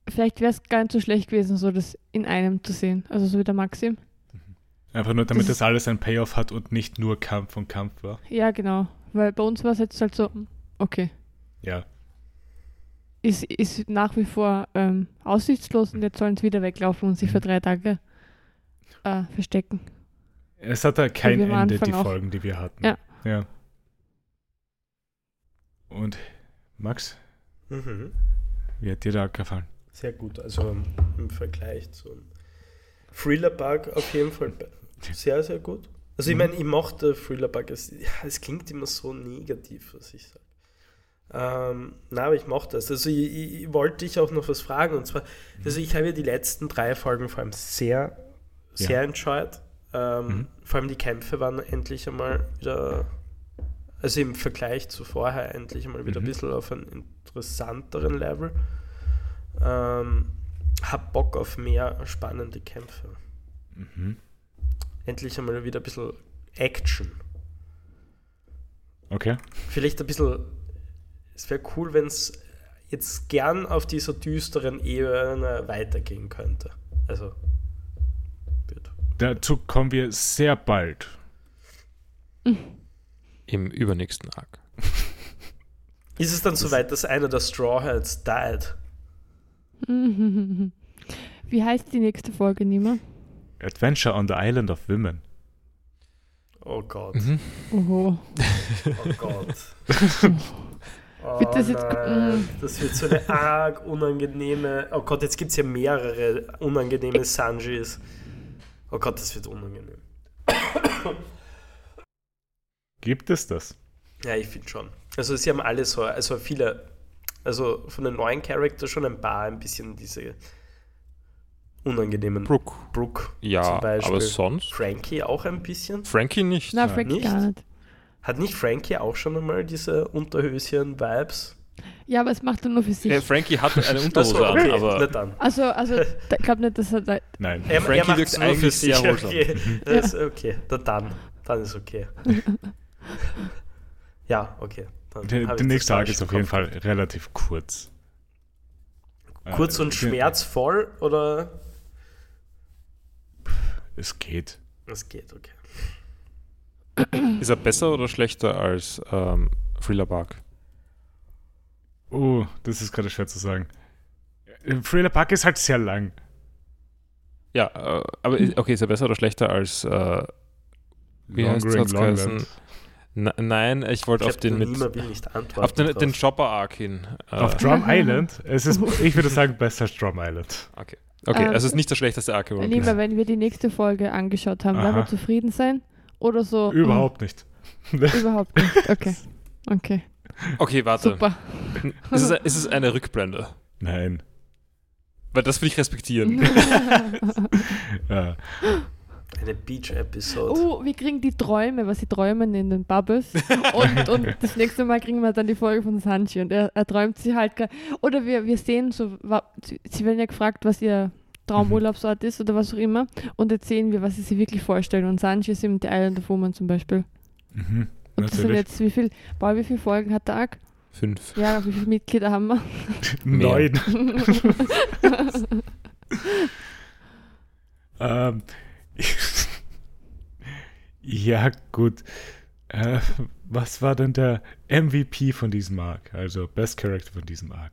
Vielleicht wäre es gar nicht so schlecht gewesen, so das in einem zu sehen. Also so wie der Maxim.
Einfach nur, damit
Das-
das alles einen Payoff hat und nicht nur Kampf und Kampf war.
Ja, genau. Weil bei uns war es jetzt halt so, hm, okay.
Ja.
Ist, ist nach wie vor ähm, aussichtslos und jetzt sollen sie wieder weglaufen und sich für drei Tage äh, verstecken.
Es hat da kein
wir am
Ende,
Anfang
die
auch-
Folgen, die wir hatten.
Ja.
ja. Und Max,
Mhm.
wie hat dir der Akt gefallen?
Sehr gut. Also im Vergleich zum Thriller Bug auf jeden Fall be- sehr, sehr gut. Also ich meine, ich mochte Thriller Bug. Es, ja, es klingt immer so negativ, was ich sage. Ähm, na, aber ich mochte es. Also ich, ich, ich wollte dich auch noch was fragen. Und zwar, also ich habe ja die letzten drei Folgen vor allem sehr,
Ja. Mhm.
sehr entscheut. Ähm, Vor allem die Kämpfe waren endlich einmal wieder also im Vergleich zu vorher endlich mal wieder ein
Mhm.
bisschen auf einen interessanteren Level. Ähm, hab Bock auf mehr spannende Kämpfe. Endlich einmal wieder ein bisschen Action.
Okay.
Vielleicht ein bisschen. Es wäre cool, wenn es jetzt gern auf dieser düsteren Ebene weitergehen könnte. Also. Gut.
Dazu kommen wir sehr bald.
Im übernächsten Arc.
Ist es dann soweit, dass einer der Straw Hats died?
Wie heißt die nächste Folge, Nima?
Adventure on the Island of Women.
Oh Gott.
Mhm.
Oho.
Oh Gott. Oh
Wird das jetzt-
nein,
Mm.
das wird so eine arg unangenehme. Oh Gott, jetzt gibt es ja mehrere unangenehme Sanjis. Oh Gott, das wird unangenehm.
Gibt es das?
Ja, ich finde schon. Also sie haben alle so, also viele, also von den neuen Charakter schon ein paar ein bisschen diese unangenehmen.
Brooke.
Brooke
Ja,
zum Beispiel.
aber sonst?
Frankie auch ein bisschen.
Frankie nicht.
Na,
nein.
Frankie
nicht?
gar nicht.
Hat nicht Frankie auch schon einmal diese Unterhöschen-Vibes?
Ja, aber es macht er nur für sich.
Äh, Frankie hat eine Unterhose
Ach so,
an,
okay,
aber
Na dann.
Also, also, ich glaube nicht, dass er da.
Nein.
Er,
Frankie
er macht's
wirkt
nur für
eigentlich
sich,
sehr
okay. Das ist okay. Na dann. Dann ist okay. ja, okay. Dann hab
Der,
ich
der
das
nächste Tag
falsch
ist auf
im
jeden
Kopf.
Fall relativ kurz.
Kurz
Äh,
und
der-
schmerzvoll oder?
Es geht.
Es geht, okay.
ist er besser oder schlechter als ähm, Thriller Bark?
Oh, das ist gerade schwer zu sagen. Äh, Thriller Park ist halt sehr lang.
Ja, äh, aber i- okay, ist er besser oder schlechter als äh, Wie heißt's, hat's geheißen? na, Nein, ich wollte
Ich
auf
hab
den
nur
mit
niemand will nicht antworten.
auf den, den
drauf.
Chopper Arc hin. Äh,
Auf Drum Island. Es ist, ich würde sagen, besser als Drum Island.
okay. Okay,
Ähm,
also es ist nicht der schlechteste Arc. geworden.
Lieber, wenn wir die nächste Folge angeschaut haben, werden
Aha.
wir zufrieden sein? Oder
oh.
so?
Überhaupt nicht.
Oh, überhaupt nicht. Okay. Okay.
Okay, warte.
Super.
Es ist, es ist eine Rückblende.
Nein.
Weil das will ich respektieren.
Ja.
Eine Beach-Episode.
Oh, wir kriegen die Träume, was sie träumen in den Bubbles. Und, und das nächste Mal kriegen wir dann die Folge von Sanji und er, er träumt sie halt. ge- Oder wir, wir sehen so, wa- sie, sie werden ja gefragt, was ihr Traumurlaubsort ist oder was auch immer. Und jetzt sehen wir, was sie sich wirklich vorstellen. Und Sanji ist eben die Island of Woman zum Beispiel.
Mhm.
Und das sind
Natürlich.
jetzt, wie viel, boah, wie viele Folgen hat der Arc?
Fünf.
Ja, wie viele Mitglieder haben wir?
Mehr.
Neun. ähm, ja, gut. Äh, was war denn der MVP von diesem Arc? Also Best Character von diesem Arc?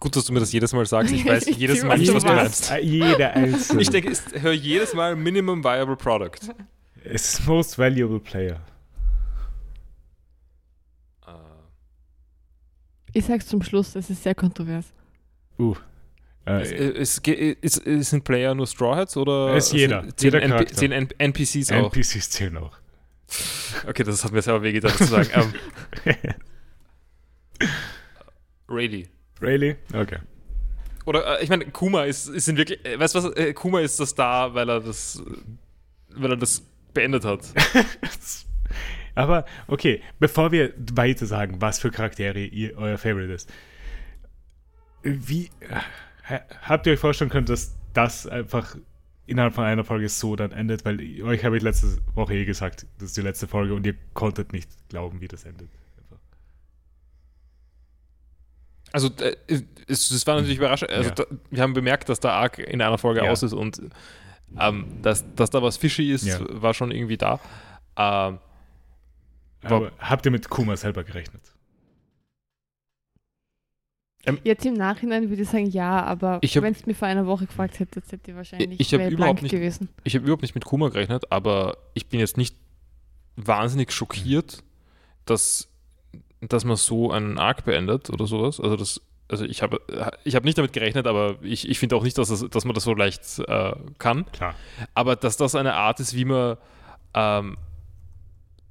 Gut, dass du mir das jedes Mal sagst. Ich weiß
Ich
jedes
tue
Mal nicht, was du
was.
meinst.
Äh, Jeder einzelne.
Ich denke, ich höre jedes Mal Minimum Viable Product.
es ist Most Valuable Player.
Ah.
Ich sag's zum Schluss, es ist sehr kontrovers.
Es,
Äh,
es, ge- es, äh, es sind Player nur Straw Hats oder
Es ist jeder.
sind
Jeder
zehn, NP
Charakter.
zehn N- NPCs auch?
NPCs zählen auch.
okay, das hat mir selber wehgetan das zu sagen. Ähm, Rayleigh.
Really? Okay.
Oder äh, ich meine, Kuma ist, ist in wirklich. Äh, weißt du was? Äh, Kuma ist das da, weil er das, äh, weil er das beendet hat.
Aber okay, bevor wir weiter sagen, was für Charaktere ihr, euer Favorite ist, wie ha- habt ihr euch vorstellen können, dass das einfach innerhalb von einer Folge so dann endet? Weil ich- euch habe ich letzte Woche eh gesagt, das ist die letzte Folge und ihr konntet nicht glauben, wie das endet.
Also äh, es, es war natürlich überraschend. Also,
Ja.
da, wir haben bemerkt, dass der Arc in einer Folge
Ja.
aus ist und ähm, dass, dass da was fishy ist,
Ja.
war schon irgendwie da. Ähm,
Aber habt ihr mit Kuma selber gerechnet?
Jetzt im Nachhinein würde ich sagen, ja, aber
Ich hab-
wenn es mir vor einer Woche gefragt hätte, hätte ich wahrscheinlich
Ich hab
wäre
überhaupt
blank
nicht-
gewesen.
ich habe überhaupt nicht mit Kuma gerechnet, aber ich bin jetzt nicht wahnsinnig schockiert, dass dass man so einen Arc beendet oder sowas. Also das, also ich habe ich hab nicht damit gerechnet, aber ich, ich finde auch nicht, dass, das, dass man das so leicht äh, kann.
Klar.
Aber dass das eine Art ist, wie man ähm,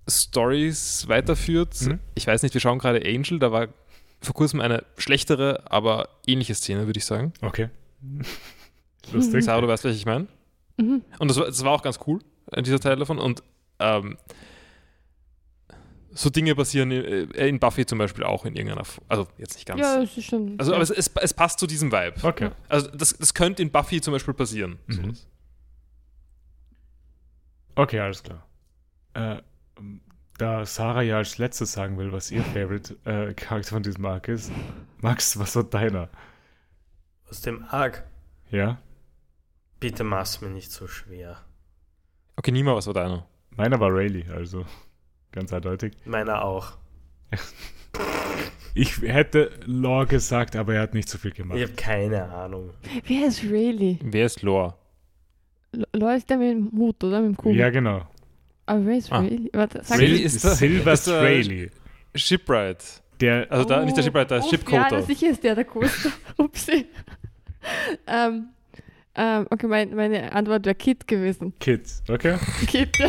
Stories weiterführt.
Mhm.
Ich weiß nicht, wir schauen gerade Angel, da war vor kurzem eine schlechtere, aber ähnliche Szene, würde ich sagen.
Okay.
Mhm.
Lustig.
Sarah, du weißt, was ich meine?
Mhm.
Und das war, das war auch ganz cool, äh, dieser Teil davon. Und ähm, so Dinge passieren in, äh, in Buffy zum Beispiel auch in irgendeiner F Also jetzt nicht ganz.
Ja, das ist schon.
also, aber es, es, es passt zu diesem Vibe.
Okay.
Also das, das könnte in Buffy zum Beispiel passieren.
Mhm.
sowas.
Okay, alles klar. Äh, da Sarah ja als letztes sagen will, was ihr Favorite-Charakter von diesem Arc ist, Max, was war deiner?
Aus dem Arg.
Ja?
Bitte mach's mir nicht so schwer.
Okay, Nima, was war deiner?
Meiner war Rayleigh, also ganz eindeutig.
Meiner auch.
Ich hätte Law gesagt, aber er hat nicht so viel gemacht.
Ich habe keine Ahnung.
Wer ist Rayleigh?
Wer ist Lore?
L- Lore ist der mit dem Hut, oder? Mit dem Kugel.
Ja, genau.
Aber wer ist
Ah.
Rayleigh? Warte, sag
Rayleigh
mir-
ist der-
Silver
ist der-
Rayleigh.
Shipwright.
Der,
Also da, nicht der
Oh,
Shipwright, der
uff, Ja,
Shipcoater.
das sicher ist der der Coaster. Upsi. ähm, ähm, okay, mein, meine Antwort wäre Kit gewesen.
Kids, okay?
Kit, ja.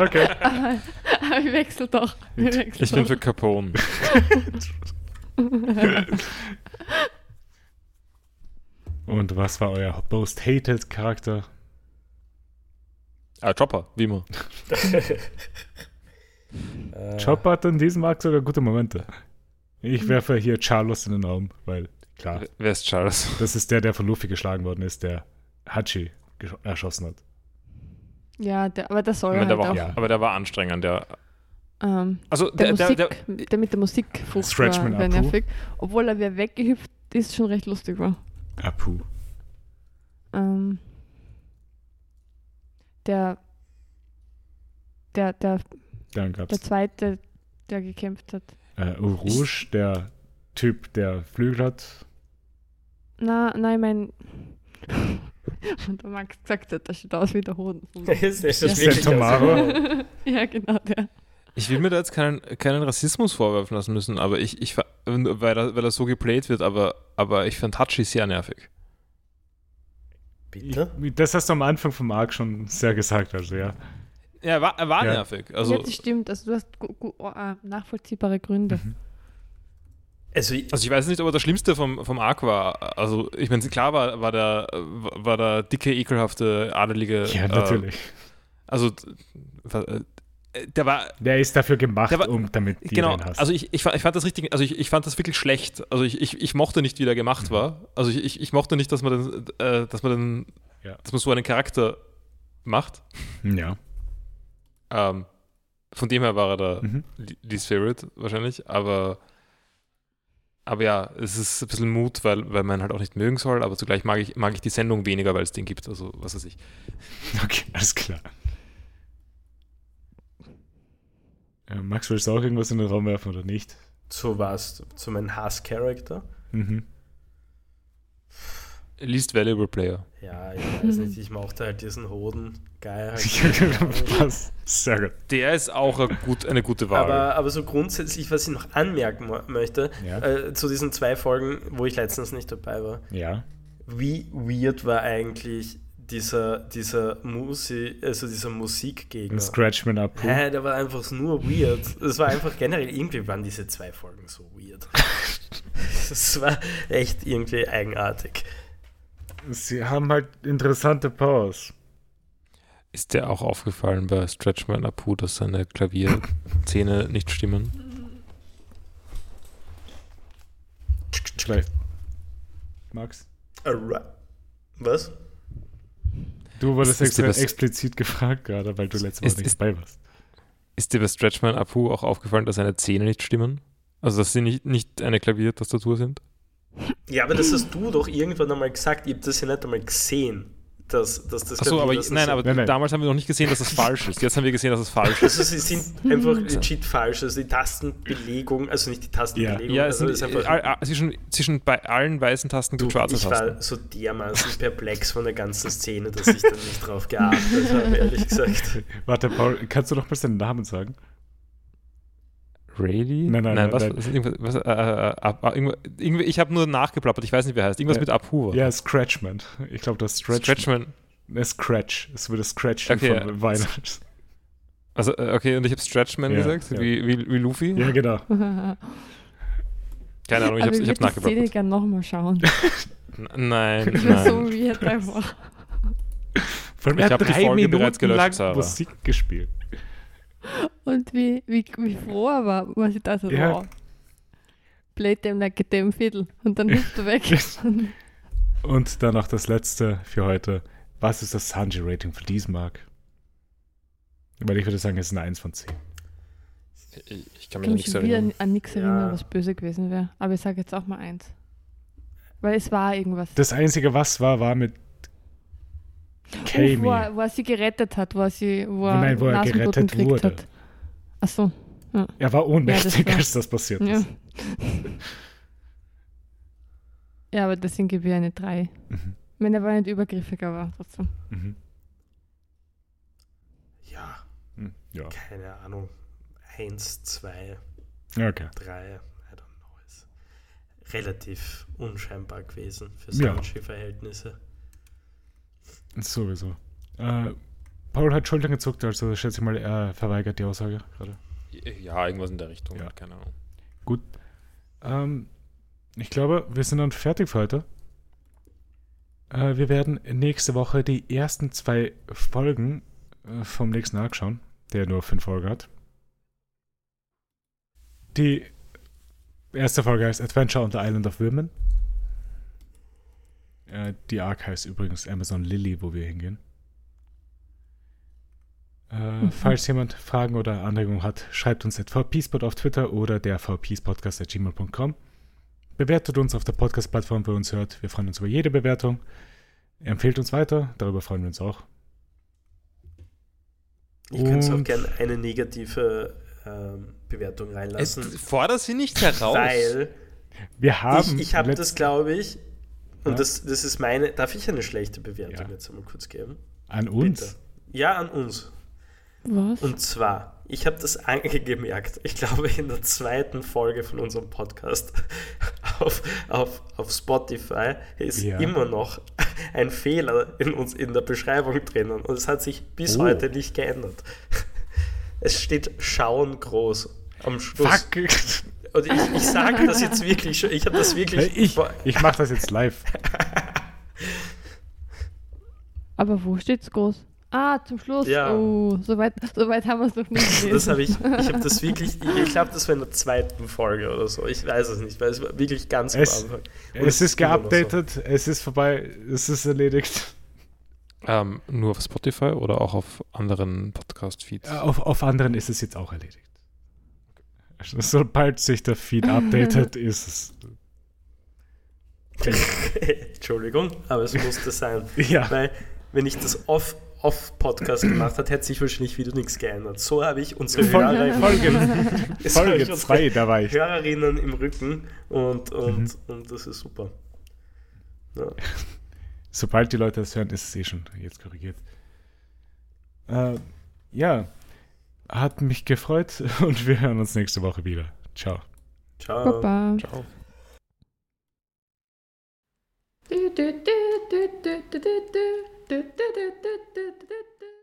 Okay.
aber aber ich wechsle doch. Ich, wechsel
ich bin
doch.
für Capone.
Und was war euer most hated Charakter?
ah, Chopper, wie immer.
Äh,
Chopper hat in diesem Arc sogar gute Momente. Ich werfe hier Charlos in den Raum, weil, klar,
Wer- Wer ist Charles?
das ist der, der von Luffy geschlagen worden ist, der Hachi gesch- erschossen hat.
Ja, der, aber der soll
Ich meine, der
halt
war,
auch.
Ja.
Aber der war anstrengend. Der,
Ähm,
also
der,
der, der,
Musik,
der,
der, mit der Musik frucht war,
Stretchman
war
Apu.
nervig. Obwohl er wer weggehüpft ist, schon recht lustig war.
Apu.
Ähm, der, der, der,
Dann gab's
der zweite, der gekämpft hat.
äh, Urush, der Typ, der Flügel hat.
Na, nein, mein. Und der Max gesagt hat, das sieht aus wie der Hoden.
ist das
Ja.
wirklich
Tomaro.
aus-
ja, genau, der.
Ich will mir da jetzt keinen, keinen Rassismus vorwerfen lassen müssen, aber ich, ich fa- weil, er, weil er so geplayt wird, aber, aber ich fand Hachi sehr nervig.
Bitte?
Das hast du am Anfang vom Arc schon sehr gesagt, also ja.
Ja, er war, er war
Ja.
nervig. Also,
ja, das stimmt. Also, du hast gu- gu- oh, ah, nachvollziehbare Gründe.
Mhm.
Also, ich-
also ich weiß nicht, ob er das Schlimmste vom, vom Arc war. Also ich meine, klar war, war, der, war der dicke, ekelhafte, adelige.
Ja,
äh,
natürlich.
also äh, der war
Der ist dafür gemacht,
Der war-
um damit die
Genau,
den hast.
also ich, ich, fa- ich fand das richtig, also ich, ich fand das wirklich schlecht. Also ich, ich, ich mochte nicht, wie der gemacht
Mhm.
war. Also ich, ich, ich mochte nicht, dass man den, äh, dass man den,
Ja.
dass man so einen Charakter macht.
ja.
Ähm, von dem her war er da
Mhm.
die- die Spirit wahrscheinlich, aber aber ja, es ist ein bisschen Mut, weil, weil man halt auch nicht mögen soll, aber zugleich mag ich, mag ich die Sendung weniger, weil es den gibt, also was weiß ich.
Okay, alles klar. Äh, Max, willst du auch irgendwas in den Raum werfen oder nicht?
zu was? Zu meinem Hass-Charakter?
Mhm.
Least Valuable Player.
Ja, ich weiß nicht, ich mochte halt diesen Hoden. Geil. Halt.
Was? Sehr gut.
Der ist auch eine, gut, eine gute Wahl.
Aber, aber so grundsätzlich, was ich noch anmerken mo- möchte,
Ja.
äh, zu diesen zwei Folgen, wo ich letztens nicht dabei war,
Ja.
wie weird war eigentlich dieser, dieser, Musi, also dieser
Ein
Musikgegner?
Scratchman ab.
Hä, der war einfach nur weird. Es war einfach generell, irgendwie waren diese zwei Folgen so weird. Es war echt irgendwie eigenartig.
Sie haben halt interessante Powers.
Ist dir auch aufgefallen bei Stretchman Apu, dass seine Klavierzähne nicht stimmen?
Vielleicht. Max?
Alright. Äh, Was?
Du wurdest
Ist- ist
extra,
dir was-
explizit gefragt gerade, weil du letztes Mal
Ist-
nicht
ist-
dabei warst.
Ist dir bei Stretchman Apu auch aufgefallen, dass seine Zähne nicht stimmen? Also, dass sie nicht, nicht eine Klaviertastatur sind?
Ja, aber das hast du doch irgendwann einmal gesagt. Ich hab das ja nicht einmal gesehen, dass, dass das.
Achso,
Klavier-
aber
dass das
nein,
so-
aber
Nein, nein.
damals haben wir noch nicht gesehen, dass das falsch ist. Jetzt haben wir gesehen, dass es falsch ist.
Also, sie sind einfach legit falsch. Also, die Tastenbelegung, also nicht die Tastenbelegung,
Ja, es sind,
also das
äh,
ist einfach.
all- all- zwischen, zwischen bei allen weißen Tasten
Du,
gibt schwarze
ich
Tasten.
war so dermaßen perplex von der ganzen Szene, dass ich da nicht drauf geachtet habe, ehrlich gesagt.
Warte, Paul, kannst du noch mal seinen Namen sagen?
Rayleigh?
Nein, nein,
Nein,
nein.
was?
nein.
was irgendwas, was äh, äh, ab, ab, irgendwas, irgendwie, ich habe nur nachgeplappert, ich weiß nicht, wer heißt. Irgendwas
Ja.
mit Abhuber.
Ja, Scratchman. Ich glaube, das Scratch.
Stretchman.
Ne, Scratch. Es würde Scratch
Okay,
von
ja.
Weihnachten.
Also, äh, okay, und ich habe Stretchman
Ja,
gesagt,
ja.
Wie, wie, wie Luffy.
Ja, genau.
Keine Ahnung, ich habe
Aber
ich hab's
würde die Szene
nachgeplappert.
gerne nochmal schauen.
N- Nein,
so
nein.
wie jetzt einfach.
Vor allem, er
Ich
hat
hab die
drei
Folge
Minuten
bereits gelöscht,
lang
Sarah.
Musik gespielt.
Und wie, wie, wie froh er war, was ich da so
Ja.
wow. Play them like a damn fiddle. Und dann bist du weg.
Und dann noch das letzte für heute. Was ist das Sanji-Rating für Diesmark? Weil ich würde sagen, es ist eine 1 von 10.
Ich, ich kann
Ich kann
mich
mich
an nichts
schon wieder
erinnern.
an, an nichts
Ja.
erinnern, was böse gewesen wäre. Aber ich sage jetzt auch mal eins. Weil es war irgendwas.
Das einzige, was war, war mit Kami.
wo, er, wo er sie gerettet hat, wo er sie wo er
Nein, wo er
Nasenbluten
gerettet
gekriegt
wurde.
hat. Ach so,
Er war ohnmächtig,
Ja, das war-
als das passiert
ja.
ist.
ja, aber deswegen gebe ich eine 3.
Mhm.
Wenn er war nicht übergriffig, aber trotzdem.
Mhm.
Ja,
Mhm. Ja,
keine Ahnung. Eins, zwei,
okay.
drei, I don't know. Ist relativ unscheinbar gewesen für
Ja.
Sanji-Verhältnisse.
Sowieso. Äh, Paul hat Schultern gezuckt, also schätze ich mal, er verweigert die Aussage gerade.
Ja, irgendwas in der Richtung,
Ja.
keine Ahnung.
Ähm, ich glaube, wir sind dann fertig für heute. Äh, wir werden nächste Woche die ersten zwei Folgen äh, vom nächsten Arc schauen, der nur fünf Folgen hat. Die erste Folge heißt Adventure on the Island of Women. Äh, die Arc heißt übrigens Amazon Lily, wo wir hingehen. Äh,
Mhm.
Falls jemand Fragen oder Anregungen hat, schreibt uns at vpspot auf Twitter oder der vpspodcast.gmail.com. Bewertet uns auf der Podcast-Plattform, wo ihr uns hört. Wir freuen uns über jede Bewertung. Empfehlt uns weiter, darüber freuen wir uns auch.
Ich könnte auch
Und-
gerne eine negative ähm, Bewertung reinlassen.
Forder sie nicht heraus.
weil
Wir haben.
ich, ich habe
letzt-
das, glaube ich, und
Ja.
das, das ist meine. Darf ich eine schlechte Bewertung
Ja.
jetzt einmal kurz geben?
An uns?
Bitte. Ja, an uns.
Was?
Und zwar, ich habe das angemerkt, ich glaube in der zweiten Folge von unserem Podcast auf, auf, auf Spotify ist
Ja.
immer noch ein Fehler in, uns, in der Beschreibung drinnen und es hat sich bis
Oh.
heute nicht geändert. Es steht Schauen groß am Schluss.
Fuck!
Und ich, ich sage das jetzt wirklich schon, ich habe das wirklich...
ich
vor-
ich mache das jetzt live.
Aber wo steht's groß? Ah, zum Schluss.
Ja.
Oh, so weit, so weit haben wir es noch nicht gelesen.
Das habe ich, ich habe das wirklich, ich, ich glaube, das war in der zweiten Folge oder so. Ich weiß es nicht, weil es war wirklich ganz
Es-
am Anfang. Und
Es ist
immer noch so.
geupdatet, es ist vorbei, es ist erledigt.
Ähm, nur auf Spotify oder auch auf anderen Podcast-Feeds?
Äh, Auf, auf anderen ist es jetzt auch erledigt. Sobald sich der Feed updatet, ist es.
Entschuldigung, aber es musste sein.
Ja,
Weil, wenn ich das off, off Podcast gemacht hätte, hätte sich wahrscheinlich wieder nichts geändert. So habe ich unsere
Folge,
Hörer,
Folge,
so habe ich
Folge
unsere
2, da war ich.
Hörerinnen im Rücken und, und, und das ist super. Ja.
Sobald die Leute das hören, ist es eh schon jetzt korrigiert. Äh, ja, hat mich gefreut und wir hören uns nächste Woche wieder. Ciao.
Ciao.
Baba.
Ciao.
Du, du, du, du, du, du, du, du, du, du, du, du, du, du.